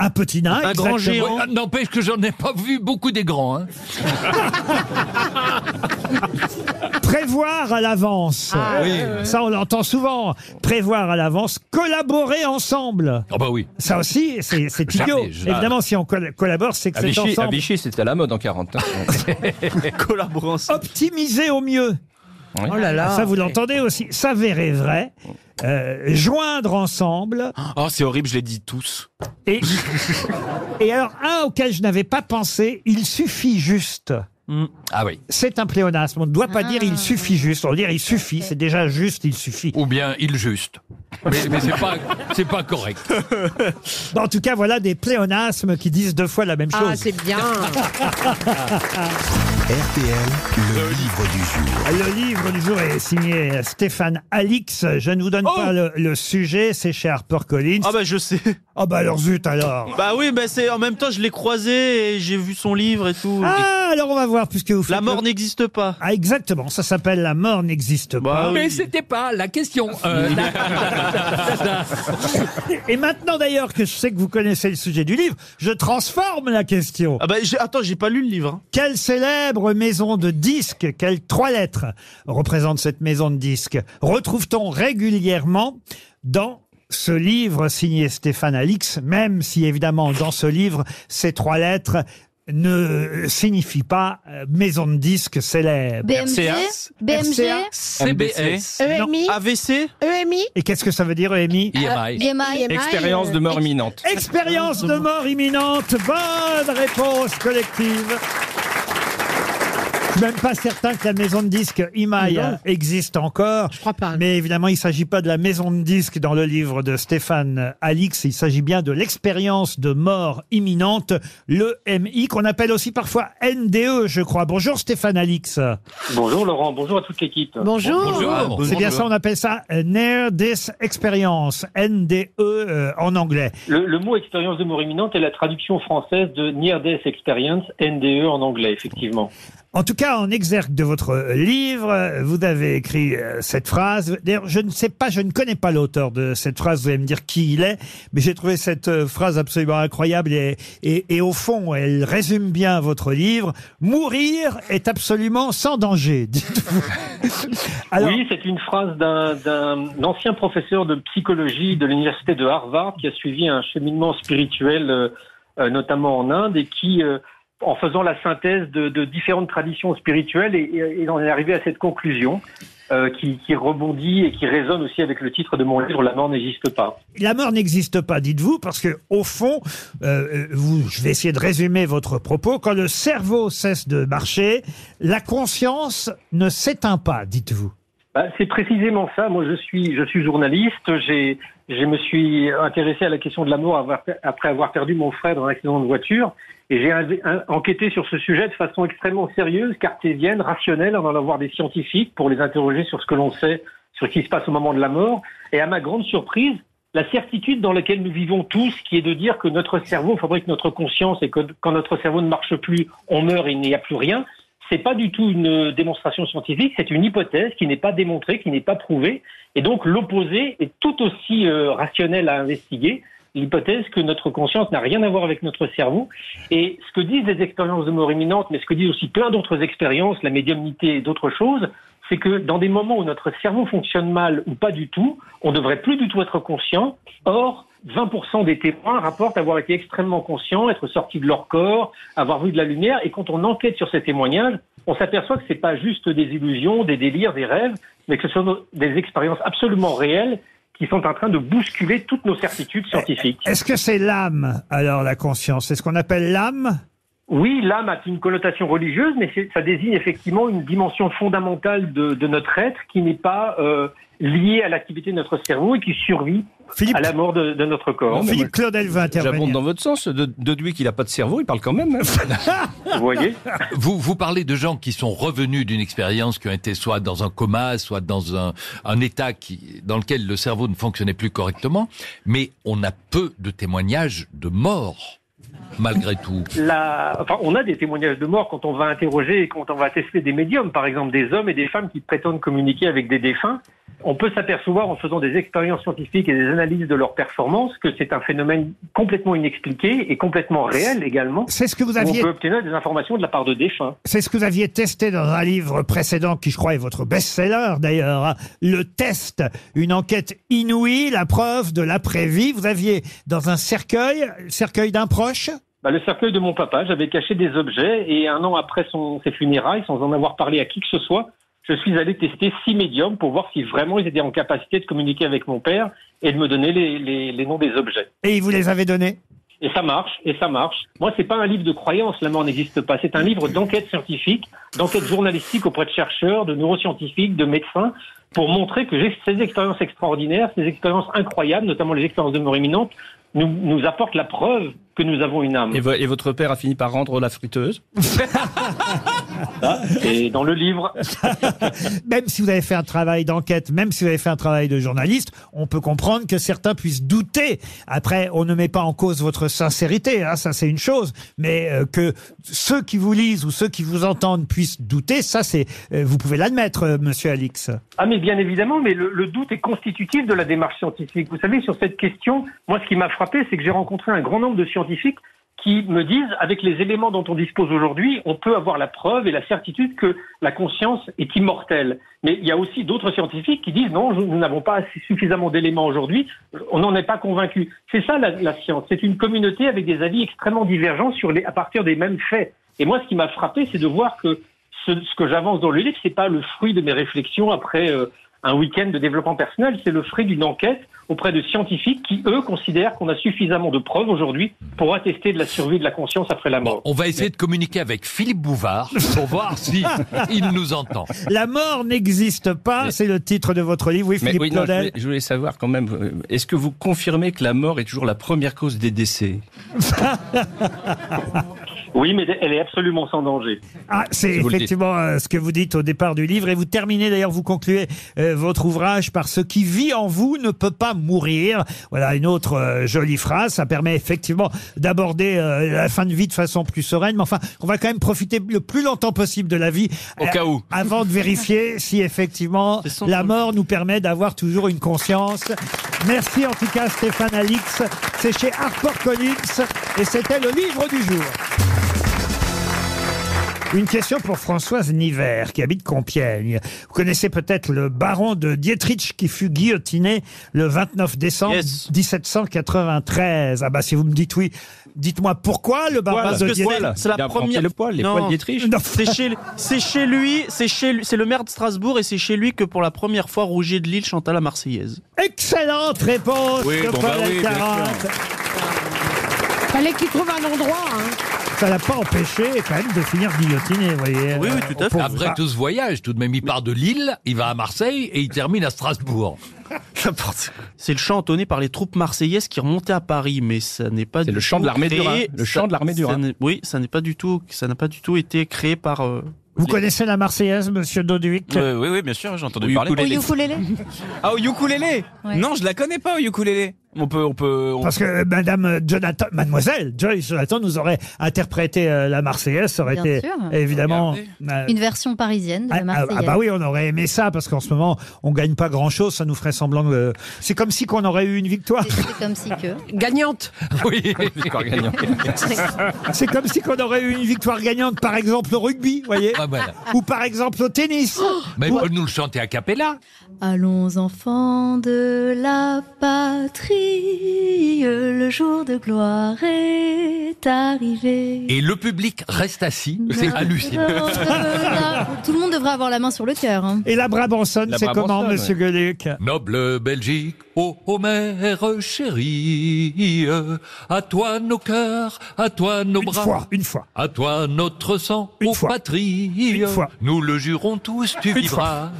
[SPEAKER 2] un petit nain.
[SPEAKER 3] un grand
[SPEAKER 2] exactement.
[SPEAKER 3] géant.
[SPEAKER 6] Ouais, N'empêche que j'en ai pas vu beaucoup des grands. hein.
[SPEAKER 2] Prévoir à l'avance.
[SPEAKER 5] Ah,
[SPEAKER 2] Ça, on l'entend souvent. Prévoir à l'avance. Collaborer ensemble.
[SPEAKER 6] Ah bah oui.
[SPEAKER 2] Ça aussi, c'est c'est
[SPEAKER 6] Jamais,
[SPEAKER 2] idiot.
[SPEAKER 6] jamais.
[SPEAKER 2] Évidemment, si on coll- collabore, c'est que
[SPEAKER 8] À
[SPEAKER 2] c'est
[SPEAKER 8] Vichy, à
[SPEAKER 2] ensemble.
[SPEAKER 8] Vichy, c'était à la mode en 40. hein.
[SPEAKER 3] Collaborant ensemble.
[SPEAKER 2] Optimiser au mieux.
[SPEAKER 5] Oh là là.
[SPEAKER 2] ça, vous l'entendez aussi. S'avérer vrai. Euh, joindre ensemble.
[SPEAKER 15] Oh, c'est horrible, je l'ai dit tous.
[SPEAKER 2] Et, et alors, un auquel je n'avais pas pensé, il suffit juste.
[SPEAKER 6] Ah oui.
[SPEAKER 2] C'est un pléonasme. On ne
[SPEAKER 5] Ah.
[SPEAKER 2] doit pas dire il suffit juste. On doit dire il suffit. C'est déjà juste, il suffit.
[SPEAKER 6] Ou bien il juste. Mais, mais c'est pas, c'est pas correct.
[SPEAKER 2] Bon, en tout cas, voilà des pléonasmes qui disent deux fois la même
[SPEAKER 5] Ah
[SPEAKER 2] chose.
[SPEAKER 5] c'est bien.
[SPEAKER 1] RTL, le livre du jour.
[SPEAKER 2] Le livre du jour est signé Stéphane Alix. Je ne vous donne pas le, le sujet, c'est chez HarperCollins. Ah
[SPEAKER 3] bah je sais.
[SPEAKER 2] Ah bah alors zut alors.
[SPEAKER 3] Bah oui, bah c'est en même temps je l'ai croisé et j'ai vu son livre et tout.
[SPEAKER 2] Ah alors on va voir puisque vous faites
[SPEAKER 3] La mort
[SPEAKER 2] le-
[SPEAKER 3] n'existe pas. Bah
[SPEAKER 2] Ah exactement, ça s'appelle La mort n'existe pas.
[SPEAKER 13] Mais c'était pas la question. Euh, la-
[SPEAKER 2] Et maintenant d'ailleurs que je sais que vous connaissez le sujet du livre, je transforme la question.
[SPEAKER 3] Ah bah j'ai- attends, j'ai pas lu le livre. hein.
[SPEAKER 2] Quelle célèbre maison de disques, quelles trois lettres représente cette maison de disques Retrouve-t-on régulièrement dans ce livre signé Stéphane Alix, même si évidemment dans ce livre, ces trois lettres ne signifient pas euh, maison de disques célèbre.
[SPEAKER 7] BMG BMG
[SPEAKER 3] CBS.
[SPEAKER 5] EMI
[SPEAKER 3] AVC
[SPEAKER 5] EMI
[SPEAKER 2] Et qu'est-ce que ça veut dire, E EMI
[SPEAKER 11] E
[SPEAKER 7] BMI
[SPEAKER 8] E Expérience de mort imminente.
[SPEAKER 2] Expérience de mort imminente. Bonne réponse collective. Je suis même pas certain que la maison de disques Imaï
[SPEAKER 5] Non.
[SPEAKER 2] existe encore.
[SPEAKER 5] Je crois pas.
[SPEAKER 2] Mais évidemment, il s'agit pas de la maison de disques dans le livre de Stéphane Alix. Il s'agit bien de l'expérience de mort imminente, le MI, qu'on appelle aussi parfois NDE, je crois. Bonjour Stéphane Alix.
[SPEAKER 16] Bonjour Laurent, bonjour à toute l'équipe.
[SPEAKER 5] Bonjour.
[SPEAKER 6] Ah,
[SPEAKER 2] C'est bien ça, on appelle ça euh, Near Death Experience, NDE euh, en anglais.
[SPEAKER 16] Le, le mot expérience de mort imminente est la traduction française de Near Death Experience, NDE en anglais, effectivement.
[SPEAKER 2] En tout cas, en exergue de votre euh, livre, euh, vous avez écrit euh, cette phrase. D'ailleurs, je ne sais pas, je ne connais pas l'auteur de cette phrase, vous allez me dire qui il est, mais j'ai trouvé cette euh, phrase absolument incroyable et, et- et au fond, elle résume bien votre livre. Mourir est absolument sans danger, dites-vous. Alors,
[SPEAKER 16] oui, c'est une phrase d'un- d'un ancien professeur de psychologie de l'université de Harvard qui a suivi un cheminement spirituel, euh, euh, notamment en Inde, et qui, euh, en faisant la synthèse de, de différentes traditions spirituelles, et, et- et en est arrivé à cette conclusion euh, qui, qui rebondit et qui résonne aussi avec le titre de mon livre, La mort n'existe pas.
[SPEAKER 2] la mort n'existe pas, dites-vous, parce que au fond, euh, vous, je vais essayer de résumer votre propos. Quand le cerveau cesse de marcher, la conscience ne s'éteint pas, dites-vous.
[SPEAKER 16] Bah, c'est précisément ça. Moi, je suis, je suis journaliste. J'ai, je me suis intéressé à la question de la mort avoir- après avoir perdu mon frère dans un accident de voiture. Et j'ai inv- un- enquêté sur ce sujet de façon extrêmement sérieuse, cartésienne, rationnelle, en allant voir des scientifiques pour les interroger sur ce que l'on sait, sur ce qui se passe au moment de la mort. Et à ma grande surprise, la certitude dans laquelle nous vivons tous, qui est de dire que notre cerveau fabrique notre conscience et que quand notre cerveau ne marche plus, on meurt et il n'y a plus rien, c'est pas du tout une démonstration scientifique, c'est une hypothèse qui n'est pas démontrée, qui n'est pas prouvée, et donc l'opposé est tout aussi euh, rationnel à investiguer. L'hypothèse que notre conscience n'a rien à voir avec notre cerveau. Et ce que disent les expériences de mort imminente, mais ce que disent aussi plein d'autres expériences, la médiumnité et d'autres choses, c'est que dans des moments où notre cerveau fonctionne mal ou pas du tout, on devrait plus du tout être conscient. Or, 20% des témoins rapportent avoir été extrêmement conscients, être sortis de leur corps, avoir vu de la lumière. Et quand on enquête sur ces témoignages, on s'aperçoit que ce n'est pas juste des illusions, des délires, des rêves, mais que ce sont des expériences absolument réelles qui sont en train de bousculer toutes nos certitudes scientifiques.
[SPEAKER 2] Est-ce que c'est l'âme, alors, la conscience C'est ce qu'on appelle l'âme
[SPEAKER 16] Oui, l'âme a une connotation religieuse, mais c'est- ça désigne effectivement une dimension fondamentale de, de notre être qui n'est pas euh, liée à l'activité de notre cerveau et qui survit à la mort de, de notre corps.
[SPEAKER 2] Philippe Claudel va
[SPEAKER 8] J'abonde
[SPEAKER 2] intervenir.
[SPEAKER 8] dans votre sens. De, Dudouis, qui n'a pas de cerveau, il parle quand même. hein.
[SPEAKER 16] Vous voyez
[SPEAKER 6] Vous, vous parlez de gens qui sont revenus d'une expérience qui ont été soit dans un coma, soit dans un, un état qui, dans lequel le cerveau ne fonctionnait plus correctement, mais on a peu de témoignages de morts, malgré tout.
[SPEAKER 16] La- enfin, on a des témoignages de mort quand on va interroger et quand on va tester des médiums, par exemple des hommes et des femmes qui prétendent communiquer avec des défunts. On peut s'apercevoir en faisant des expériences scientifiques et des analyses de leurs performances que c'est un phénomène complètement inexpliqué et complètement réel également.
[SPEAKER 2] C'est ce que vous aviez-
[SPEAKER 16] On peut obtenir des informations de la part de défunts.
[SPEAKER 2] C'est ce que vous aviez testé dans un livre précédent qui, je crois, est votre best-seller d'ailleurs. hein. Le test, une enquête inouïe, la preuve de l'après-vie. Vous aviez dans un cercueil, le cercueil d'un proche
[SPEAKER 16] Bah, le cercueil de mon papa, j'avais caché des objets et un an après son, ses funérailles, sans en avoir parlé à qui que ce soit, je suis allé tester six médiums pour voir si vraiment ils étaient en capacité de communiquer avec mon père et de me donner les, les- les noms des objets.
[SPEAKER 2] et il vous les avait donnés.
[SPEAKER 16] Et ça marche, et ça marche. Moi, c'est pas un livre de croyance, la mort n'existe pas. C'est un livre d'enquête scientifique, d'enquête journalistique auprès de chercheurs, de neuroscientifiques, de médecins, pour montrer que j'ai- ces expériences extraordinaires, ces expériences incroyables, notamment les expériences de mort imminente, nous, nous apportent la preuve que nous avons une âme.
[SPEAKER 8] Et, vo- et votre père a fini par rendre la friteuse
[SPEAKER 16] Ah, Et dans le livre,
[SPEAKER 2] Même si vous avez fait un travail d'enquête, même si vous avez fait un travail de journaliste, on peut comprendre que certains puissent douter. Après, on ne met pas en cause votre sincérité, hein, ça c'est une chose, mais euh, que ceux qui vous lisent ou ceux qui vous entendent puissent douter, ça c'est, euh, vous pouvez l'admettre, euh, Monsieur Alix.
[SPEAKER 16] Ah mais bien évidemment, mais le, le doute est constitutif de la démarche scientifique. Vous savez, sur cette question, moi ce qui m'a frappé, c'est que j'ai rencontré un grand nombre de scientifiques qui me disent, avec les éléments dont on dispose aujourd'hui, on peut avoir la preuve et la certitude que la conscience est immortelle. Mais il y a aussi d'autres scientifiques qui disent, non, nous n'avons pas assez- suffisamment d'éléments aujourd'hui, on n'en est pas convaincu. C'est ça la, la science, c'est une communauté avec des avis extrêmement divergents sur les, à partir des mêmes faits. Et moi ce qui m'a frappé, c'est de voir que ce, ce que j'avance dans le livre, c'est pas le fruit de mes réflexions après euh, un week-end de développement personnel, c'est le fruit d'une enquête auprès de scientifiques qui, eux, considèrent qu'on a suffisamment de preuves aujourd'hui pour attester de la survie de la conscience après la mort.
[SPEAKER 6] On va essayer de communiquer avec Philippe Bouvard pour voir si il nous entend.
[SPEAKER 2] La mort n'existe pas, c'est le titre de votre livre. Oui,
[SPEAKER 8] Mais
[SPEAKER 2] Philippe
[SPEAKER 8] oui, non, je,
[SPEAKER 2] Claudel.
[SPEAKER 8] voulais, je voulais savoir quand même, euh, est-ce que vous confirmez que la mort est toujours la première cause des décès
[SPEAKER 16] Oui, mais elle est absolument sans danger.
[SPEAKER 2] Ah, c'est
[SPEAKER 16] Je vous le dis.
[SPEAKER 2] effectivement euh, ce que vous dites au départ du livre. Et vous terminez d'ailleurs, vous concluez euh, votre ouvrage par ce qui vit en vous ne peut pas mourir. Voilà une autre euh, jolie phrase. Ça permet effectivement d'aborder euh, la fin de vie de façon plus sereine. Mais enfin, on va quand même profiter le plus longtemps possible de la vie. euh,
[SPEAKER 6] Au cas où.
[SPEAKER 2] Avant de vérifier si effectivement la mort nous permet d'avoir toujours une conscience. Merci en tout cas Stéphane Alix. C'est chez HarperCollins et c'était le livre du jour. Une question pour Françoise Niver, qui habite Compiègne. Vous connaissez peut-être le baron de Dietrich qui fut guillotiné le 29 décembre 1793. Ah bah si vous me dites oui, dites-moi pourquoi le baron
[SPEAKER 3] Parce
[SPEAKER 2] de
[SPEAKER 3] que c'est-
[SPEAKER 2] Dietrich
[SPEAKER 3] c'est la première. Non. C'est chez, c'est chez lui, c'est chez lui- c'est le maire de Strasbourg et c'est chez lui que pour la première fois Rouget de Lille chanta la Marseillaise.
[SPEAKER 2] Excellente réponse
[SPEAKER 3] Oui,
[SPEAKER 2] de
[SPEAKER 3] bon,
[SPEAKER 2] Paul
[SPEAKER 3] bah oui, bien
[SPEAKER 2] Alcarat.
[SPEAKER 5] Fallait qu'il trouve un endroit. hein.
[SPEAKER 2] Ça l'a pas empêché quand même de finir guillotiné, vous voyez. Euh, au pauvre.
[SPEAKER 6] Après tout ce voyage, tout de même, il part de Lille, il va à Marseille et il termine à Strasbourg.
[SPEAKER 3] N'importe. C'est le chant entonné par les troupes marseillaises qui remontaient à Paris, mais ça n'est pas. C'est
[SPEAKER 8] le chant de l'armée du Rhin. Le chant de l'armée du Rhin.
[SPEAKER 3] Oui, ça n'est pas du tout. Ça n'a pas du tout été créé par. euh,
[SPEAKER 2] Vous connaissez la Marseillaise, monsieur Doduic
[SPEAKER 3] Euh,
[SPEAKER 15] oui, oui, bien sûr, j'ai entendu
[SPEAKER 3] Au
[SPEAKER 15] parler.
[SPEAKER 3] ukulélé.
[SPEAKER 15] Au Ah, au ukulélé Non, je la connais pas, au ukulélé. On peut, on peut. on-
[SPEAKER 2] Parce que euh, Madame Jonathan, Mademoiselle Joyce Jonathan nous aurait interprété euh, la Marseillaise, ça aurait
[SPEAKER 7] Bien
[SPEAKER 2] été
[SPEAKER 7] sûr.
[SPEAKER 2] évidemment. euh,
[SPEAKER 7] Une version parisienne de
[SPEAKER 2] Ah,
[SPEAKER 7] la
[SPEAKER 2] ah,
[SPEAKER 7] Marseillaise.
[SPEAKER 2] ah bah oui, on aurait aimé ça parce qu'en ce moment, on gagne pas grand chose, ça nous ferait semblant de... C'est comme si qu'on aurait eu une victoire.
[SPEAKER 7] C'est comme si que.
[SPEAKER 5] Gagnante.
[SPEAKER 6] Oui,
[SPEAKER 2] C'est comme si qu'on aurait eu une victoire gagnante, par exemple au rugby, voyez,
[SPEAKER 6] Ah, voilà.
[SPEAKER 2] ou par exemple au tennis.
[SPEAKER 7] Oh.
[SPEAKER 6] Mais
[SPEAKER 2] Ou-
[SPEAKER 6] vous nous le chantez à cappella.
[SPEAKER 7] Allons enfants de la patrie, le jour de gloire est arrivé.
[SPEAKER 6] Et le public reste assis. C'est hallucinant.
[SPEAKER 7] Tout le monde devrait avoir la main sur le cœur. hein.
[SPEAKER 2] Et la Brabançonne,
[SPEAKER 6] La
[SPEAKER 2] c'est comment,
[SPEAKER 6] Brabançonne,
[SPEAKER 2] Monsieur Gueluc
[SPEAKER 6] Noble Belgique, ô Homère chérie, à toi nos cœurs, à toi nos bras.
[SPEAKER 2] fois, une fois.
[SPEAKER 6] À toi notre sang, ô patrie.
[SPEAKER 2] fois.
[SPEAKER 6] Nous le jurons tous, tu vivras.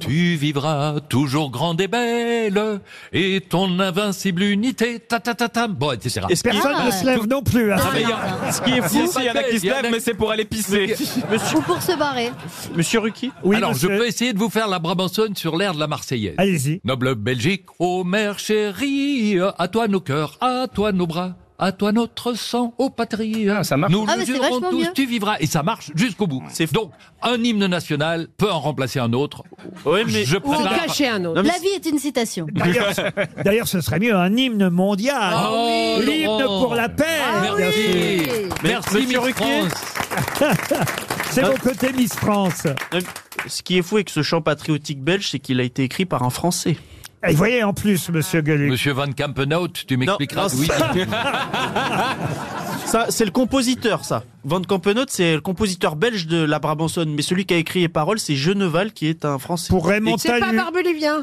[SPEAKER 6] Tu vivras toujours grande et belle, et ton invincible unité, ta ta ta ta, bon, etc.
[SPEAKER 2] Et personne
[SPEAKER 7] Ah.
[SPEAKER 2] ne se lève non plus. hein.
[SPEAKER 15] Ah, mais il y a- Ce qui est fou, c'est qu'il y en a qui se lèvent, mais c'est pour aller pisser.
[SPEAKER 7] Ou pour se barrer.
[SPEAKER 3] Monsieur Ruki
[SPEAKER 6] Alors, je peux essayer de vous faire la Brabançonne sur l'air de la Marseillaise.
[SPEAKER 2] Allez-y.
[SPEAKER 6] Noble Belgique, ô mère chérie, à toi nos cœurs, à toi nos bras, à toi notre sang, ô patrie. ça marche. Nous
[SPEAKER 7] Ah,
[SPEAKER 6] le
[SPEAKER 7] mais c'est
[SPEAKER 6] jurons
[SPEAKER 7] vachement
[SPEAKER 6] tous,
[SPEAKER 7] mieux.
[SPEAKER 6] tu vivras. Et ça marche jusqu'au bout. Donc, un hymne national peut en remplacer un autre. Oui, mais je
[SPEAKER 5] Ou
[SPEAKER 6] préfère-
[SPEAKER 5] cacher un autre.
[SPEAKER 7] La vie est une citation.
[SPEAKER 2] D'ailleurs, ce- D'ailleurs, ce serait mieux un hymne mondial.
[SPEAKER 6] Ah oui,
[SPEAKER 2] L'hymne
[SPEAKER 6] Laurent. Ah
[SPEAKER 2] pour la paix. bien
[SPEAKER 6] Merci.
[SPEAKER 2] sûr.
[SPEAKER 6] Merci,
[SPEAKER 3] Monsieur
[SPEAKER 6] Miss
[SPEAKER 3] Ruquier.
[SPEAKER 6] France.
[SPEAKER 2] C'est mon côté Miss France.
[SPEAKER 3] euh, Ce qui est fou avec ce chant patriotique belge, c'est qu'il a été écrit par un Français.
[SPEAKER 2] Et vous voyez en plus, Monsieur Gueluc.
[SPEAKER 6] Monsieur Van Kampenhout, tu m'expliqueras.
[SPEAKER 3] non,
[SPEAKER 6] Oui.
[SPEAKER 3] Ça, c'est le compositeur, ça. Van Kampenhout, c'est le compositeur belge de la Brabançonne, mais celui qui a écrit les paroles, c'est Geneval, qui est un Français.
[SPEAKER 2] Pour Raymond
[SPEAKER 5] C'est pas Barbelivien.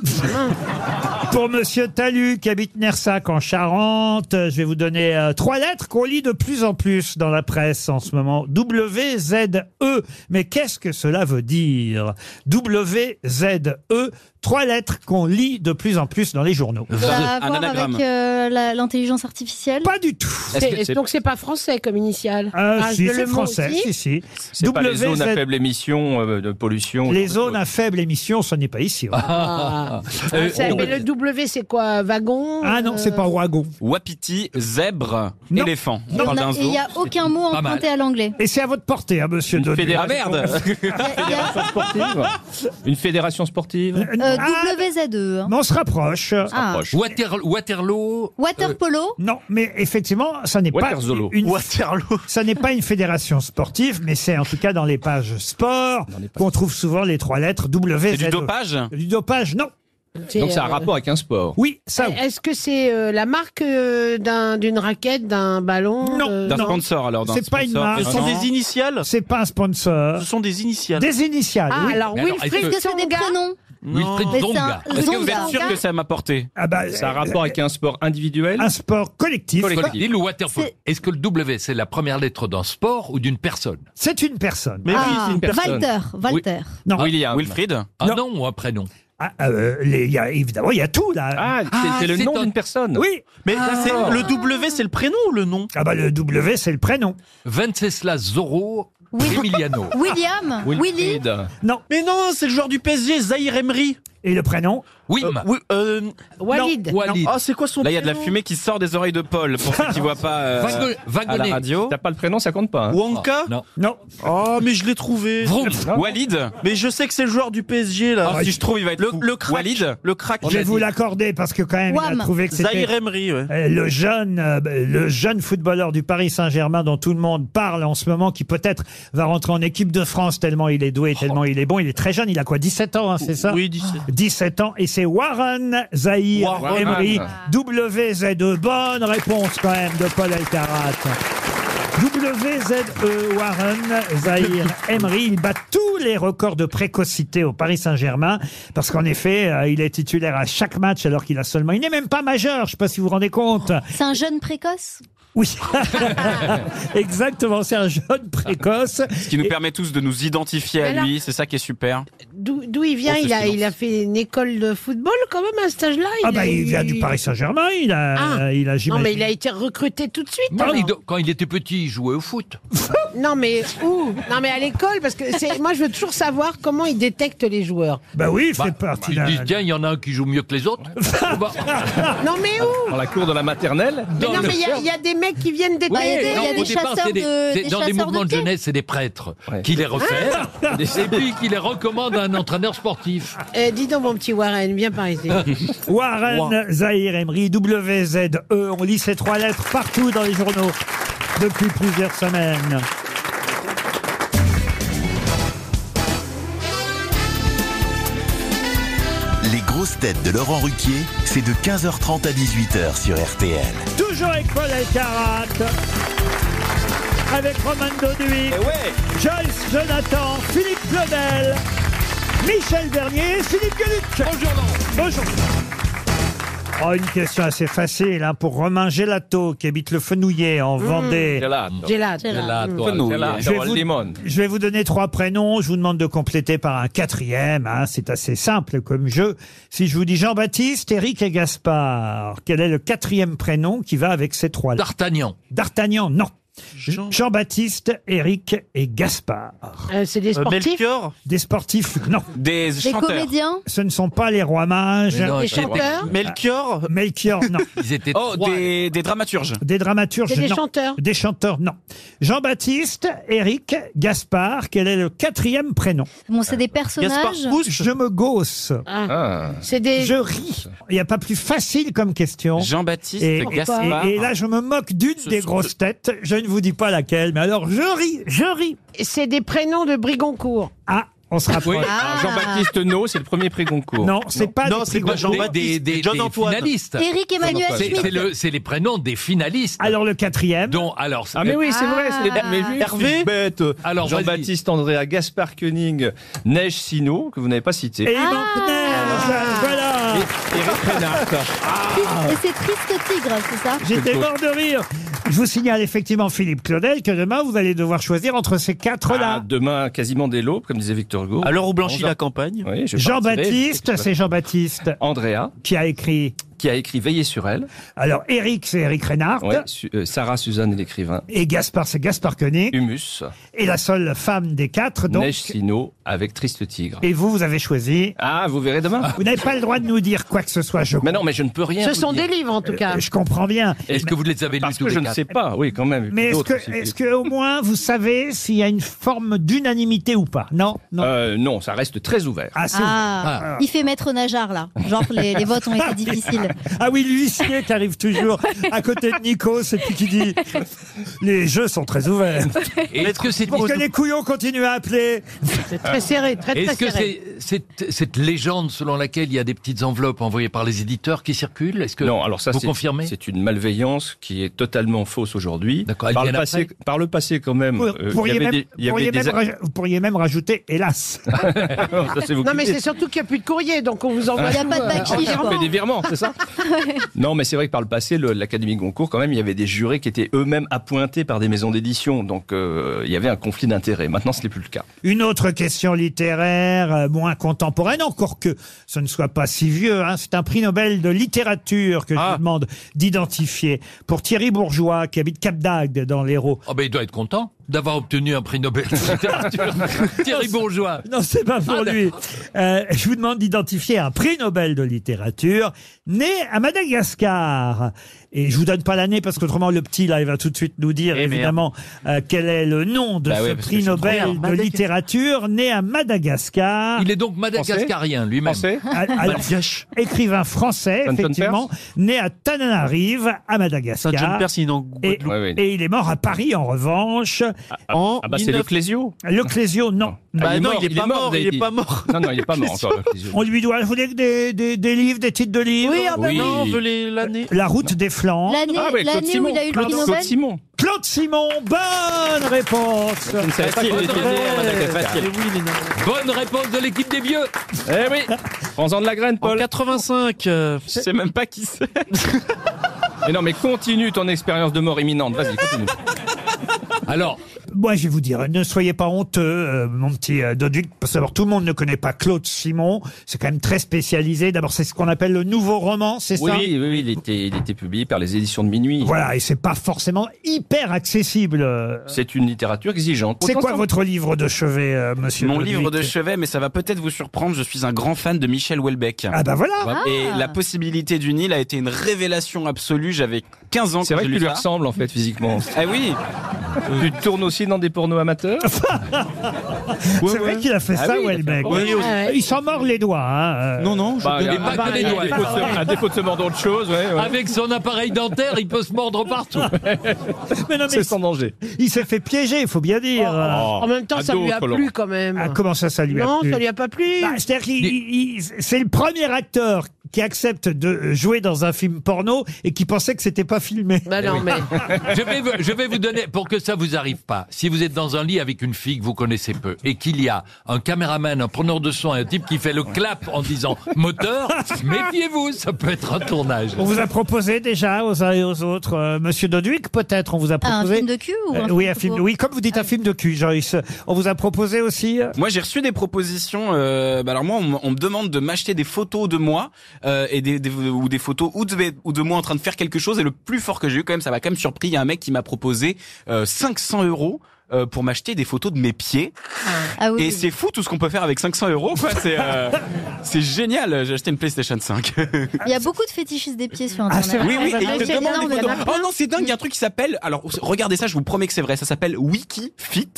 [SPEAKER 2] Pour Monsieur Talu, qui habite Nersac en Charente, je vais vous donner euh, trois lettres qu'on lit de plus en plus dans la presse en ce moment. W-Z-E. Mais qu'est-ce que cela veut dire W-Z-E. Trois lettres qu'on lit de plus en plus dans les journaux.
[SPEAKER 7] Ça a à voir avec euh, la- l'intelligence artificielle
[SPEAKER 2] Pas du tout.
[SPEAKER 5] C'est- donc c'est pas français comme initial.
[SPEAKER 2] Ah,
[SPEAKER 5] je
[SPEAKER 2] si,
[SPEAKER 5] le
[SPEAKER 2] c'est
[SPEAKER 5] mot
[SPEAKER 2] français, si,
[SPEAKER 5] aussi.
[SPEAKER 2] si.
[SPEAKER 8] C'est pas les zones à
[SPEAKER 2] WZ
[SPEAKER 8] faible émission euh, de pollution.
[SPEAKER 2] Les zones à faible émission, ce n'est pas ici.
[SPEAKER 5] Ah.
[SPEAKER 15] Euh,
[SPEAKER 5] Ah, ça-
[SPEAKER 6] Euh,
[SPEAKER 5] mais le W, c'est quoi Wagon euh,
[SPEAKER 2] Ah non, c'est pas wagon.
[SPEAKER 15] Wapiti, zèbre, éléphant. On
[SPEAKER 7] Il
[SPEAKER 15] parle
[SPEAKER 7] n'y
[SPEAKER 15] d'un
[SPEAKER 7] a,
[SPEAKER 15] zoo.
[SPEAKER 7] il y a aucun mot
[SPEAKER 15] Pas mal.
[SPEAKER 7] emprunté à l'anglais.
[SPEAKER 2] Et c'est à votre portée, hein, monsieur
[SPEAKER 8] Une
[SPEAKER 2] Dodon.
[SPEAKER 8] fédération.
[SPEAKER 15] Ah, merde.
[SPEAKER 8] fédération sportive. Une fédération sportive.
[SPEAKER 7] Euh, WZE. hein.
[SPEAKER 2] Mais on se rapproche.
[SPEAKER 7] Ah.
[SPEAKER 6] Water- Waterloo.
[SPEAKER 7] Waterpolo
[SPEAKER 2] Non, mais effectivement, ça n'est pas
[SPEAKER 8] Waterzolo.
[SPEAKER 2] une ça n'est pas une fédération sportive, mais c'est en tout cas dans les pages sport qu'on trouve souvent les trois lettres W. E.
[SPEAKER 15] C'est du dopage
[SPEAKER 2] Du dopage, non.
[SPEAKER 5] C'est, Donc, ça a un euh, rapport
[SPEAKER 8] avec un sport.
[SPEAKER 2] Oui, ça. oui.
[SPEAKER 5] Est-ce que c'est euh, la marque euh, d'un- d'une raquette, d'un ballon
[SPEAKER 2] Non.
[SPEAKER 5] euh,
[SPEAKER 15] D'un
[SPEAKER 2] Non.
[SPEAKER 15] sponsor alors. d'un
[SPEAKER 2] C'est pas une
[SPEAKER 15] sponsor.
[SPEAKER 2] marque.
[SPEAKER 15] Et
[SPEAKER 2] Ce
[SPEAKER 3] Ce sont
[SPEAKER 15] non.
[SPEAKER 3] des initiales
[SPEAKER 2] C'est pas un sponsor.
[SPEAKER 3] Ce sont des initiales.
[SPEAKER 2] Des initiales.
[SPEAKER 5] Ah,
[SPEAKER 2] oui. Ah,
[SPEAKER 5] alors
[SPEAKER 6] Mais alors,
[SPEAKER 5] Wilfried
[SPEAKER 6] est-ce
[SPEAKER 7] Est-ce que c'est des
[SPEAKER 5] Tsonga
[SPEAKER 7] prénoms
[SPEAKER 6] Wilfried
[SPEAKER 7] Mais c'est
[SPEAKER 6] Tsonga.
[SPEAKER 7] un
[SPEAKER 15] Est-ce que vous
[SPEAKER 7] Zonga.
[SPEAKER 15] êtes sûr que ça m'a porté
[SPEAKER 2] Ah bah,
[SPEAKER 8] Ça a un rapport avec un sport individuel.
[SPEAKER 2] un sport collectif.
[SPEAKER 8] Collectif.
[SPEAKER 6] Crocodile ou waterpolo.
[SPEAKER 7] C'est-
[SPEAKER 6] Est-ce que le W, c'est la première lettre d'un sport ou d'une personne
[SPEAKER 2] C'est une personne.
[SPEAKER 3] Mais oui,
[SPEAKER 7] Ah,
[SPEAKER 3] c'est une personne.
[SPEAKER 7] Walter, Walter.
[SPEAKER 6] Ah.
[SPEAKER 2] Non.
[SPEAKER 8] William.
[SPEAKER 15] Wilfried
[SPEAKER 6] Un
[SPEAKER 2] Non.
[SPEAKER 6] nom ou un prénom
[SPEAKER 2] Ah, euh, les- il y a- évidemment, il y a tout là.
[SPEAKER 8] Ah, c'est-
[SPEAKER 6] Ah,
[SPEAKER 8] c'est le
[SPEAKER 6] c'est
[SPEAKER 8] nom
[SPEAKER 6] un-
[SPEAKER 8] d'une personne.
[SPEAKER 2] Oui.
[SPEAKER 3] Mais là, c'est- le W, c'est le prénom ou le nom
[SPEAKER 2] Ah bah le W, c'est le prénom.
[SPEAKER 6] Venceslas Zorro
[SPEAKER 7] Will-
[SPEAKER 6] Emiliano.
[SPEAKER 7] William Willy
[SPEAKER 8] Wilfried.
[SPEAKER 2] Non.
[SPEAKER 3] Mais non, c'est le joueur du PSG, Zahir Emery.
[SPEAKER 2] Et le prénom
[SPEAKER 6] Wim.
[SPEAKER 3] Euh, oui, euh,
[SPEAKER 5] Walid.
[SPEAKER 3] non,
[SPEAKER 6] Walid.
[SPEAKER 3] Ah, c'est quoi son
[SPEAKER 15] Là, il y a de la
[SPEAKER 3] prénom
[SPEAKER 15] fumée qui sort des oreilles de Paul pour ceux qui voient pas euh,
[SPEAKER 6] Wagon-
[SPEAKER 15] à la
[SPEAKER 6] Wagonnet.
[SPEAKER 15] radio.
[SPEAKER 8] T'as pas le prénom, ça compte pas. hein.
[SPEAKER 3] Wonka
[SPEAKER 6] Non.
[SPEAKER 2] Non.
[SPEAKER 3] Ah, mais je l'ai trouvé.
[SPEAKER 6] Vroom.
[SPEAKER 15] Walid.
[SPEAKER 3] Mais je sais que c'est le joueur du PSG là.
[SPEAKER 15] Ah, si je trouve, il va être
[SPEAKER 3] le,
[SPEAKER 15] fou.
[SPEAKER 3] le crack.
[SPEAKER 15] Walid.
[SPEAKER 3] Le crack.
[SPEAKER 2] Je vais vous l'accorder parce que quand même, il
[SPEAKER 7] Wham.
[SPEAKER 2] a trouvé que c'était
[SPEAKER 3] Zahir Emery, ouais.
[SPEAKER 2] Euh, le jeune, euh, le jeune footballeur du Paris Saint-Germain dont tout le monde parle en ce moment, qui peut-être va rentrer en équipe de France tellement il est doué, tellement il est bon. Il est très jeune, il a quoi, 17 ans, hein, c'est ça
[SPEAKER 3] Oui, 17.
[SPEAKER 2] 17 ans, et c'est Warren Zahir
[SPEAKER 8] Warren.
[SPEAKER 2] Emery, WZE. Bonne réponse quand même de Paul Elkarat. WZE Warren Zahir Emery, il bat tous les records de précocité au Paris Saint-Germain parce qu'en effet, euh, il est titulaire à chaque match alors qu'il a seulement, il n'est même pas majeur, je sais pas si vous vous rendez compte.
[SPEAKER 7] C'est un jeune précoce
[SPEAKER 2] Oui, exactement, c'est un jeune précoce.
[SPEAKER 15] Ce qui nous permet tous de nous identifier à
[SPEAKER 5] Alors-
[SPEAKER 15] lui, c'est ça qui est super.
[SPEAKER 5] D'où d'où il vient
[SPEAKER 15] Oh, ce
[SPEAKER 5] il, a,
[SPEAKER 15] silence.
[SPEAKER 5] il a fait une école de football quand même à cet âge-là.
[SPEAKER 2] Ah bah
[SPEAKER 5] a
[SPEAKER 2] il
[SPEAKER 5] eu-
[SPEAKER 2] vient du Paris Saint-Germain, il a,
[SPEAKER 5] Ah.
[SPEAKER 2] il a
[SPEAKER 5] Non
[SPEAKER 2] j'imagine.
[SPEAKER 5] mais il a été recruté tout de suite.
[SPEAKER 6] Non,
[SPEAKER 5] alors.
[SPEAKER 6] il do- quand il était petit, il jouait au foot.
[SPEAKER 5] Non mais où Non mais à l'école parce que c'est moi je veux toujours savoir comment ils détectent les joueurs.
[SPEAKER 2] Bah oui, il fait
[SPEAKER 6] Bah,
[SPEAKER 2] partie
[SPEAKER 6] Ils
[SPEAKER 2] d'un-
[SPEAKER 6] disent, tiens, il y en a un qui joue mieux que les autres. On va-
[SPEAKER 5] Non mais où
[SPEAKER 8] Dans la cour de la maternelle.
[SPEAKER 5] Mais
[SPEAKER 6] Dans
[SPEAKER 5] non
[SPEAKER 6] le
[SPEAKER 5] mais il y a-
[SPEAKER 6] cercle.
[SPEAKER 5] il y, a des mecs qui viennent
[SPEAKER 6] Oui,
[SPEAKER 5] détecter.
[SPEAKER 7] il y a
[SPEAKER 6] non,
[SPEAKER 7] des
[SPEAKER 6] au départ,
[SPEAKER 7] chasseurs
[SPEAKER 6] c'est
[SPEAKER 7] de-
[SPEAKER 6] c'est
[SPEAKER 7] des
[SPEAKER 6] dans des
[SPEAKER 7] chasseurs
[SPEAKER 6] mouvements
[SPEAKER 7] de
[SPEAKER 6] de,
[SPEAKER 7] pieds.
[SPEAKER 6] jeunesse, c'est des prêtres
[SPEAKER 8] Ouais.
[SPEAKER 6] qui les refèrent et puis qui les recommandent à un entraîneur sportif.
[SPEAKER 5] Eh, dis donc mon petit Warren, viens par ici.
[SPEAKER 2] Warren Zahir Emery, WZE. On lit ces trois lettres partout dans les journaux depuis plusieurs semaines.
[SPEAKER 1] Les grosses têtes de Laurent Ruquier, c'est de 15h30 à 18h sur RTL.
[SPEAKER 2] Toujours avec Paul Elkarat. Avec Roman Doduy,
[SPEAKER 15] Et ouais
[SPEAKER 2] Joyce Jonathan, Philippe Claudel, Michel Bernier et Philippe Gueluc. Bonjour. Bonjour. Oh, une question assez facile hein, pour Romain Gelato qui habite le Fenouillet en Vendée.
[SPEAKER 8] Gelato.
[SPEAKER 5] Gelato.
[SPEAKER 6] Là, toi, là.
[SPEAKER 2] Je vais
[SPEAKER 8] Gelato.
[SPEAKER 2] vous-
[SPEAKER 8] Limon.
[SPEAKER 2] Je vais vous donner trois prénoms. Je vous demande de compléter par un quatrième. hein. C'est assez simple comme jeu. Si je vous dis Jean-Baptiste, Éric et Gaspard, quel est le quatrième prénom qui va avec ces trois-là
[SPEAKER 6] D'Artagnan.
[SPEAKER 2] D'Artagnan, non.
[SPEAKER 3] Jean-
[SPEAKER 2] Jean-Baptiste, Éric et Gaspard.
[SPEAKER 5] Euh, c'est des
[SPEAKER 3] Euh,
[SPEAKER 5] sportifs.
[SPEAKER 3] Melchior.
[SPEAKER 2] Des sportifs, non.
[SPEAKER 15] Des,
[SPEAKER 7] Des
[SPEAKER 15] chanteurs.
[SPEAKER 7] comédiens
[SPEAKER 2] Ce ne sont pas les rois mages. Ah,
[SPEAKER 6] Mais non,
[SPEAKER 5] Des
[SPEAKER 6] ils étaient-
[SPEAKER 5] chanteurs.
[SPEAKER 3] Melchior.
[SPEAKER 2] Melchior, non.
[SPEAKER 6] Ils étaient
[SPEAKER 15] Oh,
[SPEAKER 6] trois.
[SPEAKER 15] des, des dramaturges.
[SPEAKER 2] Des dramaturges,
[SPEAKER 5] C'est des
[SPEAKER 2] non.
[SPEAKER 5] chanteurs.
[SPEAKER 2] Des chanteurs, non. Jean-Baptiste, Éric, Gaspard, quel est le quatrième prénom
[SPEAKER 7] Bon, c'est des
[SPEAKER 3] Gaspard
[SPEAKER 7] personnages.
[SPEAKER 3] Pousse.
[SPEAKER 2] Je me gausse.
[SPEAKER 5] Ah.
[SPEAKER 8] Ah.
[SPEAKER 5] C'est des
[SPEAKER 2] Je ris. Il n'y a pas plus facile comme question.
[SPEAKER 15] Jean-Baptiste,
[SPEAKER 2] Et,
[SPEAKER 15] Gaspard.
[SPEAKER 2] et- et là, je me moque d'une des grosses têtes. Je ne vous dis pas laquelle, mais alors je ris, je ris.
[SPEAKER 5] c'est des prénoms de Brigoncourt.
[SPEAKER 2] Ah, on se rapproche.
[SPEAKER 8] Alors, Jean-Baptiste No, c'est le premier prix Goncourt.
[SPEAKER 2] Non, c'est pas
[SPEAKER 8] Non,
[SPEAKER 2] des
[SPEAKER 8] c'est
[SPEAKER 2] prix
[SPEAKER 8] pas
[SPEAKER 2] Goncourt.
[SPEAKER 6] des, des, des finalistes.
[SPEAKER 2] Éric Emmanuel
[SPEAKER 6] C'est-
[SPEAKER 2] Schmitt.
[SPEAKER 6] C'est le- c'est les prénoms des finalistes.
[SPEAKER 2] Alors le quatrième.
[SPEAKER 6] Dont, alors,
[SPEAKER 8] Ah mais oui, c'est vrai, c'est les dates. Mais je suis bête.
[SPEAKER 6] Alors, vas-y.
[SPEAKER 8] Jean-Baptiste Andréa, Gaspard Koenig, Neige Sino, que vous n'avez pas cité.
[SPEAKER 2] Et il manque neige, voilà.
[SPEAKER 8] Eric Renard.
[SPEAKER 3] Ah.
[SPEAKER 7] Et c'est Triste Tigre, c'est ça
[SPEAKER 2] J'étais mort de rire. Je vous signale effectivement, Philippe Claudel, que demain, vous allez devoir choisir entre ces
[SPEAKER 8] Ah,
[SPEAKER 2] quatre-là.
[SPEAKER 8] demain, quasiment dès l'aube, comme disait Victor Hugo.
[SPEAKER 2] Alors,
[SPEAKER 8] où
[SPEAKER 2] on blanchit la
[SPEAKER 8] campagne.
[SPEAKER 2] Jean-Baptiste, c'est Jean-Baptiste.
[SPEAKER 8] Andrea.
[SPEAKER 2] Qui a écrit
[SPEAKER 8] Qui a écrit Veiller sur elle.
[SPEAKER 2] Alors, Eric, c'est Eric Reinhardt.
[SPEAKER 8] Ouais, Su- euh, Sarah Suzanne et l'écrivain.
[SPEAKER 2] Et Gaspard, c'est Gaspard Koenig.
[SPEAKER 8] Humus.
[SPEAKER 2] Et la seule femme des quatre, donc.
[SPEAKER 8] Neige Sino avec Triste Tigre.
[SPEAKER 2] Et vous, vous avez choisi.
[SPEAKER 8] Ah, vous verrez demain.
[SPEAKER 2] Vous n'avez pas le droit de nous dire quoi que ce soit, je
[SPEAKER 8] Mais non, mais je ne peux rien.
[SPEAKER 5] Ce
[SPEAKER 8] vous
[SPEAKER 5] sont
[SPEAKER 8] dire.
[SPEAKER 5] des livres en tout cas.
[SPEAKER 2] Euh, Je comprends bien.
[SPEAKER 6] Est-ce que vous les avez lus
[SPEAKER 8] Parce
[SPEAKER 6] tous
[SPEAKER 8] que
[SPEAKER 6] les
[SPEAKER 8] je ne
[SPEAKER 6] quatre
[SPEAKER 8] sais pas, oui, quand même.
[SPEAKER 2] Mais est-ce
[SPEAKER 8] D'autres
[SPEAKER 2] que,
[SPEAKER 8] aussi.
[SPEAKER 2] est-ce que, au moins, vous savez s'il y a une forme d'unanimité ou pas Non Non.
[SPEAKER 8] Euh, non, ça reste très ouvert.
[SPEAKER 2] Ah, c'est-
[SPEAKER 7] Ah, il fait maître nageard là. Genre les, les votes ont été difficiles.
[SPEAKER 2] Ah oui, l'huissier qui arrive toujours à côté de Nico, c'est puis qui dit Les jeux sont très ouverts.
[SPEAKER 6] Et Est-ce que c'est
[SPEAKER 2] Pour que les couillons continuent à appeler.
[SPEAKER 5] C'est très serré, très très
[SPEAKER 6] Ah. Est-ce que
[SPEAKER 5] serré.
[SPEAKER 6] c'est c'est- cette légende selon laquelle il y a des petites enveloppes envoyées par les éditeurs qui circulent Est-ce que
[SPEAKER 8] non, alors ça,
[SPEAKER 6] vous
[SPEAKER 8] c'est-
[SPEAKER 6] confirmez
[SPEAKER 8] C'est une malveillance qui est totalement fausse aujourd'hui.
[SPEAKER 6] elle
[SPEAKER 8] Par, le
[SPEAKER 6] vient
[SPEAKER 8] passé- par le passé, quand même,
[SPEAKER 2] Vous
[SPEAKER 8] euh, il y
[SPEAKER 2] pourriez
[SPEAKER 8] avait
[SPEAKER 2] même-
[SPEAKER 8] des- il y avait
[SPEAKER 2] pourriez
[SPEAKER 8] des-
[SPEAKER 2] même raj- vous pourriez même rajouter, hélas.
[SPEAKER 8] Ah, Ça, c'est vous
[SPEAKER 5] Non
[SPEAKER 8] qui
[SPEAKER 5] mais
[SPEAKER 8] dites. Ah.
[SPEAKER 5] c'est surtout qu'il n'y a plus de courrier, donc on vous envoie.
[SPEAKER 7] Il y a pas de
[SPEAKER 5] tout, euh,
[SPEAKER 7] bacheliste,
[SPEAKER 8] On fait des virements, c'est ça Non, mais c'est vrai que par le passé, le- l'Académie Goncourt, quand même, il y avait des jurés qui étaient eux-mêmes appointés par des maisons d'édition. Donc, euh, il y avait un conflit d'intérêts. Maintenant, ce n'est plus le cas.
[SPEAKER 2] Une autre question littéraire, euh, moins contemporaine, encore que ce ne soit pas si vieux. hein. C'est un prix Nobel de littérature
[SPEAKER 8] Ah.
[SPEAKER 2] que je vous demande d'identifier pour Thierry Bourgeois, qui habite Cap d'Agde dans l'Hérault.
[SPEAKER 6] Oh ben il doit être content d'avoir obtenu un prix Nobel de littérature. Thierry Bourgeois. Ah,
[SPEAKER 2] Non, c'est pas pour lui. Euh, je vous demande d'identifier un prix Nobel de littérature né à Madagascar. Et je vous donne pas l'année parce qu'autrement le petit là, il va tout de suite nous dire évidemment euh, quel est le nom
[SPEAKER 6] Eh,
[SPEAKER 2] de
[SPEAKER 6] Bah
[SPEAKER 2] ce
[SPEAKER 6] ouais, parce que
[SPEAKER 2] prix
[SPEAKER 6] je suis trop
[SPEAKER 2] Nobel
[SPEAKER 6] bien.
[SPEAKER 2] de
[SPEAKER 6] Madagascar.
[SPEAKER 2] littérature né à Madagascar.
[SPEAKER 6] Il est donc madagascarien lui-même. Bah,
[SPEAKER 2] Al- alors, écrivain français,
[SPEAKER 6] John
[SPEAKER 2] effectivement, né à Tananarive, à Madagascar.
[SPEAKER 3] Saint-John-Perse, il est en
[SPEAKER 2] et,
[SPEAKER 3] Guadeloupe.
[SPEAKER 8] Ouais, ouais.
[SPEAKER 2] et il est mort à Paris, en revanche. en
[SPEAKER 8] Ah bah, c'est
[SPEAKER 2] 19
[SPEAKER 8] le Clésio.
[SPEAKER 2] Le Clésio, non.
[SPEAKER 8] Ah,
[SPEAKER 3] Bah non,
[SPEAKER 8] mort,
[SPEAKER 3] il est pas mort,
[SPEAKER 8] vous avez
[SPEAKER 3] il est
[SPEAKER 8] dit.
[SPEAKER 3] pas mort.
[SPEAKER 8] Non, non, il n'est pas mort encore, le Clésio.
[SPEAKER 2] On lui doit, vous voulez que des, des, des livres, des titres de
[SPEAKER 3] Eh
[SPEAKER 2] livres
[SPEAKER 5] Oui, ah bah Oui.
[SPEAKER 3] ben Non, on veut les- l'année.
[SPEAKER 2] La route des flancs.
[SPEAKER 7] L'année
[SPEAKER 8] Ah ouais, Claude
[SPEAKER 7] l'année où
[SPEAKER 8] Simon.
[SPEAKER 7] il a eu le prix
[SPEAKER 8] Claude
[SPEAKER 7] Nobel
[SPEAKER 8] Simon.
[SPEAKER 2] Claude Simon, bonne réponse
[SPEAKER 8] Je ne savais pas qu'il était né à Madagascar.
[SPEAKER 3] Eh oui, il est né.
[SPEAKER 6] Bonne réponse de l'équipe des vieux.
[SPEAKER 8] Eh oui Prends-en de la graine,
[SPEAKER 3] En
[SPEAKER 8] Paul.
[SPEAKER 3] 85. euh,
[SPEAKER 4] Je sais même pas qui c'est.
[SPEAKER 8] Mais non, mais continue ton expérience de mort imminente. Vas-y, continue.
[SPEAKER 6] Alors,
[SPEAKER 2] Moi, je vais vous dire, ne soyez pas honteux, euh, mon petit euh, Doduc, parce que d'abord, tout le monde ne connaît pas Claude Simon. C'est quand même très spécialisé. D'abord, c'est ce qu'on appelle le nouveau roman, c'est
[SPEAKER 8] Oui,
[SPEAKER 2] ça
[SPEAKER 8] oui, oui, il était, il était publié par les éditions de minuit.
[SPEAKER 2] Voilà, et c'est pas forcément hyper accessible. euh.
[SPEAKER 8] C'est une littérature exigeante.
[SPEAKER 2] C'est quoi votre livre de chevet, euh, monsieur
[SPEAKER 4] Mon
[SPEAKER 2] Doduc
[SPEAKER 4] livre de chevet, mais ça va peut-être vous surprendre, je suis un grand fan de Michel Houellebecq.
[SPEAKER 2] Ah bah voilà
[SPEAKER 4] Et la possibilité du Nil a été une révélation absolue. J'avais 15 ans quand
[SPEAKER 8] C'est vrai
[SPEAKER 4] j'ai
[SPEAKER 8] que tu
[SPEAKER 4] lu
[SPEAKER 8] lui
[SPEAKER 4] ça.
[SPEAKER 8] ressembles, en fait, physiquement.
[SPEAKER 4] Ah oui,
[SPEAKER 8] tu tournes aussi dans des pornos amateurs
[SPEAKER 2] C'est vrai qu'il a fait
[SPEAKER 8] Ah
[SPEAKER 2] ça,
[SPEAKER 8] oui, il a fait
[SPEAKER 2] Houellebecq.
[SPEAKER 8] un Ah bon
[SPEAKER 2] Euh, Il s'en mord les doigts. hein, euh.
[SPEAKER 4] non, non, je
[SPEAKER 8] Bah,
[SPEAKER 4] donne-
[SPEAKER 8] regarde.
[SPEAKER 6] et pas
[SPEAKER 2] bah,
[SPEAKER 6] que les
[SPEAKER 2] il y a
[SPEAKER 6] doigts.
[SPEAKER 2] pas-
[SPEAKER 8] à défaut de se mordre autre chose, ouais, ouais.
[SPEAKER 6] Avec son appareil dentaire, il peut se mordre partout.
[SPEAKER 2] Mais non, mais
[SPEAKER 8] c'est sans danger.
[SPEAKER 2] il s'est fait piéger, il faut bien dire.
[SPEAKER 5] En même temps, ça
[SPEAKER 8] Ado,
[SPEAKER 5] lui a
[SPEAKER 8] Colomb.
[SPEAKER 5] plu quand même.
[SPEAKER 2] Ah, comment ça, ça lui a
[SPEAKER 5] non,
[SPEAKER 2] plu
[SPEAKER 5] ça lui a pas plu.
[SPEAKER 2] Bah, C'est-à-dire qu'il- il- il- c'est le premier acteur qui accepte de jouer dans un film porno et qui pensait que c'était pas filmé.
[SPEAKER 5] Bah
[SPEAKER 6] Eh
[SPEAKER 5] non, mais
[SPEAKER 6] Je vais, vous- je vais vous donner, pour que ça vous arrive pas, si vous êtes dans un lit avec une fille que vous connaissez peu et qu'il y a un caméraman, un preneur de son et un type qui fait le clap en disant moteur, méfiez-vous, ça peut être un tournage.
[SPEAKER 2] On vous a proposé déjà aux uns et aux autres, euh, Monsieur Doduic, peut-être, on vous a
[SPEAKER 7] Ah, Un
[SPEAKER 2] proposé.
[SPEAKER 7] film de cul ou un
[SPEAKER 2] Euh, oui,
[SPEAKER 7] de Ah.
[SPEAKER 2] un film.
[SPEAKER 7] beau
[SPEAKER 2] Oui, comme vous dites, un film de cul, Joyce. On vous a proposé aussi. euh,
[SPEAKER 4] Moi, j'ai reçu des propositions. euh, bah alors moi, on, m- on me demande de m'acheter des photos de moi euh, et des, des- ou des photos ou de, ou de moi en train de faire quelque chose. Et le plus fort que j'ai eu, quand même, ça m'a quand même surpris. Il y a un mec qui m'a proposé euh, 500 euros. euh, pour m'acheter des photos de mes pieds
[SPEAKER 7] Ah oui.
[SPEAKER 4] et c'est fou tout ce qu'on peut faire avec 500 euros quoi c'est euh, c'est génial j'ai acheté une PlayStation 5
[SPEAKER 7] Il y a beaucoup de fétichistes des pieds sur
[SPEAKER 2] c'est
[SPEAKER 7] internet.
[SPEAKER 2] vrai.
[SPEAKER 4] oui oui
[SPEAKER 7] Ah,
[SPEAKER 4] et
[SPEAKER 7] bah,
[SPEAKER 4] ils te
[SPEAKER 7] c'est
[SPEAKER 4] demandent
[SPEAKER 7] énorme,
[SPEAKER 4] des
[SPEAKER 7] il y en
[SPEAKER 4] photos
[SPEAKER 7] a plein.
[SPEAKER 4] oh non c'est dingue il y a un truc qui s'appelle alors regardez ça je vous promets que c'est vrai ça s'appelle Wikifit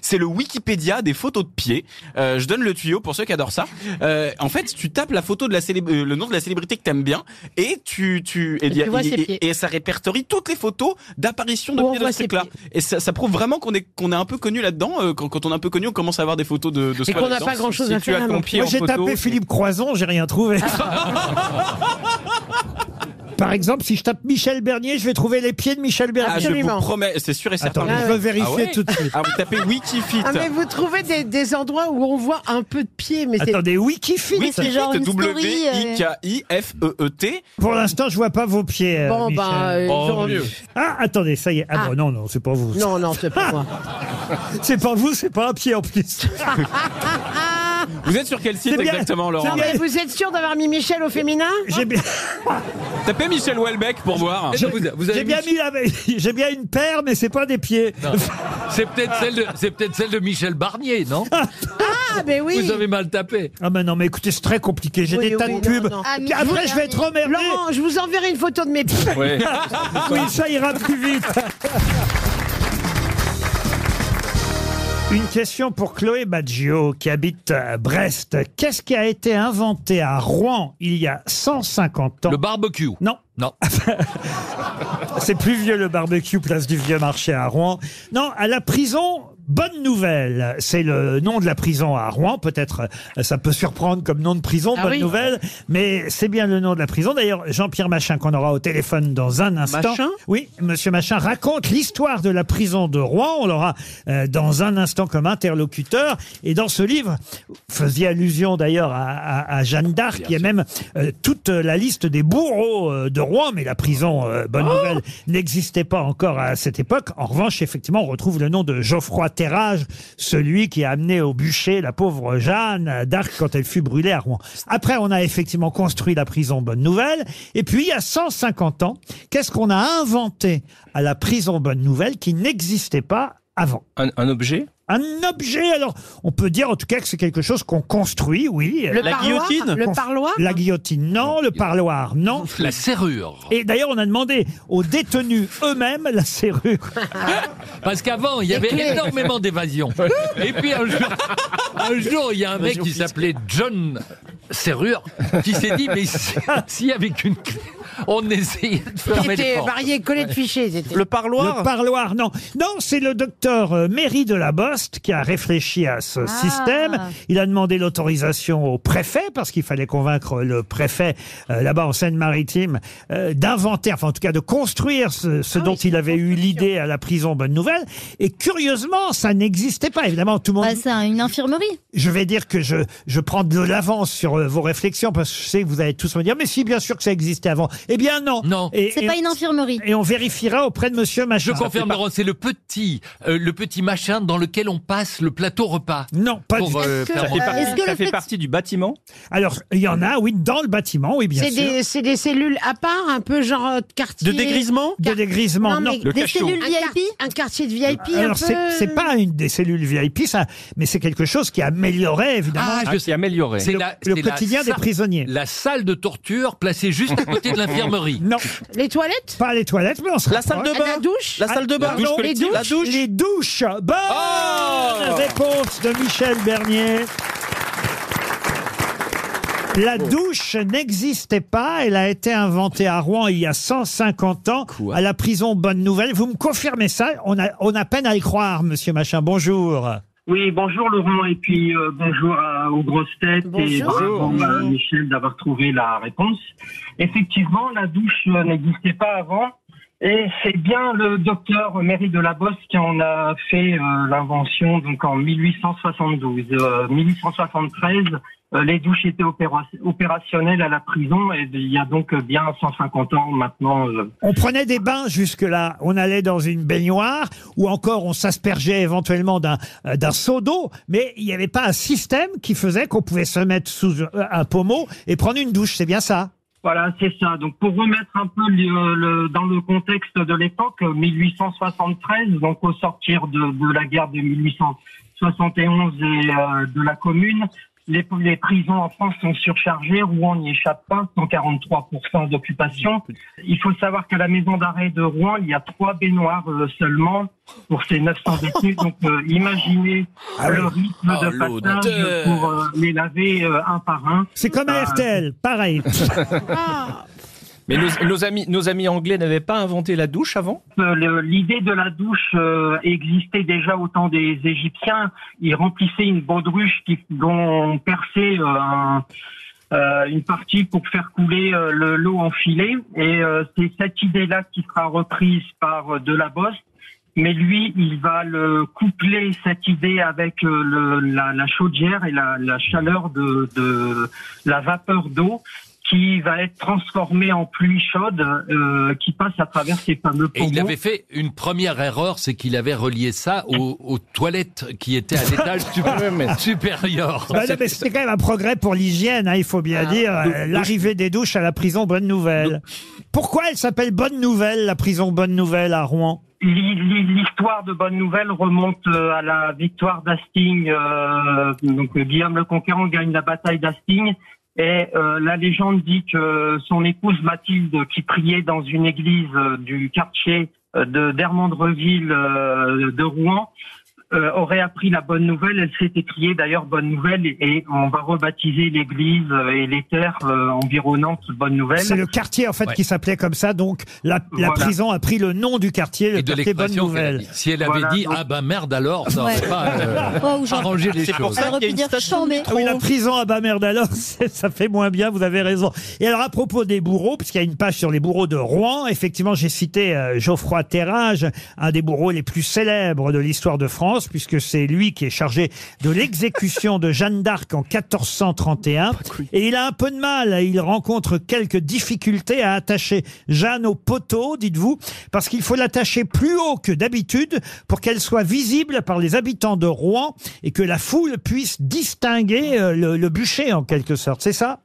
[SPEAKER 4] c'est le Wikipédia des photos de pieds Euh, je donne le tuyau pour ceux qui adorent ça Euh, en fait tu tapes la photo de la célé- euh, le nom de la célébrité que t'aimes bien et tu tu et, il y a-
[SPEAKER 5] tu vois
[SPEAKER 4] et-
[SPEAKER 5] ses
[SPEAKER 4] et-
[SPEAKER 5] pieds.
[SPEAKER 4] et ça répertorie toutes les photos d'apparition de
[SPEAKER 5] Où on
[SPEAKER 4] pieds de
[SPEAKER 5] voit
[SPEAKER 4] ce
[SPEAKER 5] ses
[SPEAKER 4] truc là et ça, ça prouve vraiment qu'on est qu'on est un peu connu là-dedans. euh, quand, quand on est un peu connu, on commence à avoir des photos de, de
[SPEAKER 2] Et qu'on n'a
[SPEAKER 4] là-dedans.
[SPEAKER 2] pas grand-chose
[SPEAKER 4] Si
[SPEAKER 2] à
[SPEAKER 4] tu
[SPEAKER 2] faire,
[SPEAKER 4] as ton
[SPEAKER 2] alors.
[SPEAKER 4] pied
[SPEAKER 2] Moi,
[SPEAKER 4] en
[SPEAKER 2] j'ai
[SPEAKER 4] photo-
[SPEAKER 2] tapé Philippe Croison, j'ai rien trouvé. Par exemple, si je tape Michel Bernier, je vais trouver les pieds de Michel Bernier.
[SPEAKER 4] Ah, je vous promets, c'est sûr et certain.
[SPEAKER 2] Attendez, je vais vérifier
[SPEAKER 4] Ah ouais
[SPEAKER 2] tout de suite.
[SPEAKER 4] Ah, vous tapez Wikifit.
[SPEAKER 5] Ah, mais vous trouvez des, des endroits où on voit un peu de pied, mais c'est.
[SPEAKER 2] Attendez, Wikifit.
[SPEAKER 5] Mais c'est genre une story,
[SPEAKER 2] E
[SPEAKER 5] euh.
[SPEAKER 4] E W-I-K-I-F-E-E-T.
[SPEAKER 2] Pour l'instant, je vois pas vos pieds. euh,
[SPEAKER 5] Bon,
[SPEAKER 2] Michel.
[SPEAKER 5] ben, euh, Oh, j'aurais- mieux.
[SPEAKER 2] Ah, attendez, ça y est. Ah,
[SPEAKER 5] Ah.
[SPEAKER 2] bon, non, non, c'est pas vous.
[SPEAKER 5] Non, non, c'est pas moi.
[SPEAKER 2] c'est pas vous, c'est pas un pied en plus.
[SPEAKER 4] Vous êtes sur quel
[SPEAKER 2] C'est Euh,
[SPEAKER 4] site
[SPEAKER 2] bien.
[SPEAKER 4] exactement,
[SPEAKER 5] Non,
[SPEAKER 4] Laurent
[SPEAKER 5] mais vous êtes sûr d'avoir mis Michel au féminin
[SPEAKER 2] J'ai bien.
[SPEAKER 4] Tapez Michel Houellebecq pour voir.
[SPEAKER 2] J'ai j'ai bien mis la- j'ai bien une paire, mais c'est pas des pieds.
[SPEAKER 6] Non. C'est peut-être celle, de- c'est peut-être celle de Michel Barnier, non
[SPEAKER 5] Ah, mais oui
[SPEAKER 6] Vous avez mal tapé.
[SPEAKER 2] Ah ben non, mais écoutez, c'est très compliqué. J'ai
[SPEAKER 5] Oui,
[SPEAKER 2] des tas
[SPEAKER 5] oui,
[SPEAKER 2] de
[SPEAKER 5] non,
[SPEAKER 2] pubs.
[SPEAKER 5] non.
[SPEAKER 7] Ah,
[SPEAKER 2] Puis Après, je vais être emmerdé.
[SPEAKER 5] Laurent, je vous enverrai une photo de mes pieds.
[SPEAKER 2] Ouais. oui, ça ira plus vite. Une question pour Chloé Baggio qui habite à Brest. Qu'est-ce qui a été inventé à Rouen il y a 150 ans
[SPEAKER 6] Le barbecue.
[SPEAKER 2] Non.
[SPEAKER 6] Non.
[SPEAKER 2] C'est plus vieux le barbecue, place du vieux marché à Rouen. Non, à la prison. Bonne nouvelle, c'est le nom de la prison à Rouen. Peut-être euh, ça peut surprendre comme nom de prison,
[SPEAKER 6] Ah
[SPEAKER 2] bonne
[SPEAKER 6] oui.
[SPEAKER 2] nouvelle, mais c'est bien le nom de la prison. D'ailleurs, Jean-Pierre Machin qu'on aura au téléphone dans un instant.
[SPEAKER 11] Machin
[SPEAKER 2] Oui, Monsieur Machin raconte l'histoire de la prison de Rouen. On l'aura euh, dans un instant comme interlocuteur. Et dans ce livre, vous faisiez allusion d'ailleurs à, à- à Jeanne d'Arc. Il y a même euh, toute la liste des bourreaux euh, de Rouen, mais la prison, euh, bonne nouvelle, n'existait pas encore à cette époque. En revanche, effectivement, on retrouve le nom de Geoffroy Terrage, celui qui a amené au bûcher la pauvre Jeanne d'Arc quand elle fut brûlée à Rouen. Après, on a effectivement construit la prison, bonne nouvelle. Et puis, il y a 150 ans, qu'est-ce qu'on a inventé à la prison, bonne nouvelle, qui n'existait pas avant
[SPEAKER 17] Un, un objet
[SPEAKER 2] un objet, alors on peut dire en tout cas que c'est quelque chose qu'on construit, oui.
[SPEAKER 5] Le La parloir guillotine Le
[SPEAKER 2] Qu'on-
[SPEAKER 5] parloir
[SPEAKER 2] La guillotine, non. Le parloir, non.
[SPEAKER 6] La serrure.
[SPEAKER 2] Et d'ailleurs, on a demandé aux détenus eux-mêmes la serrure.
[SPEAKER 6] Parce qu'avant, Ah, il y
[SPEAKER 2] Les
[SPEAKER 6] avait
[SPEAKER 2] clés.
[SPEAKER 6] énormément d'évasion. Et puis un jour, un jour, il y a un mec qui s'appelait John Serrure qui s'est dit mais si, si avec une clé, on essayait de
[SPEAKER 5] Ils
[SPEAKER 6] fermer les
[SPEAKER 5] étaient
[SPEAKER 6] portes.
[SPEAKER 5] variés, collés de fichiers. ils étaient-
[SPEAKER 2] Le parloir, non. Non, c'est le docteur euh, Méry de la Boste qui a réfléchi à
[SPEAKER 18] Ah.
[SPEAKER 2] ce système. Il a demandé l'autorisation au préfet parce qu'il fallait convaincre le préfet euh, là-bas en Seine-Maritime euh, d'inventer, enfin en tout cas de construire ce,
[SPEAKER 18] Ah
[SPEAKER 2] ce dont il avait eu l'idée à la prison Bonne Nouvelle. Et curieusement, ça n'existait pas. Évidemment, tout le monde.
[SPEAKER 18] ça, Bah, une infirmerie.
[SPEAKER 2] Je vais dire que je, je prends de l'avance sur euh, vos réflexions parce que je sais que vous allez tous me dire mais si bien sûr que ça existait avant. Eh bien non. Non.
[SPEAKER 18] C'est pas une infirmerie.
[SPEAKER 2] Et on vérifiera auprès de Monsieur Machin. Ah,
[SPEAKER 6] Je confirme, Laurent, c'est le petit, euh, le petit machin dans lequel on passe le plateau repas.
[SPEAKER 2] Non, pas
[SPEAKER 6] pour,
[SPEAKER 2] du tout.
[SPEAKER 6] euh, faire manger.
[SPEAKER 2] partie du bâtiment Alors, il y en a, oui, dans le bâtiment, oui, bien
[SPEAKER 5] C'est
[SPEAKER 2] sûr.
[SPEAKER 5] des, c'est des cellules à part, un peu genre euh, quartier.
[SPEAKER 2] De dégrisement, non. Ah,
[SPEAKER 5] mais des cellules VIP Un quartier de VIP un
[SPEAKER 2] Alors,
[SPEAKER 5] peu...
[SPEAKER 2] c'est c'est pas une des cellules VIP, ça, mais c'est quelque chose qui améliorait, évidemment.
[SPEAKER 6] Ah, je sais. C'est
[SPEAKER 2] Le,
[SPEAKER 6] la-
[SPEAKER 2] le
[SPEAKER 6] c'est la
[SPEAKER 2] quotidien des
[SPEAKER 6] salle-
[SPEAKER 2] prisonniers.
[SPEAKER 6] La salle de torture placée juste à côté de l'infirmerie.
[SPEAKER 2] Non.
[SPEAKER 5] Les toilettes
[SPEAKER 2] Pas les toilettes, mais on se
[SPEAKER 6] La salle
[SPEAKER 2] rapproche.
[SPEAKER 6] de bain La douche La salle de bain
[SPEAKER 2] Ah,
[SPEAKER 6] La douche
[SPEAKER 2] non, les
[SPEAKER 6] collective
[SPEAKER 2] douches
[SPEAKER 6] La douche Oh
[SPEAKER 2] Les douches Bonne réponse de Michel Bernier la
[SPEAKER 6] Oh.
[SPEAKER 2] douche n'existait pas, elle a été inventée à Rouen il y a 150 ans, à la prison Bonne Nouvelle. Vous me confirmez ça on a, on a peine à y croire, monsieur Machin. Bonjour.
[SPEAKER 16] Oui, bonjour Laurent et puis euh, bonjour à- aux grosses têtes et
[SPEAKER 2] Bonjour.
[SPEAKER 16] bravo
[SPEAKER 2] Bonjour.
[SPEAKER 16] à Michel d'avoir trouvé la réponse. Effectivement, la douche euh, n'existait pas avant et c'est bien le docteur Méry de la Bosse qui en a fait euh, l'invention donc en 1872. Euh, 1873, euh, les douches étaient opéra- opérationnelles à la prison et il y a donc euh, bien 150 ans maintenant. euh,
[SPEAKER 2] On prenait des bains jusque-là. On allait dans une baignoire ou encore on s'aspergeait éventuellement d'un euh, d'un seau d'eau, mais il n'y avait pas un système qui faisait qu'on pouvait se mettre sous euh, un pommeau et prendre une douche. C'est bien ça
[SPEAKER 16] Voilà, c'est ça. Donc pour remettre un peu le, le- dans le contexte de l'époque, 1873, donc au sortir de, de la guerre de 1871 et euh, de la Commune, les, les prisons en France sont surchargées, Rouen n'y échappe pas, 143% d'occupation. Il faut savoir qu'à la maison d'arrêt de Rouen, il y a trois baignoires euh, seulement pour ces 900 détenus. Donc euh, imaginez le rythme
[SPEAKER 2] Oh,
[SPEAKER 16] de passage
[SPEAKER 2] l'odeur.
[SPEAKER 16] pour euh, les laver euh, un par un.
[SPEAKER 2] C'est comme à
[SPEAKER 16] Euh,
[SPEAKER 2] RTL, pareil.
[SPEAKER 8] Ah. Mais nos, nos amis, nos amis anglais n'avaient pas inventé la douche avant
[SPEAKER 16] Euh, le- L'idée de la douche euh, existait déjà au temps des Égyptiens. Ils remplissaient une baudruche qui, dont on perçait euh, un- euh, une partie pour faire couler euh, le- l'eau en filet. Et euh, c'est cette idée-là qui sera reprise par euh, Delabosse. Mais lui, il va le coupler cette idée avec euh, le- la, la chaudière et la, la chaleur de, de la vapeur d'eau qui va être transformée en pluie chaude euh, qui passe à travers ces fameux
[SPEAKER 2] Ah
[SPEAKER 6] Et il
[SPEAKER 16] poumons.
[SPEAKER 6] avait fait une première erreur, c'est qu'il avait relié ça aux, aux toilettes qui étaient à l'étage
[SPEAKER 2] Ah
[SPEAKER 6] sup- supérieur.
[SPEAKER 2] Bah non, mais c'était quand même un progrès pour l'hygiène, hein, il faut bien dire.
[SPEAKER 6] Dou-
[SPEAKER 2] Euh,
[SPEAKER 6] douche.
[SPEAKER 2] L'arrivée des douches à la prison, bonne nouvelle. Pourquoi elle s'appelle Bonne Nouvelle, la prison Bonne Nouvelle à Rouen
[SPEAKER 16] L'hi- l'hi- L'histoire de Bonne Nouvelle remonte euh, à la victoire d'Hastings. euh, donc euh, Guillaume le Conquérant gagne la bataille d'Hastings. Et euh, la légende dit que son épouse Mathilde, qui priait dans une église euh, du quartier euh, de d'Hermandreville euh, de Rouen, euh, aurait appris la bonne nouvelle. Elle s'est écriée d'ailleurs Bonne Nouvelle et on va rebaptiser l'église et les terres euh, environnantes Bonne Nouvelle.
[SPEAKER 2] C'est le quartier en fait qui s'appelait comme ça, donc la, la
[SPEAKER 16] Voilà.
[SPEAKER 2] prison a pris le nom du quartier, le
[SPEAKER 6] Et de
[SPEAKER 2] quartier Bonne
[SPEAKER 6] l'expression qu'elle a
[SPEAKER 2] Nouvelle.
[SPEAKER 6] dit. Si elle avait dit ah ben merde alors, ça n'aurait
[SPEAKER 2] Ouais.
[SPEAKER 6] pas euh,
[SPEAKER 2] Ouais, ou genre-
[SPEAKER 6] arrangé les choses.
[SPEAKER 2] Ah Oui, la prison à bas merde alors, c'est- ça fait moins bien, vous avez raison. Et alors, à propos des bourreaux, puisqu'il y a une page sur les bourreaux de Rouen, effectivement, j'ai cité euh, Geoffroy Terrage, un des bourreaux les plus célèbres de l'histoire de France, puisque c'est lui qui est chargé de l'exécution de Jeanne d'Arc en 1431. Et il a un peu de mal, il rencontre quelques difficultés à attacher Jeanne au poteau, dites-vous, parce qu'il faut l'attacher plus haut que d'habitude pour qu'elle soit visible par les habitants de Rouen et que la foule puisse distinguer euh, le, le bûcher en quelque sorte. C'est ça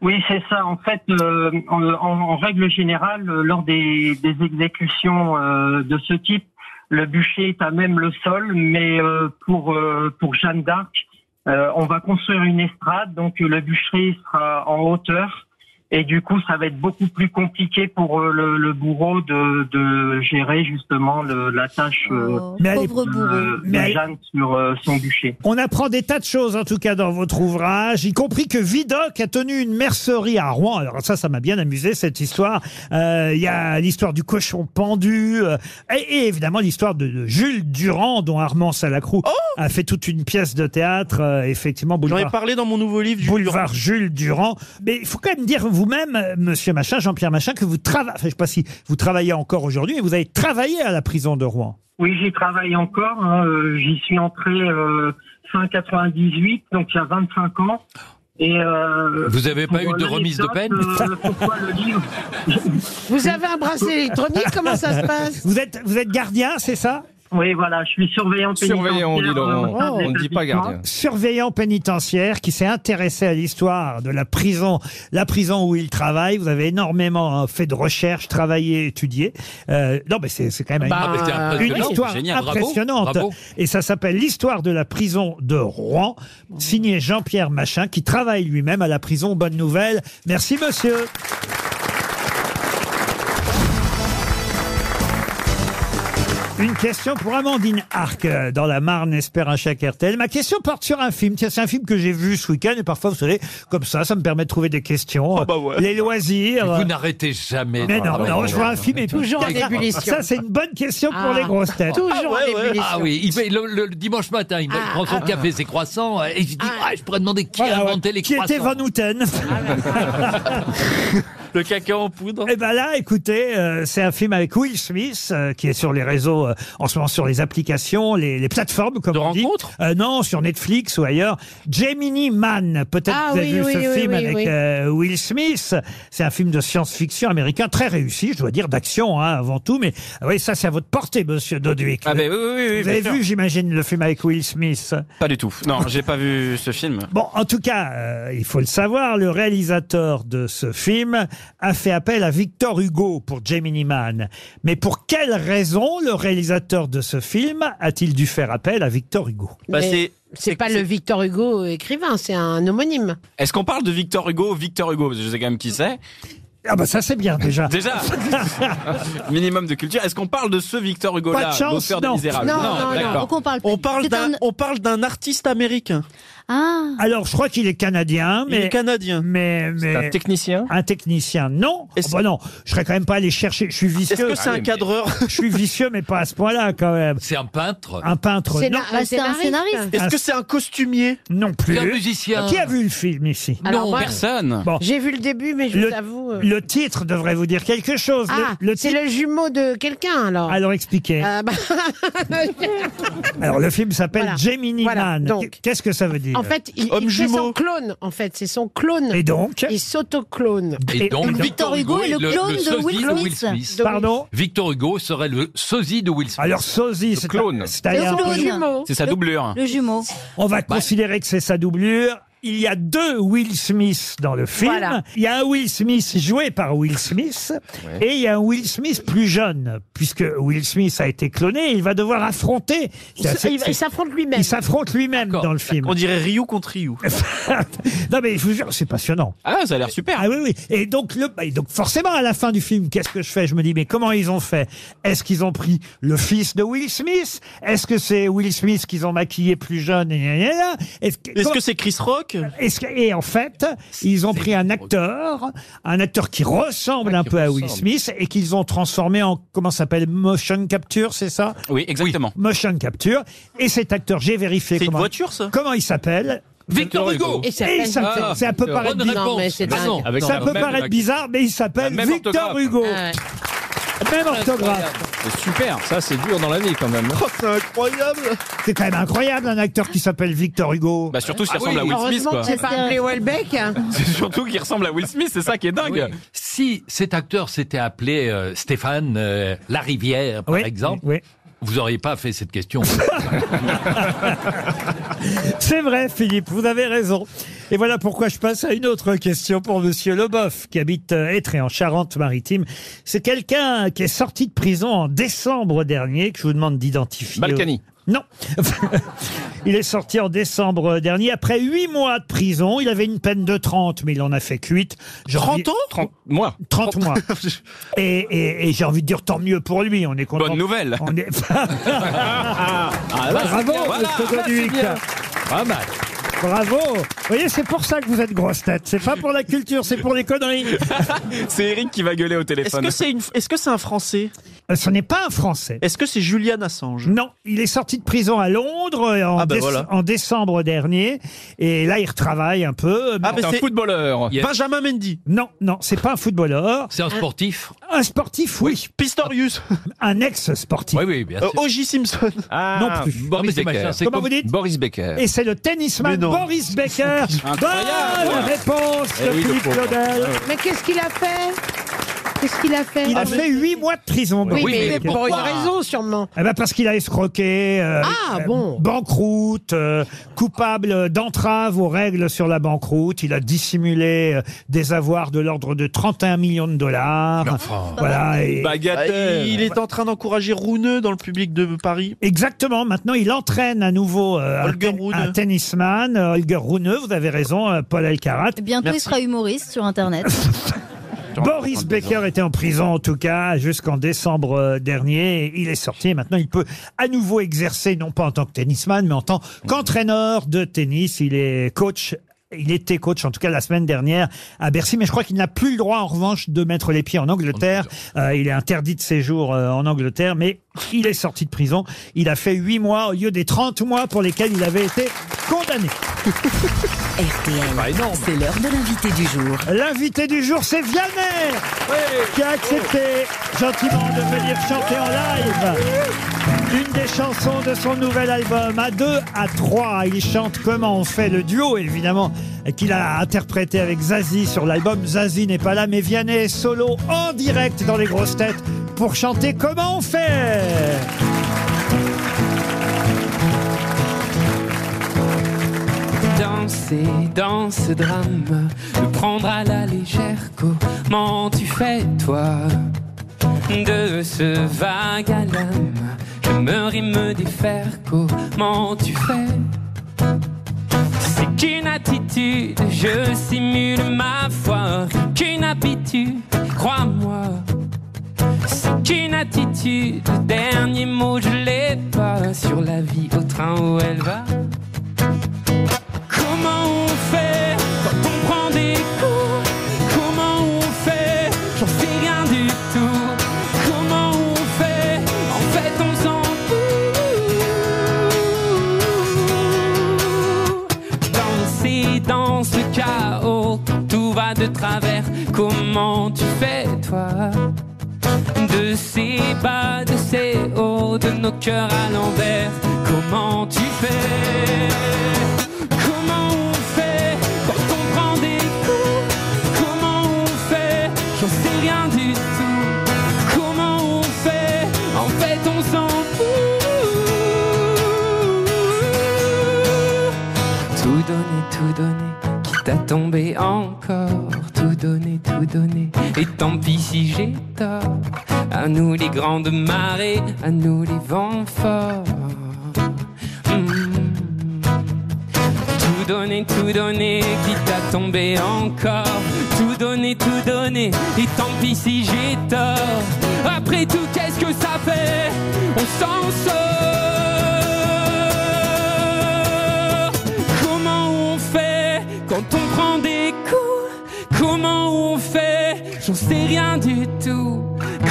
[SPEAKER 16] Oui, c'est ça. En fait, euh, en, en- en règle générale, euh, lors des, des exécutions euh, de ce type, le bûcher est à même le sol, mais euh, pour euh, pour Jeanne d'Arc, euh, on va construire une estrade, donc euh, le bûcher sera en hauteur, et du coup, ça va être beaucoup plus compliqué pour euh, le, le bourreau de, de gérer justement le- la tâche euh,
[SPEAKER 2] Mais elle est-
[SPEAKER 16] de- de
[SPEAKER 2] Mais elle-
[SPEAKER 16] Jeanne sur euh, son bûcher.
[SPEAKER 2] On apprend des tas de choses, en tout cas, dans votre ouvrage, y compris que Vidocq a tenu une mercerie à Rouen. Alors ça, ça m'a bien amusé, cette histoire. Euh, Il y a l'histoire du cochon pendu, euh, et, et évidemment l'histoire de, de Jules Durand, dont Armand Salacrou a fait toute une pièce de théâtre, euh, effectivement,
[SPEAKER 3] Oh J'en ai
[SPEAKER 2] boulevard.
[SPEAKER 3] parlé dans mon nouveau livre. Jules
[SPEAKER 2] Boulevard Jules Durand. Mais il faut quand même dire vous-même, euh, monsieur Machin, Jean-Pierre Machin, que vous travaillez, je sais pas si vous travaillez encore aujourd'hui, mais vous avez travaillé à la prison de Rouen.
[SPEAKER 16] Oui, j'y travaille encore. hein. Euh, J'y suis entré euh, fin 98, donc il y a 25 ans. Et euh,
[SPEAKER 6] Vous avez pas
[SPEAKER 16] pour
[SPEAKER 6] eu de
[SPEAKER 16] l'anecdote,
[SPEAKER 6] remise de peine
[SPEAKER 16] euh, Pourquoi le livre
[SPEAKER 5] Vous avez un bracelet électronique Comment ça se passe
[SPEAKER 2] Vous êtes, vous êtes gardien, c'est ça
[SPEAKER 16] Oui, voilà, je suis surveillant
[SPEAKER 8] Surveillant, on dit
[SPEAKER 16] pénitentiaire,
[SPEAKER 8] Laurent.
[SPEAKER 16] euh, au sein de
[SPEAKER 8] on ne dit pas
[SPEAKER 16] l'établissement.
[SPEAKER 8] gardien.
[SPEAKER 2] Surveillant pénitentiaire qui s'est intéressé à l'histoire de la prison, la prison où il travaille. Vous avez énormément hein, fait de recherches, travaillé, étudié. Euh, non, mais c'est c'est quand même
[SPEAKER 6] Bah, Ah, mais c'est
[SPEAKER 2] une- une,
[SPEAKER 6] impressionnant.
[SPEAKER 2] histoire
[SPEAKER 6] Génial, bravo,
[SPEAKER 2] impressionnante.
[SPEAKER 6] bravo.
[SPEAKER 2] Et ça s'appelle l'histoire de la prison de Rouen, signé Jean-Pierre Machin, qui travaille lui-même à la prison. Bonne nouvelle. Merci, monsieur. Une question pour Amandine Arc euh, dans la Marne, espère un chèque RTL. Ma question porte sur un film. Tiens, c'est un film que j'ai vu ce week-end et parfois, vous savez, comme ça, ça me permet de trouver des questions.
[SPEAKER 6] Ah bah
[SPEAKER 2] Les loisirs. Euh,
[SPEAKER 6] Vous n'arrêtez jamais.
[SPEAKER 2] Mais
[SPEAKER 6] de
[SPEAKER 2] non,
[SPEAKER 6] travailler.
[SPEAKER 2] non, je vois un film et puis-
[SPEAKER 6] Toujours en ébullition.
[SPEAKER 2] Ça, c'est une bonne question pour
[SPEAKER 6] Ah.
[SPEAKER 2] les grosses têtes.
[SPEAKER 6] Ah oui, il fait- le, le- le dimanche matin, il
[SPEAKER 2] Ah,
[SPEAKER 6] prend son café, ses croissants, et il se dit ah, je pourrais demander qui a inventé les
[SPEAKER 2] Qui
[SPEAKER 6] croissants. Ah
[SPEAKER 2] était Van Houten
[SPEAKER 6] Le cacao en poudre.
[SPEAKER 2] Eh ben là, écoutez, euh, c'est un film avec Will Smith euh, qui est sur les réseaux euh, en ce moment, sur les applications, les, les plateformes comme de on dit. Euh, Non, sur Netflix ou ailleurs. Gemini Man, peut-être que
[SPEAKER 5] Ah
[SPEAKER 2] vous avez
[SPEAKER 5] oui,
[SPEAKER 2] vu
[SPEAKER 5] oui,
[SPEAKER 2] ce
[SPEAKER 5] oui,
[SPEAKER 2] film
[SPEAKER 5] oui,
[SPEAKER 2] avec
[SPEAKER 5] oui.
[SPEAKER 2] euh, Will Smith. C'est un film de science-fiction américain très réussi, je dois dire, d'action hein, avant tout. Mais ah oui, ça, c'est à votre portée, Monsieur Dodwick.
[SPEAKER 4] Ah ben oui, oui, oui, oui,
[SPEAKER 2] vous avez
[SPEAKER 4] bien
[SPEAKER 2] vu,
[SPEAKER 4] sûr.
[SPEAKER 2] j'imagine, le film avec Will Smith.
[SPEAKER 4] Pas du tout. Non, j'ai pas vu ce film.
[SPEAKER 2] Bon, en tout cas, euh, il faut le savoir, le réalisateur de ce film a fait appel à Victor Hugo pour Gemini Man. Mais pour quelle raison le réalisateur de ce film a-t-il dû faire appel à Victor Hugo
[SPEAKER 4] Bah,
[SPEAKER 5] Mais
[SPEAKER 4] c'est-
[SPEAKER 5] C'est pas le Victor Hugo euh, écrivain, c'est un homonyme.
[SPEAKER 4] Est-ce qu'on parle de Victor Hugo Victor Hugo, parce que je sais quand même qui c'est.
[SPEAKER 2] Ah bah ça c'est bien déjà.
[SPEAKER 4] Déjà Minimum de culture. Est-ce qu'on parle de ce Victor Hugo-là, l'auteur des Misérables
[SPEAKER 3] On parle d'un, on parle d'un artiste américain.
[SPEAKER 7] Ah.
[SPEAKER 2] Alors, je crois qu'il est canadien, mais
[SPEAKER 3] canadien.
[SPEAKER 2] Mais, mais
[SPEAKER 8] un
[SPEAKER 2] technicien. Un technicien, non. Oh, bah non, je serais quand même pas allé chercher. Je suis vicieux.
[SPEAKER 3] Est-ce que c'est Ah oui, un mais- cadreur
[SPEAKER 2] Je suis vicieux, mais pas à ce point-là quand même.
[SPEAKER 6] C'est un peintre.
[SPEAKER 2] Un peintre.
[SPEAKER 6] C'est
[SPEAKER 2] non.
[SPEAKER 6] un- c'est un scénariste. Est-ce que
[SPEAKER 3] c'est un costumier
[SPEAKER 2] Non plus.
[SPEAKER 6] C'est un musicien.
[SPEAKER 2] Qui a vu le film ici
[SPEAKER 5] Alors moi,
[SPEAKER 2] Bon.
[SPEAKER 5] J'ai vu le début, mais je
[SPEAKER 2] Le-
[SPEAKER 5] vous avoue. euh,
[SPEAKER 2] Le titre devrait vous dire quelque chose. Le-
[SPEAKER 5] ah,
[SPEAKER 2] le
[SPEAKER 5] c'est
[SPEAKER 2] titre-
[SPEAKER 5] le jumeau de quelqu'un alors.
[SPEAKER 2] Alors expliquez.
[SPEAKER 5] Ah, bah,
[SPEAKER 2] Alors le film s'appelle
[SPEAKER 5] Voilà.
[SPEAKER 2] Gemini
[SPEAKER 5] Voilà,
[SPEAKER 2] Man.
[SPEAKER 5] donc.
[SPEAKER 2] Qu'est-ce que ça veut dire
[SPEAKER 5] en fait, il, il fait son clone. En fait, c'est son clone.
[SPEAKER 2] Et donc
[SPEAKER 5] Il s'auto-clone.
[SPEAKER 6] Et donc,
[SPEAKER 5] Victor Hugo est le clone de
[SPEAKER 6] sosie
[SPEAKER 5] Will Smith. De
[SPEAKER 2] Pardon
[SPEAKER 6] Victor Hugo serait le sosie de Will Smith.
[SPEAKER 2] Alors sosie, c'est clone.
[SPEAKER 6] Le jumeau. C'est sa Le- doublure. le
[SPEAKER 7] jumeau.
[SPEAKER 2] On va considérer que c'est sa doublure. Il y a deux Will Smith dans le film.
[SPEAKER 5] Voilà.
[SPEAKER 2] Il y a un Will Smith joué par Will Smith et il y a un Will Smith plus jeune, puisque Will Smith a été cloné. Il va devoir affronter.
[SPEAKER 5] Il se- il- il s'affronte lui-même.
[SPEAKER 2] Il s'affronte lui-même dans le film.
[SPEAKER 3] On dirait Ryu contre Ryu.
[SPEAKER 2] non mais je vous jure, c'est passionnant.
[SPEAKER 15] Ah, ça a l'air super.
[SPEAKER 2] Ah oui, oui. Et donc, le, bah, et donc forcément, à la fin du film, qu'est-ce que je fais Je me dis, mais comment ils ont fait Est-ce qu'ils ont pris le fils de Will Smith Est-ce que c'est Will Smith qu'ils ont maquillé plus jeune et- et- et- et- Est-ce que
[SPEAKER 3] Est-ce
[SPEAKER 2] comment-
[SPEAKER 3] que c'est Chris Rock
[SPEAKER 2] est-ce que- et en fait, ils ont pris un acteur, un acteur qui ressemble un peu à Will Smith et qu'ils ont transformé en, comment ça s'appelle, motion capture, c'est ça
[SPEAKER 15] Oui, exactement.
[SPEAKER 2] Motion capture. Et cet acteur, j'ai vérifié.
[SPEAKER 15] C'est une
[SPEAKER 2] comment,
[SPEAKER 15] voiture, ça
[SPEAKER 2] Comment il s'appelle
[SPEAKER 15] Victor Hugo.
[SPEAKER 2] Et il s'appelle-
[SPEAKER 15] Ah,
[SPEAKER 2] ça peut
[SPEAKER 15] bonne
[SPEAKER 2] paraître
[SPEAKER 15] réponse.
[SPEAKER 2] bizarre.
[SPEAKER 15] Non, mais c'est
[SPEAKER 2] Ah
[SPEAKER 15] dingue.
[SPEAKER 2] non,
[SPEAKER 15] Avec
[SPEAKER 2] ça
[SPEAKER 15] la
[SPEAKER 2] peut
[SPEAKER 15] même-
[SPEAKER 2] paraître bizarre, mais il s'appelle
[SPEAKER 15] La même
[SPEAKER 2] Victor
[SPEAKER 15] orthographe.
[SPEAKER 2] Hugo.
[SPEAKER 15] Ah
[SPEAKER 2] Même orthographe.
[SPEAKER 8] C'est super. Ça, c'est dur dans la vie quand même.
[SPEAKER 3] Oh, c'est incroyable
[SPEAKER 2] C'est quand même incroyable un acteur qui s'appelle Victor Hugo.
[SPEAKER 15] Bah surtout s'il ressemble à Will Smith quoi.
[SPEAKER 5] Heureusement que c'est hein. pas Andrew Welbeck.
[SPEAKER 15] C'est surtout qu'il ressemble à Will Smith, c'est ça qui est dingue.
[SPEAKER 6] Oui. Euh, Si cet acteur s'était appelé euh, Stéphane euh, Larivière, par exemple, vous n'auriez pas fait cette question.
[SPEAKER 2] C'est vrai, Philippe, vous avez raison. Et voilà pourquoi je passe à une autre question pour Monsieur Leboeuf, qui habite euh, Étré, en Charente-Maritime. C'est quelqu'un qui est sorti de prison en décembre dernier, que je vous demande d'identifier.
[SPEAKER 8] Balkany.
[SPEAKER 2] Non. il est sorti en décembre dernier. Après huit mois de prison, il avait une peine de 30, mais il en a fait que 8.
[SPEAKER 8] 30 ans 30 mois.
[SPEAKER 2] 30 mois. Et, et- et j'ai envie de dire tant mieux pour lui. On est content.
[SPEAKER 15] Bonne nouvelle.
[SPEAKER 2] On est...
[SPEAKER 15] Ah, là,
[SPEAKER 2] Bravo,
[SPEAKER 15] c'est bien.
[SPEAKER 2] Monsieur
[SPEAKER 15] Voilà, c'est
[SPEAKER 2] Goduic.
[SPEAKER 15] bien.
[SPEAKER 6] Pas mal.
[SPEAKER 2] Bravo Vous voyez, c'est pour ça que vous êtes grosse tête. C'est pas pour la culture, c'est pour les conneries.
[SPEAKER 15] C'est Eric qui va gueuler au
[SPEAKER 3] Est-ce
[SPEAKER 15] téléphone.
[SPEAKER 3] que c'est une... Est-ce que c'est un Français
[SPEAKER 2] Euh, Ce n'est pas un Français.
[SPEAKER 3] Est-ce que c'est Julian Assange
[SPEAKER 2] Non, il est sorti de prison à Londres euh, en,
[SPEAKER 3] Ah bah
[SPEAKER 2] déce-
[SPEAKER 3] voilà.
[SPEAKER 2] en décembre dernier. Et là, il retravaille un peu. euh,
[SPEAKER 3] Ah, mais C'est un c'est-
[SPEAKER 2] footballeur.
[SPEAKER 3] Benjamin Mendy.
[SPEAKER 2] Non, non, c'est pas un footballeur.
[SPEAKER 6] C'est un sportif.
[SPEAKER 2] Un sportif, oui.
[SPEAKER 3] Pistorius.
[SPEAKER 2] Un ex-sportif.
[SPEAKER 6] Oui, oui, bien
[SPEAKER 3] Euh,
[SPEAKER 6] sûr.
[SPEAKER 3] O.J. Simpson.
[SPEAKER 2] non plus.
[SPEAKER 6] Boris Non, mais c'est Becker. machin, c'est
[SPEAKER 2] Ah,
[SPEAKER 6] com-
[SPEAKER 2] Comment vous dites
[SPEAKER 8] Boris Becker.
[SPEAKER 2] Et c'est le
[SPEAKER 8] Mais
[SPEAKER 2] tennisman
[SPEAKER 8] non.
[SPEAKER 2] Boris Becker. Bonne réponse
[SPEAKER 8] Eh
[SPEAKER 2] de
[SPEAKER 8] oui, le
[SPEAKER 2] Philippe
[SPEAKER 8] pauvre.
[SPEAKER 2] Claudel.
[SPEAKER 5] Mais qu'est-ce qu'il a fait Qu'est-ce qu'il a fait
[SPEAKER 2] Il a fait 8 mois de prison.
[SPEAKER 5] Ah, Oui,
[SPEAKER 2] Boris
[SPEAKER 5] mais,
[SPEAKER 2] Becker.
[SPEAKER 5] pour une raison sûrement.
[SPEAKER 2] Eh ben parce qu'il a escroqué, euh,
[SPEAKER 5] Ah,
[SPEAKER 2] euh,
[SPEAKER 5] bon.
[SPEAKER 2] banqueroute, euh, coupable d'entrave aux règles sur la banqueroute. Il a dissimulé euh, des avoirs de l'ordre de 31 millions de dollars. Voilà. et-
[SPEAKER 3] Bagatelle. Ah, Il est en train d'encourager Rouneux dans le public de Paris.
[SPEAKER 2] Exactement. Maintenant, il entraîne à nouveau euh, un,
[SPEAKER 3] Holger
[SPEAKER 2] ten-
[SPEAKER 3] Rune.
[SPEAKER 2] un tennisman, euh, Holger Rune. Vous avez raison, euh, Paul Alcarat.
[SPEAKER 5] Eh
[SPEAKER 7] Bientôt, il sera humoriste sur Internet.
[SPEAKER 2] Boris Becker était en prison en tout cas jusqu'en décembre euh, dernier. Et Il est sorti et maintenant il peut à nouveau exercer non pas en tant que tennisman mais en tant qu'entraîneur de tennis. Il est coach. Il était coach en tout cas la semaine dernière à Bercy, mais je crois qu'il n'a plus le droit en revanche de mettre les pieds en Angleterre. Euh, il est interdit de séjour euh, en Angleterre, mais il est sorti de prison. Il a fait 8 mois au lieu des 30 mois pour lesquels il avait été condamné.
[SPEAKER 9] RTL, c'est l'heure de l'invité du jour.
[SPEAKER 2] L'invité du jour, c'est Vianney, qui a accepté gentiment de venir chanter en live une des chansons de son nouvel album. À deux, à trois, il chante Comment on fait le duo, évidemment, qu'il a interprété avec Zazie sur l'album. Zazie n'est pas là, mais Vianney est solo en direct dans les grosses têtes pour chanter Comment on fait
[SPEAKER 19] danser dans ce drame, le prendre à la légère, comment tu fais toi de ce vague à l'âme J'aimerais me défaire, comment tu fais C'est qu'une attitude, je simule ma foi, qu'une habitude, crois-moi. C'est qu'une attitude, dernier mot, je l'ai pas sur la vie au train où elle va. Comment pas de travers. Comment tu fais, toi De ces bas, de ces hauts, de nos cœurs à l'envers. Comment tu fais Comment on fait quand on prend des coups Comment on fait J'en sais rien du tout. Comment on fait En fait, on s'en fout. Tout donner, tout donner, quitte à tomber encore. Tout donner, tout donner. Et tant pis si j'ai tort. À nous les grandes marées, à nous les vents forts. Mm. Tout donner, tout donner, quitte à tomber encore. Tout donner, tout donner, et tant pis si j'ai tort. Après tout, qu'est-ce que ça fait On s'en sort. Comment on fait quand on prend des coups Comment on fait J'en sais rien du tout.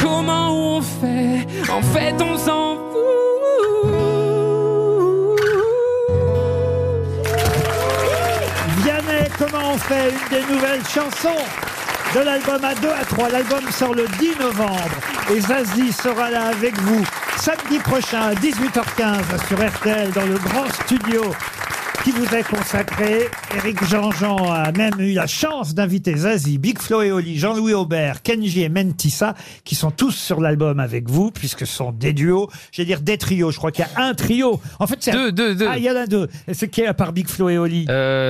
[SPEAKER 19] Comment on fait En fait, on s'en
[SPEAKER 2] Vianney, comment on fait une des nouvelles chansons de l'album à 2 à 3. L'album sort le 10 novembre et Zazie sera là avec vous samedi prochain à 18h15 sur RTL dans le grand studio qui vous est consacré. Éric Jean-Jean a même eu la chance d'inviter Zazie, Big Flo et Oli, Jean-Louis Aubert, Kenji et Mentissa qui sont tous sur l'album avec vous puisque ce sont des duos, j'allais dire des trios, je crois qu'il y a un trio. En fait, c'est
[SPEAKER 19] Deux, deux, deux.
[SPEAKER 2] Ah, il y en a deux. Et C'est qui à part Big Flo et Oli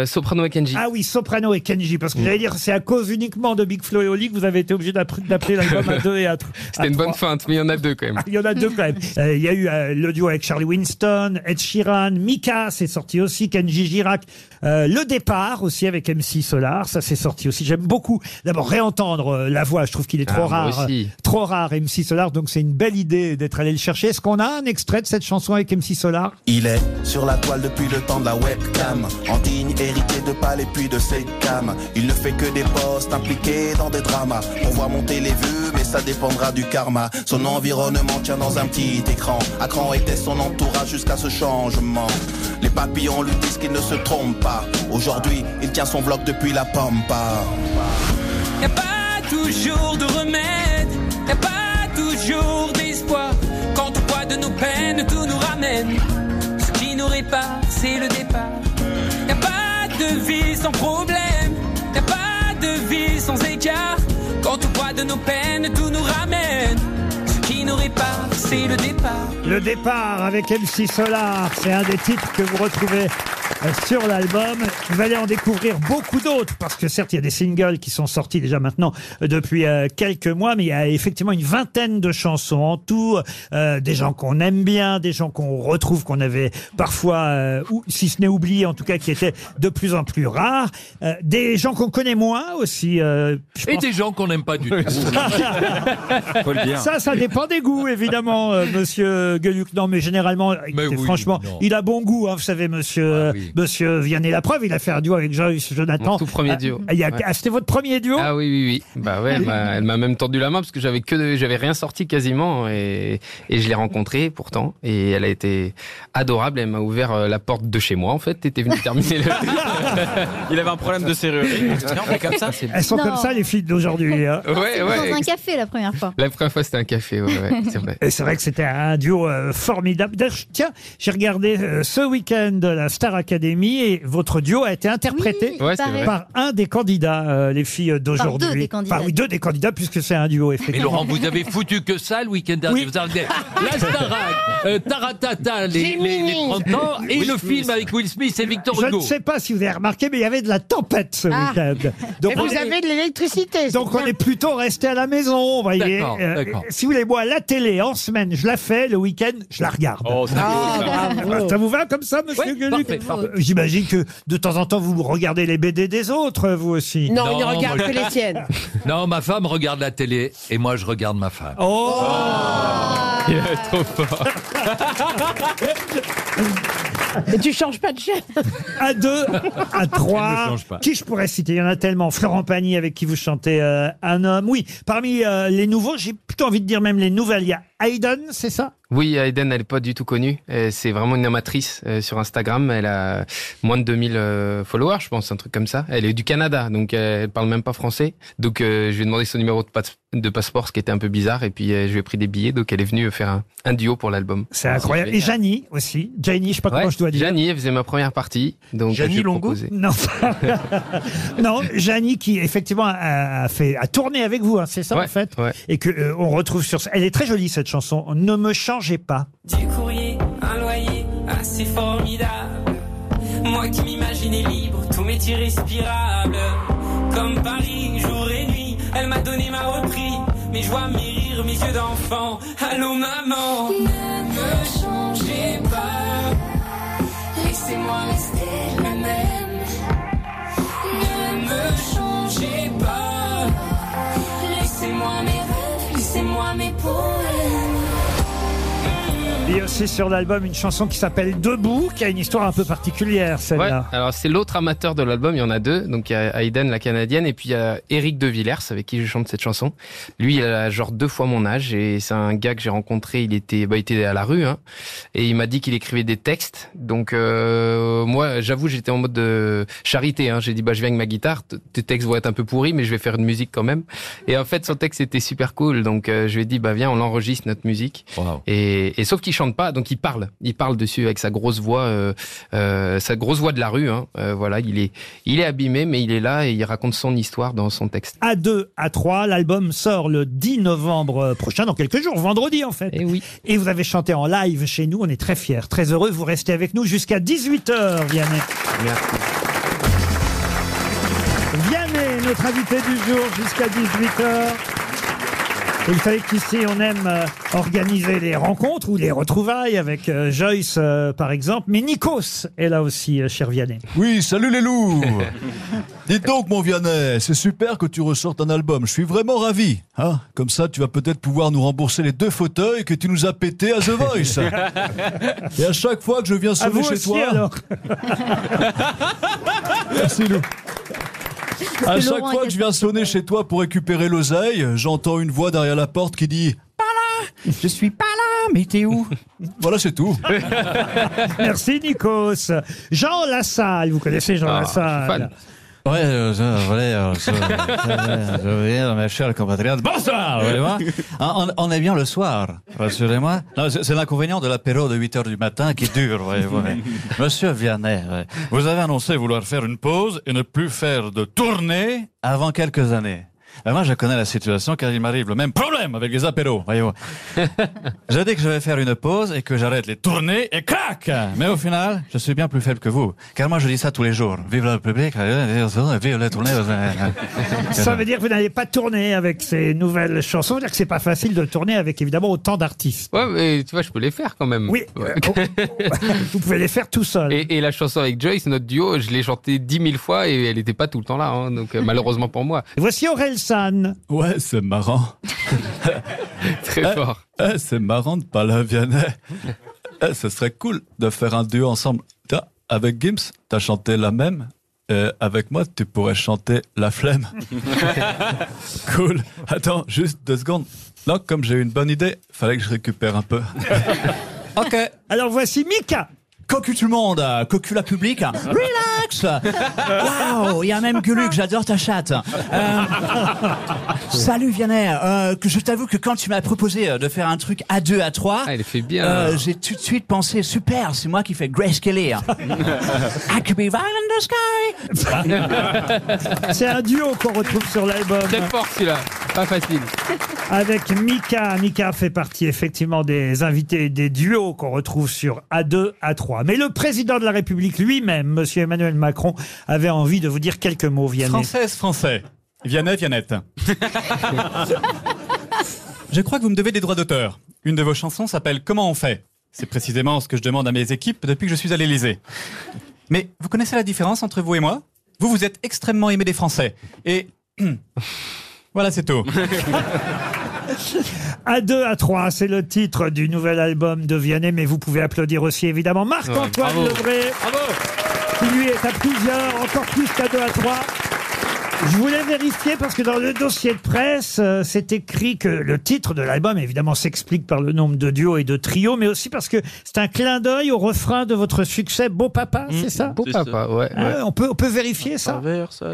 [SPEAKER 19] Soprano et Kenji.
[SPEAKER 2] Ah oui, Soprano et Kenji, parce que j'allais dire, c'est à cause uniquement de Big Flo et Oli que vous avez été obligé d'appre- d'appeler l'album à deux et à Ah, trois.
[SPEAKER 19] C'était une bonne feinte, mais il y en a deux quand même.
[SPEAKER 2] Ah, Il y en a deux quand même. Euh, Il y a eu euh, le duo avec Charlie Winston, Ed Sheeran, Mika, c'est sorti aussi, Kenji Girac. Euh, le départ aussi avec MC Solar, ça c'est sorti aussi. J'aime beaucoup d'abord réentendre euh, la voix, je trouve qu'il est
[SPEAKER 19] Ah,
[SPEAKER 2] trop
[SPEAKER 19] moi
[SPEAKER 2] rare.
[SPEAKER 19] aussi.
[SPEAKER 2] euh, Trop rare MC Solar, donc c'est une belle idée d'être allé le chercher. Est-ce qu'on a un extrait de cette chanson avec MC Solar
[SPEAKER 1] Il est sur la toile depuis le temps de la webcam. En digne héritier de pâle et puis de ses cams. Il ne fait que des postes impliqués dans des dramas. On voit monter les vues, mais ça dépendra du karma. Son environnement tient dans un petit écran. À cran était son entourage jusqu'à ce changement. Les papillons lui disent qu'il ne se trompe pas. Aujourd'hui, il tient son vlog depuis la pampa.
[SPEAKER 19] Y a pas toujours de remède, y a pas toujours d'espoir. Quand au poids de nos peines, tout nous ramène. Ce qui nous répare, c'est le départ. Y a pas de vie sans problème, y a pas de vie sans écart. Quand au poids de nos peines, tout nous ramène. Ce qui nous répare, c'est le départ.
[SPEAKER 2] Le départ avec MC Solar, c'est un des titres que vous retrouvez euh, sur l'album. Vous allez en découvrir beaucoup d'autres parce que certes, il y a des singles qui sont sortis déjà maintenant euh, depuis euh, quelques mois, mais il y a effectivement une vingtaine de chansons en tout, euh, des gens qu'on aime bien, des gens qu'on retrouve, qu'on avait parfois, euh, ou, si ce n'est oublié en tout cas, qui étaient de plus en plus rares, euh, des gens qu'on connaît moins aussi. euh, je
[SPEAKER 6] Et
[SPEAKER 2] pense-
[SPEAKER 6] des gens qu'on n'aime pas du tout.
[SPEAKER 2] Faut le dire. Ça, ça dépend des goûts, évidemment, euh, monsieur Gueluc. Non, mais généralement, écoutez,
[SPEAKER 6] oui,
[SPEAKER 2] franchement,
[SPEAKER 6] non. Ah
[SPEAKER 2] il a bon goût, hein, vous savez, monsieur, euh, monsieur Vianney. La preuve, il a fait un duo avec Joyce Jonathan.
[SPEAKER 20] Mon tout premier
[SPEAKER 2] Ah,
[SPEAKER 20] duo.
[SPEAKER 2] il y a-
[SPEAKER 20] Ouais.
[SPEAKER 2] ah, C'était votre premier duo
[SPEAKER 20] Ah oui, oui, oui. Bah ouais, elle m'a- elle m'a même tendu la main parce que j'avais que, j'avais rien sorti quasiment et, et je l'ai rencontrée pourtant et elle a été adorable. Elle m'a ouvert euh, la porte de chez moi en fait. T'étais venu terminer le.
[SPEAKER 15] Il avait un problème de serrurerie. Tiens, on fait comme ça.
[SPEAKER 2] Elles sont
[SPEAKER 20] Non.
[SPEAKER 2] comme ça, les filles d'aujourd'hui. hein.
[SPEAKER 20] Ouais, ouais.
[SPEAKER 7] Dans un café la première fois.
[SPEAKER 20] La première fois c'était un café. Ouais, ouais, c'est vrai.
[SPEAKER 2] Et c'est vrai que c'était un duo euh, formidable. D'ailleurs, je- tiens, j'ai regardé euh, ce week-end la Star Academy et votre duo a été interprété
[SPEAKER 20] Ouais, c'est vrai.
[SPEAKER 2] par un des candidats, euh, les filles d'aujourd'hui.
[SPEAKER 7] deux des candidats.
[SPEAKER 2] Par- oui, deux des candidats, puisque c'est un duo, effectivement.
[SPEAKER 6] Mais Laurent, vous avez foutu que ça le week-end dernier. Vous avez la Starac, euh, Taratata, les, les, les 30 ans, et
[SPEAKER 2] Will
[SPEAKER 6] le
[SPEAKER 2] Smith.
[SPEAKER 6] film avec Will Smith et Victor
[SPEAKER 2] Je
[SPEAKER 6] Hugo.
[SPEAKER 2] ne sais pas si vous avez remarqué, mais il y avait de la tempête ce
[SPEAKER 5] Ah.
[SPEAKER 2] week-end.
[SPEAKER 5] Mais vous avez de l'électricité.
[SPEAKER 2] Donc on est plutôt resté à la maison, vous voyez. Euh,
[SPEAKER 6] D'accord, d'accord.
[SPEAKER 2] si vous voulez, moi, la télé, en semaine, je la fais, le week-end, je la regarde.
[SPEAKER 6] Ah,
[SPEAKER 2] Ça vous va comme ça, monsieur Gueluc
[SPEAKER 6] parfait, parfait.
[SPEAKER 2] Euh, J'imagine que de temps en temps, vous regardez les BD des autres, vous aussi.
[SPEAKER 5] Non, il ne regarde
[SPEAKER 6] moi,
[SPEAKER 5] que
[SPEAKER 6] je-
[SPEAKER 5] les siennes.
[SPEAKER 6] Non, ma femme regarde la télé et moi je regarde ma femme.
[SPEAKER 2] Oh
[SPEAKER 6] Il est trop fort.
[SPEAKER 5] Et tu changes pas de chaîne.
[SPEAKER 2] à deux, à
[SPEAKER 5] Elle ne
[SPEAKER 2] trois.
[SPEAKER 5] change pas.
[SPEAKER 2] Qui je pourrais citer Il y en a tellement. Florent Pagny avec qui vous chantez euh, un homme. Oui, parmi euh, les nouveaux, j'ai plutôt envie de dire même les nouvelles. Il y a Hayden, c'est ça
[SPEAKER 5] Ah,
[SPEAKER 20] Oui, Aiden, elle n'est pas du tout connue. Euh, C'est vraiment une amatrice euh, sur Instagram. Elle a moins de 2000 euh, followers, je pense, un truc comme ça. Elle est du Canada, donc euh, elle parle même pas français. Donc euh, je lui ai demandé son numéro de, passe- de passeport, ce qui était un peu bizarre. Et puis euh, je lui ai pris des billets, donc elle est venue faire un, un duo pour l'album.
[SPEAKER 2] C'est incroyable. Et Janie aussi. Janie, je sais pas comment je dois dire.
[SPEAKER 20] Janie, elle faisait ma première partie. Donc,
[SPEAKER 2] Janie
[SPEAKER 20] je lui ai
[SPEAKER 2] Longo
[SPEAKER 20] proposé.
[SPEAKER 2] Non. non, Janie qui effectivement a, a fait a tourné avec vous, hein, c'est ça en fait, et que euh, on retrouve sur. Elle est très jolie cette chanson. Ne me changez pas.
[SPEAKER 19] Du courrier, un loyer assez formidable. Moi qui m'imaginais libre, tout m'est irrespirable. Comme Paris, jour et nuit, elle m'a donné ma reprise. Mes joies, mes rires, mes yeux d'enfant. Allô maman, ne me changez pas. Laissez-moi rester la même. Ne me changez pas. Laissez-moi mes rêves, laissez-moi mes poèmes.
[SPEAKER 2] Il y a aussi sur l'album une chanson qui s'appelle Debout, qui a une histoire un peu particulière celle-là.
[SPEAKER 20] Ouais, alors c'est l'autre amateur de l'album, il y en a deux. Donc il y a Aiden, la canadienne, et puis il y a Eric De Villers, avec qui je chante cette chanson. Lui, il a genre deux fois mon âge, et c'est un gars que j'ai rencontré, il était, bah, il était à la rue, hein, et il m'a dit qu'il écrivait des textes. Donc euh, moi, j'avoue, j'étais en mode de charité. Hein. J'ai dit, bah, je viens avec ma guitare, t- tes textes vont être un peu pourris, mais je vais faire une musique quand même. Et en fait, son texte était super cool, donc euh, je lui ai dit, bah, viens, on l'enregistre, notre musique. Et, et sauf qu'il chante pas, donc il parle. Il parle dessus avec sa grosse voix, euh, euh, sa grosse voix de la rue. hein. Euh, voilà, il est, il est abîmé, mais il est là et il raconte son histoire dans son texte.
[SPEAKER 2] A2, A3, l'album sort le 10 novembre prochain, dans quelques jours, vendredi en fait. Et
[SPEAKER 20] oui.
[SPEAKER 2] Et vous avez chanté en live chez nous, on est très fiers, très heureux. Vous restez avec nous jusqu'à 18h, Vianney. Vianney, notre invité du jour, jusqu'à 18h. Et Vous savez qu'ici, on aime euh, organiser les rencontres ou les retrouvailles avec euh, Joyce, euh, par exemple. Mais Nikos est là aussi, euh, cher Vianney.
[SPEAKER 21] Oui, salut les loups Dis donc, mon Vianney, c'est super que tu ressortes un album. Je suis vraiment ravi. hein. Comme ça, tu vas peut-être pouvoir nous rembourser les deux fauteuils que tu nous as pétés à The Voice. Et à chaque fois que je viens
[SPEAKER 2] À
[SPEAKER 21] sonner
[SPEAKER 2] vous
[SPEAKER 21] chez
[SPEAKER 2] aussi,
[SPEAKER 21] toi...
[SPEAKER 2] alors.
[SPEAKER 21] Merci, Lou. À
[SPEAKER 2] que
[SPEAKER 21] chaque
[SPEAKER 2] Laurent
[SPEAKER 21] fois que je viens sonner chez toi pour récupérer l'oseille, j'entends une voix derrière la porte qui dit Pas là Je suis pas là, mais t'es où Voilà, c'est tout.
[SPEAKER 2] Merci, Nikos. Jean Lassalle, vous connaissez Jean
[SPEAKER 22] Ah, je suis
[SPEAKER 2] Lassalle.
[SPEAKER 22] fan. Ouais, euh, je voulais, euh, je- je- je viens, mes chers compatriotes. Bonsoir, vous voyez voir. Ah, on, on- on est bien le soir, rassurez-moi. Non, C'est c'est l'inconvénient de l'apéro de 8 heures du matin qui dure, vous voyez voir. Monsieur Vianney, ouais, vous avez annoncé vouloir faire une pause et ne plus faire de tournée avant quelques années. Euh, Moi, je connais la situation car il m'arrive le même problème avec les apéros, voyez-vous. J'ai dit que je vais faire une pause et que j'arrête les tournées et crac Mais au final, je suis bien plus faible que vous. Car moi, je dis ça tous les jours. Vive le public, euh, vive les tournées.
[SPEAKER 2] Ça veut dire que vous n'allez pas tourner avec ces nouvelles chansons. Ça veut dire que c'est pas facile de tourner avec évidemment autant d'artistes.
[SPEAKER 20] Ouais, mais tu vois, je peux les faire quand même.
[SPEAKER 2] Oui. Oh, bah, Vous pouvez les faire tout seul.
[SPEAKER 20] Et, et la chanson avec Joyce, notre duo, je l'ai chantée dix mille fois et elle n'était pas tout le temps là. hein. donc euh, malheureusement pour moi.
[SPEAKER 2] Voici Aurel San.
[SPEAKER 21] Ouais, c'est marrant.
[SPEAKER 20] Très fort.
[SPEAKER 21] Eh, c'est marrant de parler à Vianney. Eh, ce serait cool de faire un duo ensemble. Tiens, avec Gims, t'as chanté la même. Euh, avec moi, tu pourrais chanter La Flemme. cool. Attends, juste deux secondes. Non, comme j'ai eu une bonne idée, fallait que je récupère un peu.
[SPEAKER 2] Ok. Alors voici Mika.
[SPEAKER 23] Cocu tout le monde, euh, cocu la public, relax. Waouh, il y a même Guluc, j'adore ta chatte. Euh, salut Vianney, euh, que je t'avoue que quand tu m'as proposé euh, de faire un truc à deux, à trois, euh,
[SPEAKER 20] elle Ah, fait bien.
[SPEAKER 23] j'ai tout de suite pensé super, c'est moi qui fais Grace Kelly. hein. I could be right in the sky.
[SPEAKER 2] C'est un duo qu'on retrouve sur l'album.
[SPEAKER 20] Très fort celui-là. Pas facile.
[SPEAKER 2] Avec Mika. Mika fait partie effectivement des invités et des duos qu'on retrouve sur A2, A3. Mais le président de la République lui-même, monsieur Emmanuel Macron, avait envie de vous dire quelques mots, Vianney.
[SPEAKER 22] Française, français. Vianney, Viannette. je crois que vous me devez des droits d'auteur. Une de vos chansons s'appelle Comment on fait C'est précisément ce que je demande à mes équipes depuis que je suis à l'Élysée. Mais vous connaissez la différence entre vous et moi Vous, vous êtes extrêmement aimé des Français. Et. voilà, c'est tout.
[SPEAKER 2] À 2 à 3, c'est le titre du nouvel album de Vianney, mais vous pouvez applaudir aussi évidemment Marc-Antoine
[SPEAKER 22] Ouais, bravo.
[SPEAKER 2] Lebré, qui lui est à plusieurs, encore plus qu'à 2 à 3. Je voulais vérifier parce que dans le dossier de presse, euh, c'est écrit que le titre de l'album, évidemment, s'explique par le nombre de duos et de trios, mais aussi parce que c'est un clin d'œil au refrain de votre succès Beau Papa, c'est ça
[SPEAKER 20] Mm, Beau Papa, ouais.
[SPEAKER 2] Ah, on, peut, on peut vérifier ça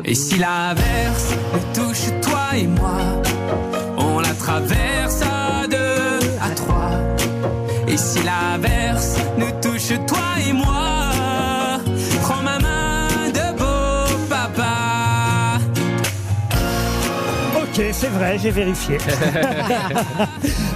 [SPEAKER 13] Et si l'inverse nous touche toi et moi, on la traverse à deux, à trois. Et si l'inverse nous touche toi et moi, prends ma main de beau papa.
[SPEAKER 2] Ok, c'est vrai, j'ai vérifié.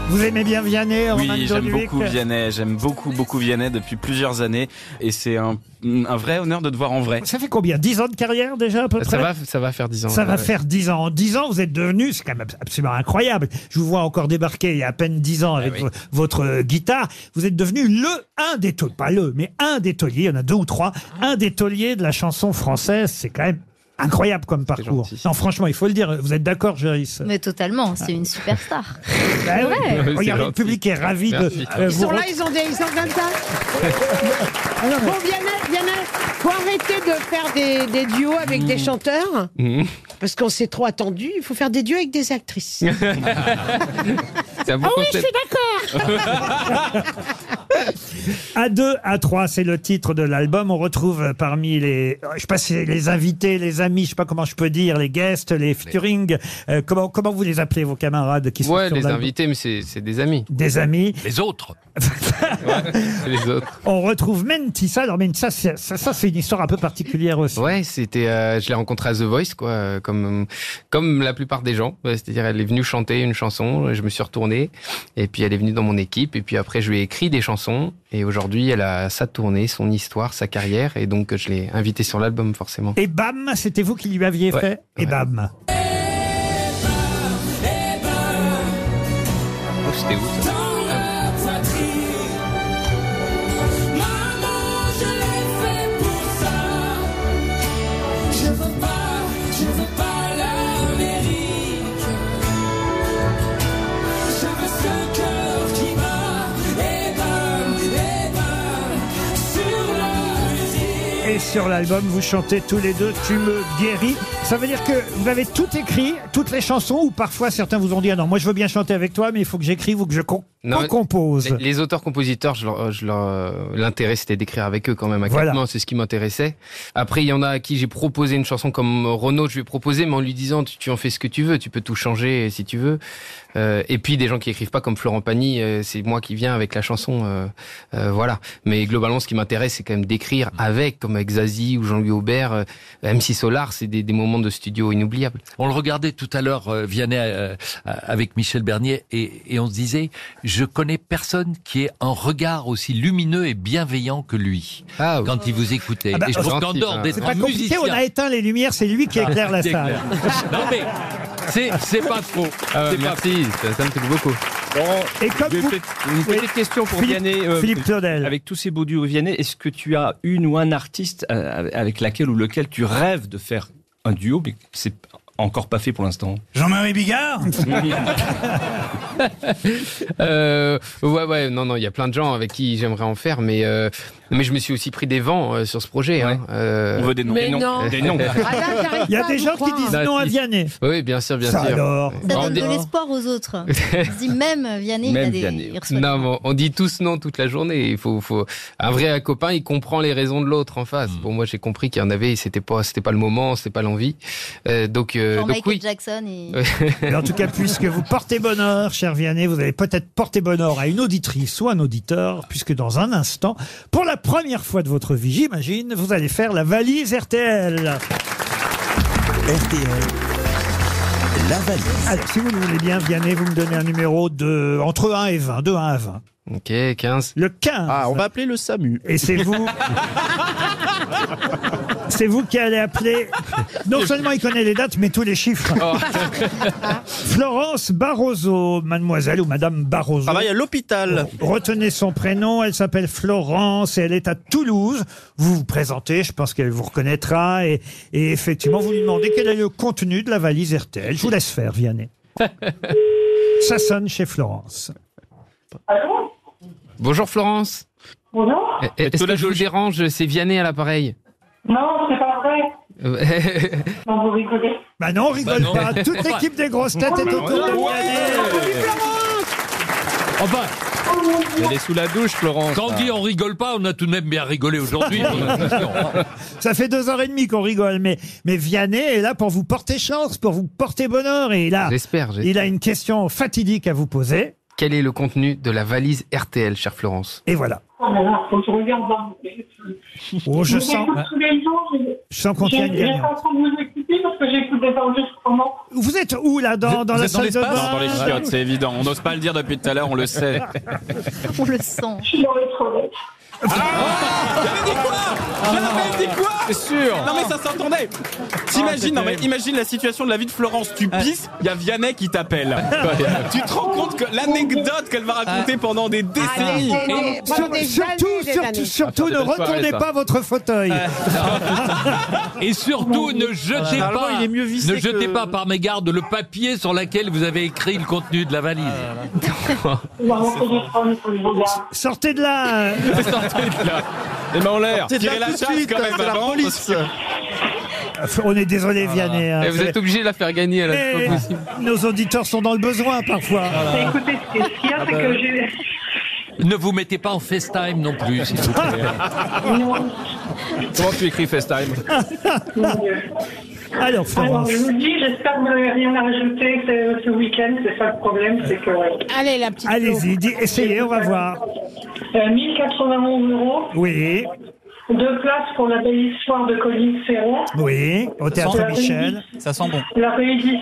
[SPEAKER 2] Vous aimez bien Vianney, Roman
[SPEAKER 15] Oui, j'aime
[SPEAKER 2] Doduic
[SPEAKER 15] beaucoup Vianney, j'aime beaucoup, beaucoup Vianney depuis plusieurs années et c'est un, un vrai honneur de te voir en vrai.
[SPEAKER 2] Ça fait combien 10 ans de carrière déjà à peu près
[SPEAKER 20] ça va faire euh, 10
[SPEAKER 2] Ça va faire 10 ans. En 10 ans, vous êtes devenu, c'est quand même absolument incroyable. Je vous vois encore débarquer il y a à peine 10
[SPEAKER 10] Ah
[SPEAKER 2] ans avec vo- votre euh, guitare. Vous êtes devenu le, un des tauliers, pas le, mais un des tauliers, il y en a deux ou trois, un des tauliers de la chanson française. C'est quand même incroyable comme parcours. Non, franchement, il faut le dire. Vous êtes d'accord, Joris
[SPEAKER 10] Mais totalement, c'est une superstar.
[SPEAKER 2] Bah oui.
[SPEAKER 10] Ouais.
[SPEAKER 2] Regardez,
[SPEAKER 10] C'est
[SPEAKER 2] le
[SPEAKER 10] gentil.
[SPEAKER 2] public est ravi
[SPEAKER 10] Merci.
[SPEAKER 2] de
[SPEAKER 10] Ils
[SPEAKER 2] vous
[SPEAKER 5] Ils sont là,
[SPEAKER 2] re-
[SPEAKER 5] ils ont des, ils sont comme ça. Bon, Vianney, Vianney, faut arrêter de faire des, des duos avec des chanteurs, parce qu'on s'est trop attendu. Il faut faire des duos avec des actrices.
[SPEAKER 20] C'est un bon
[SPEAKER 5] ah oui, je
[SPEAKER 20] concept.
[SPEAKER 5] suis d'accord.
[SPEAKER 2] À 2, à 3, c'est le titre de l'album. On retrouve parmi les, je sais pas si les invités, les amis, je sais pas comment je peux dire, les guests, les featuring. euh, comment, comment vous les appelez, vos camarades qui sont
[SPEAKER 20] Ouais,
[SPEAKER 2] sur
[SPEAKER 20] les
[SPEAKER 2] l'album
[SPEAKER 20] invités, mais c'est c'est des amis.
[SPEAKER 2] Des amis.
[SPEAKER 6] Les autres.
[SPEAKER 20] les autres.
[SPEAKER 2] On retrouve Mentissa. Alors Mentissa, c'est- ça, ça, c'est une histoire un peu particulière aussi.
[SPEAKER 20] Ouais, c'était, euh, je l'ai rencontrée à The Voice, quoi, euh, comme comme la plupart des gens. Ouais, C'est-à-dire, elle est venue chanter une chanson, je me suis retourné, et puis elle est venue dans mon équipe, et puis après je lui ai écrit des chansons, et aujourd'hui elle a sa tournée, son histoire, sa carrière, et donc je l'ai invitée sur l'album forcément.
[SPEAKER 2] Et bam, c'était vous qui lui aviez
[SPEAKER 20] Ouais,
[SPEAKER 2] fait. Et bam.
[SPEAKER 20] Oh, C'était où ça
[SPEAKER 13] Dans la poitrine, maman, je l'ai fait pour ça. Je veux pas, je veux pas l'Amérique. Je veux ce cœur qui bat et bat et bat sur la musique.
[SPEAKER 2] Et sur l'album, vous chantez tous les deux Tu me guéris. Ça veut dire que vous avez tout écrit, toutes les chansons, ou parfois certains vous ont dit Ah non, moi je veux bien chanter avec toi, mais il faut que j'écrive ou que je con-
[SPEAKER 20] Non,
[SPEAKER 2] compose.
[SPEAKER 20] Les, les auteurs-compositeurs, je leur- euh, je leur- l'intérêt c'était d'écrire avec eux quand même à
[SPEAKER 2] Voilà.
[SPEAKER 20] quatre mains, c'est ce qui m'intéressait. Après, il y en a à qui j'ai proposé une chanson comme Renaud, je lui ai proposé, mais en lui disant tu, tu en fais ce que tu veux, tu peux tout changer si tu veux. Euh, et puis des gens qui écrivent pas comme Florent Pagny, euh, c'est moi qui viens avec la chanson, euh, euh, voilà. Mais globalement, ce qui m'intéresse, c'est quand même d'écrire avec, comme avec Zazie ou Jean-Louis Aubert, euh, M6 Solar, c'est des, des moments de studio inoubliables.
[SPEAKER 6] On le regardait tout à l'heure, euh, Vianney, euh, euh, avec Michel Bernier, et, et on se disait, je connais personne qui ait un regard aussi lumineux et bienveillant que lui quand il vous écoutait.
[SPEAKER 2] Ah bah,
[SPEAKER 6] et je trouve qu'en
[SPEAKER 2] c'est
[SPEAKER 6] dehors d'être
[SPEAKER 2] pas
[SPEAKER 6] un
[SPEAKER 2] compliqué,
[SPEAKER 6] musicien...
[SPEAKER 2] on a éteint les lumières, c'est lui qui éclaire la
[SPEAKER 6] Il
[SPEAKER 2] salle.
[SPEAKER 6] non mais, c'est c'est pas faux.
[SPEAKER 20] Euh,
[SPEAKER 6] C'est pas
[SPEAKER 20] merci, ça, ça me touche beaucoup.
[SPEAKER 2] Et comme
[SPEAKER 8] une petite, une petite question pour
[SPEAKER 2] Philippe-
[SPEAKER 8] Vianney. euh,
[SPEAKER 2] Philippe Claudel.
[SPEAKER 8] Avec tous ces beaux duos Vianney, est-ce que tu as une ou un artiste euh, avec laquelle ou lequel tu rêves de faire un duo, mais c'est encore pas fait pour l'instant
[SPEAKER 23] Jean-Marie Bigard
[SPEAKER 20] Euh, ouais, ouais, non, non, il y a plein de gens avec qui j'aimerais en faire, mais, euh, mais je me suis aussi pris des vents euh, sur ce projet. hein, euh.
[SPEAKER 8] On veut des noms. Mais Des noms. non. Des noms. Ah là,
[SPEAKER 2] j'arrive Il y a pas à des vous gens qui croire. disent non à
[SPEAKER 20] Bah, si.
[SPEAKER 2] Vianney.
[SPEAKER 20] Oui, bien sûr, bien
[SPEAKER 2] Ça
[SPEAKER 20] sûr.
[SPEAKER 2] alors
[SPEAKER 10] Ça
[SPEAKER 20] On
[SPEAKER 10] donne
[SPEAKER 20] dit-
[SPEAKER 10] de l'espoir aux autres. On se dit même Vianney, il a
[SPEAKER 20] Même
[SPEAKER 10] des.
[SPEAKER 20] Vianney.
[SPEAKER 10] il reçoit des-
[SPEAKER 20] Non, mais on- on dit tous non toute la journée. Il faut, faut un vrai copain, il comprend les raisons de l'autre en face.
[SPEAKER 8] Hmm.
[SPEAKER 20] Pour moi, j'ai compris qu'il y en avait. et C'était pas, c'était pas le moment, c'était pas l'envie. Euh, donc, euh,
[SPEAKER 10] Genre
[SPEAKER 20] donc
[SPEAKER 10] Michael
[SPEAKER 20] oui.
[SPEAKER 10] Jackson et.
[SPEAKER 2] Mais en tout cas, puisque vous portez bonheur, cher Vianney, vous allez peut-être porter bonheur à une auditrice ou un auditeur, puisque dans un instant, pour la première fois de votre vie, j'imagine, vous allez faire la valise RTL. RTL. La valise. Alors, si vous le voulez bien, Vianney, vous me donnez un numéro de entre 1 et 20, de 1 à 20.
[SPEAKER 20] Ok, 15.
[SPEAKER 2] Le 15. Ah, on va
[SPEAKER 3] appeler le SAMU.
[SPEAKER 2] Et c'est vous. c'est vous qui allez appeler. Non seulement il connaît les dates, mais tous les chiffres. Florence Barroso, mademoiselle ou madame Barroso.
[SPEAKER 3] Travaille à l'hôpital.
[SPEAKER 2] Retenez son prénom, elle s'appelle Florence et elle est à Toulouse. Vous vous présentez, je pense qu'elle vous reconnaîtra. Et, et effectivement, vous lui demandez quel est le contenu de la valise RTL. Je vous laisse faire, Vianney. Ça sonne chez Florence.
[SPEAKER 20] Bonjour Florence.
[SPEAKER 11] Bonjour.
[SPEAKER 20] Est-ce que je vous dérange C'est Vianney à l'appareil.
[SPEAKER 11] Non, c'est pas vrai.
[SPEAKER 24] Quand vous rigolez.
[SPEAKER 2] Bah non, on rigole
[SPEAKER 24] Bah non.
[SPEAKER 2] pas. Toute l'équipe des grosses têtes est autour de moi.
[SPEAKER 6] Enfin,
[SPEAKER 8] Elle est sous la douche, Florence.
[SPEAKER 6] quand on dit on rigole pas, on a tout de même bien rigolé aujourd'hui. pour notre émission.
[SPEAKER 2] Ça fait deux heures et demie qu'on rigole, mais, mais Vianney est là pour vous porter chance, pour vous porter bonheur. Et il a,
[SPEAKER 20] J'espère, j'espère.
[SPEAKER 2] il a une question fatidique à vous poser.
[SPEAKER 20] Quel est le contenu de la valise RTL, chère Florence
[SPEAKER 2] Et voilà.
[SPEAKER 24] Oh là là, faut que je regarde. hein.
[SPEAKER 2] Oh, je
[SPEAKER 24] vous
[SPEAKER 2] sens-
[SPEAKER 24] écoute tous les jours.
[SPEAKER 2] Je sens qu'on
[SPEAKER 24] J'ai-
[SPEAKER 2] tient une
[SPEAKER 24] J'étais
[SPEAKER 2] gagnante.
[SPEAKER 24] en train de vous écouter parce que j'écoute des enregistrements.
[SPEAKER 2] Vous êtes où là dans, dans
[SPEAKER 15] Vous
[SPEAKER 2] la
[SPEAKER 15] êtes dans
[SPEAKER 2] salle de
[SPEAKER 15] l'espace
[SPEAKER 2] bain
[SPEAKER 15] Non, dans les chiottes, c'est évident. On n'ose pas le dire depuis tout à l'heure, on le sait.
[SPEAKER 10] On le sent.
[SPEAKER 24] Je suis dans les toilettes.
[SPEAKER 15] J'avais dit quoi C'est sûr Non mais ça s'entendait T'imagines,
[SPEAKER 4] Ah,
[SPEAKER 15] non mais
[SPEAKER 4] c'était-
[SPEAKER 15] imagine la situation de la vie de Florence. Tu pisses, il y a Vianney qui t'appelle. tu te rends compte que l'anecdote qu'elle va raconter
[SPEAKER 2] Ah.
[SPEAKER 15] pendant des décennies
[SPEAKER 4] Eh,
[SPEAKER 2] Et sur-
[SPEAKER 5] des années,
[SPEAKER 2] surtout,
[SPEAKER 5] des
[SPEAKER 2] surtout,
[SPEAKER 5] années.
[SPEAKER 2] surtout,
[SPEAKER 15] Attends,
[SPEAKER 2] ne
[SPEAKER 15] c'est belle soirée,
[SPEAKER 2] retournez
[SPEAKER 15] Ah, ça.
[SPEAKER 2] pas votre fauteuil.
[SPEAKER 6] Et surtout, ne jetez
[SPEAKER 2] Normalement,
[SPEAKER 6] pas,
[SPEAKER 2] il est mieux vissé
[SPEAKER 6] ne jetez
[SPEAKER 2] que-
[SPEAKER 6] pas par mégarde le papier sur lequel vous avez écrit le contenu de la valise.
[SPEAKER 2] Ah,
[SPEAKER 24] Dans l'enregistrement, faut que je regarde.
[SPEAKER 2] Sortez de là. Eh
[SPEAKER 15] Les
[SPEAKER 2] ben,
[SPEAKER 15] mains en l'air
[SPEAKER 2] Sortez de là
[SPEAKER 15] Tirez la
[SPEAKER 2] tout de
[SPEAKER 15] chasse
[SPEAKER 2] suite,
[SPEAKER 15] quand même
[SPEAKER 2] c'est la
[SPEAKER 15] avant, Ah.
[SPEAKER 2] police.
[SPEAKER 15] parce que-
[SPEAKER 2] On est désolé, Vianney.
[SPEAKER 15] Eh,
[SPEAKER 2] hein.
[SPEAKER 20] Et Eh, vous êtes obligé de la faire gagner, là, c'est
[SPEAKER 2] Mais
[SPEAKER 20] pas possible.
[SPEAKER 2] nos auditeurs sont dans le besoin parfois.
[SPEAKER 24] Mais Écoutez, ce qui est ce qu'il y a, c'est que j'ai.
[SPEAKER 6] Ne vous mettez pas en FaceTime non plus, s'il vous plaît.
[SPEAKER 8] Comment tu écris FaceTime
[SPEAKER 2] Alors,
[SPEAKER 24] Alors,
[SPEAKER 2] Florence.
[SPEAKER 24] je vous le dis, j'espère que vous n'avez rien à rajouter que ce week-end, c'est ça le problème, c'est que.
[SPEAKER 5] Allez, la petite.
[SPEAKER 2] Allez-y, dis- essayez, on va voir.
[SPEAKER 24] Euh, 1091 euros,
[SPEAKER 2] Oui,
[SPEAKER 24] deux places pour la belle histoire de Colline Ferrand.
[SPEAKER 2] oui, au théâtre
[SPEAKER 24] Ça sent-
[SPEAKER 2] Michel.
[SPEAKER 22] Ça sent bon.
[SPEAKER 24] La réédition,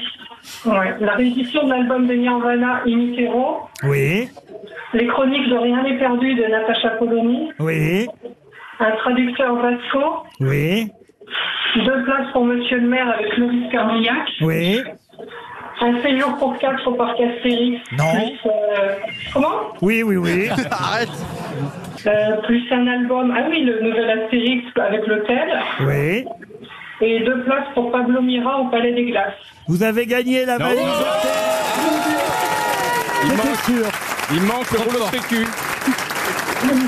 [SPEAKER 24] ouais, la réédition de l'album de Nirvana In Utero,
[SPEAKER 2] Oui,
[SPEAKER 24] les chroniques de Rien n'est perdu de Natacha Polony,
[SPEAKER 2] oui,
[SPEAKER 24] un traducteur Vasco,
[SPEAKER 2] oui,
[SPEAKER 24] deux places pour Monsieur le maire avec Maurice Carmillac,
[SPEAKER 2] oui.
[SPEAKER 24] un séjour pour quatre au parc Astérix,
[SPEAKER 2] Non.
[SPEAKER 24] plus, euh, comment
[SPEAKER 2] Oui, oui, oui.
[SPEAKER 3] Arrête
[SPEAKER 24] Euh, Plus un album, ah oui, le nouvel Astérix avec l'hôtel,
[SPEAKER 2] Oui.
[SPEAKER 24] et deux places pour Pablo Mira au Palais des Glaces.
[SPEAKER 2] Vous avez gagné la valise. J'étais sûr.
[SPEAKER 15] Il manque le rouleau de PQ.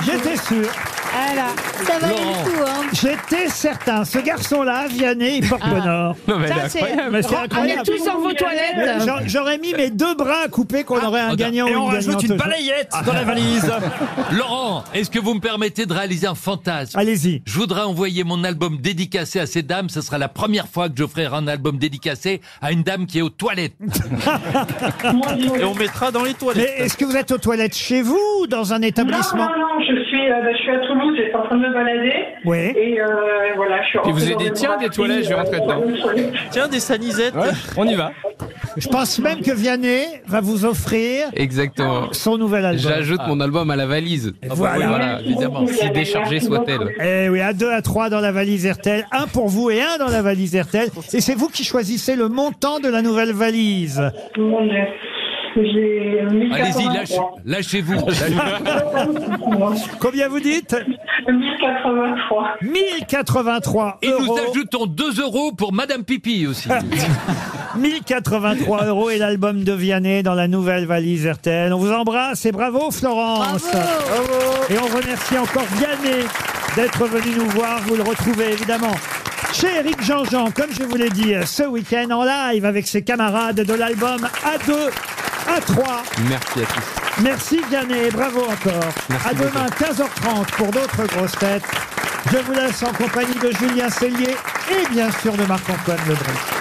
[SPEAKER 2] J'étais sûr.
[SPEAKER 5] Voilà.
[SPEAKER 10] Ça valait
[SPEAKER 2] Laurent.
[SPEAKER 10] le coup, hein.
[SPEAKER 2] J'étais certain. Ce garçon-là, Vianney, il porte
[SPEAKER 5] Ah.
[SPEAKER 2] bonheur.
[SPEAKER 5] Non, mais Ça, elle est c'est- incroyable.
[SPEAKER 2] Mais c'est
[SPEAKER 5] Allez
[SPEAKER 2] incroyable.
[SPEAKER 5] tous dans vos toilettes. Ah.
[SPEAKER 2] J'a- J'aurais mis mes deux bras à couper qu'on aurait un gagnant
[SPEAKER 22] Et
[SPEAKER 2] ou
[SPEAKER 22] on
[SPEAKER 2] une
[SPEAKER 22] rajoute
[SPEAKER 2] gagnante
[SPEAKER 22] une
[SPEAKER 2] aujourd'hui.
[SPEAKER 22] balayette dans la valise.
[SPEAKER 6] Laurent, est-ce que vous me permettez de réaliser un fantasme
[SPEAKER 2] Allez-y.
[SPEAKER 6] Je voudrais envoyer mon album dédicacé à ces dames. Ce sera la première fois que j'offrirai un album dédicacé à une dame qui est aux toilettes.
[SPEAKER 3] Et on mettra dans les
[SPEAKER 2] Mais
[SPEAKER 3] toilettes.
[SPEAKER 2] est-ce que vous êtes aux toilettes chez vous ou dans un
[SPEAKER 24] Non,
[SPEAKER 2] établissement
[SPEAKER 24] non, non, je suis, euh, je suis à Toulouse, j'étais en train de me balader.
[SPEAKER 2] Oui.
[SPEAKER 24] Et euh, voilà, je suis rentrée
[SPEAKER 20] vous avez
[SPEAKER 24] dans
[SPEAKER 20] dit,
[SPEAKER 24] une
[SPEAKER 20] tiens, des
[SPEAKER 24] brasserie,
[SPEAKER 20] toilettes, je vais rentrer
[SPEAKER 24] euh,
[SPEAKER 20] dedans.
[SPEAKER 24] dans une toilette.
[SPEAKER 3] Tiens, des sanisettes.
[SPEAKER 20] On y va.
[SPEAKER 2] Je pense même que Vianney va vous offrir
[SPEAKER 20] Exactement.
[SPEAKER 2] son nouvel album. Ah,
[SPEAKER 20] J'ajoute mon album à la valise.
[SPEAKER 2] voilà.
[SPEAKER 20] voilà, évidemment.
[SPEAKER 24] Merci beaucoup,
[SPEAKER 20] Si
[SPEAKER 24] Isabelle.
[SPEAKER 20] déchargée
[SPEAKER 24] Merci
[SPEAKER 20] soit-elle.
[SPEAKER 24] beaucoup.
[SPEAKER 2] Eh oui, à deux, à trois dans la valise RTL. Un pour vous et un dans la valise RTL. Et c'est vous qui choisissez le montant de la nouvelle valise.
[SPEAKER 24] Mon Dieu. J'ai
[SPEAKER 6] Allez-y,
[SPEAKER 24] 1083.
[SPEAKER 6] lâche- lâchez-vous.
[SPEAKER 2] Combien vous dites
[SPEAKER 24] 1083.
[SPEAKER 2] 1083
[SPEAKER 6] Et nous
[SPEAKER 2] euros.
[SPEAKER 6] ajoutons 2 euros pour Madame Pipi aussi.
[SPEAKER 2] 1083 euros et l'album de Vianney dans la nouvelle valise RTL. On vous embrasse et bravo Florence. Et on remercie encore Vianney d'être venu nous voir. Vous le retrouvez évidemment chez Eric Jean-Jean, comme je vous l'ai dit euh, ce week-end en live avec ses camarades de l'album A2, A3.
[SPEAKER 20] Merci à tous.
[SPEAKER 2] Merci Vianney, et bravo encore.
[SPEAKER 20] Merci
[SPEAKER 2] à demain
[SPEAKER 20] beaucoup.
[SPEAKER 2] 15h30 pour d'autres grosses têtes. Je vous laisse en compagnie de Julien Cellier et bien sûr de Marc-Antoine Lebrun.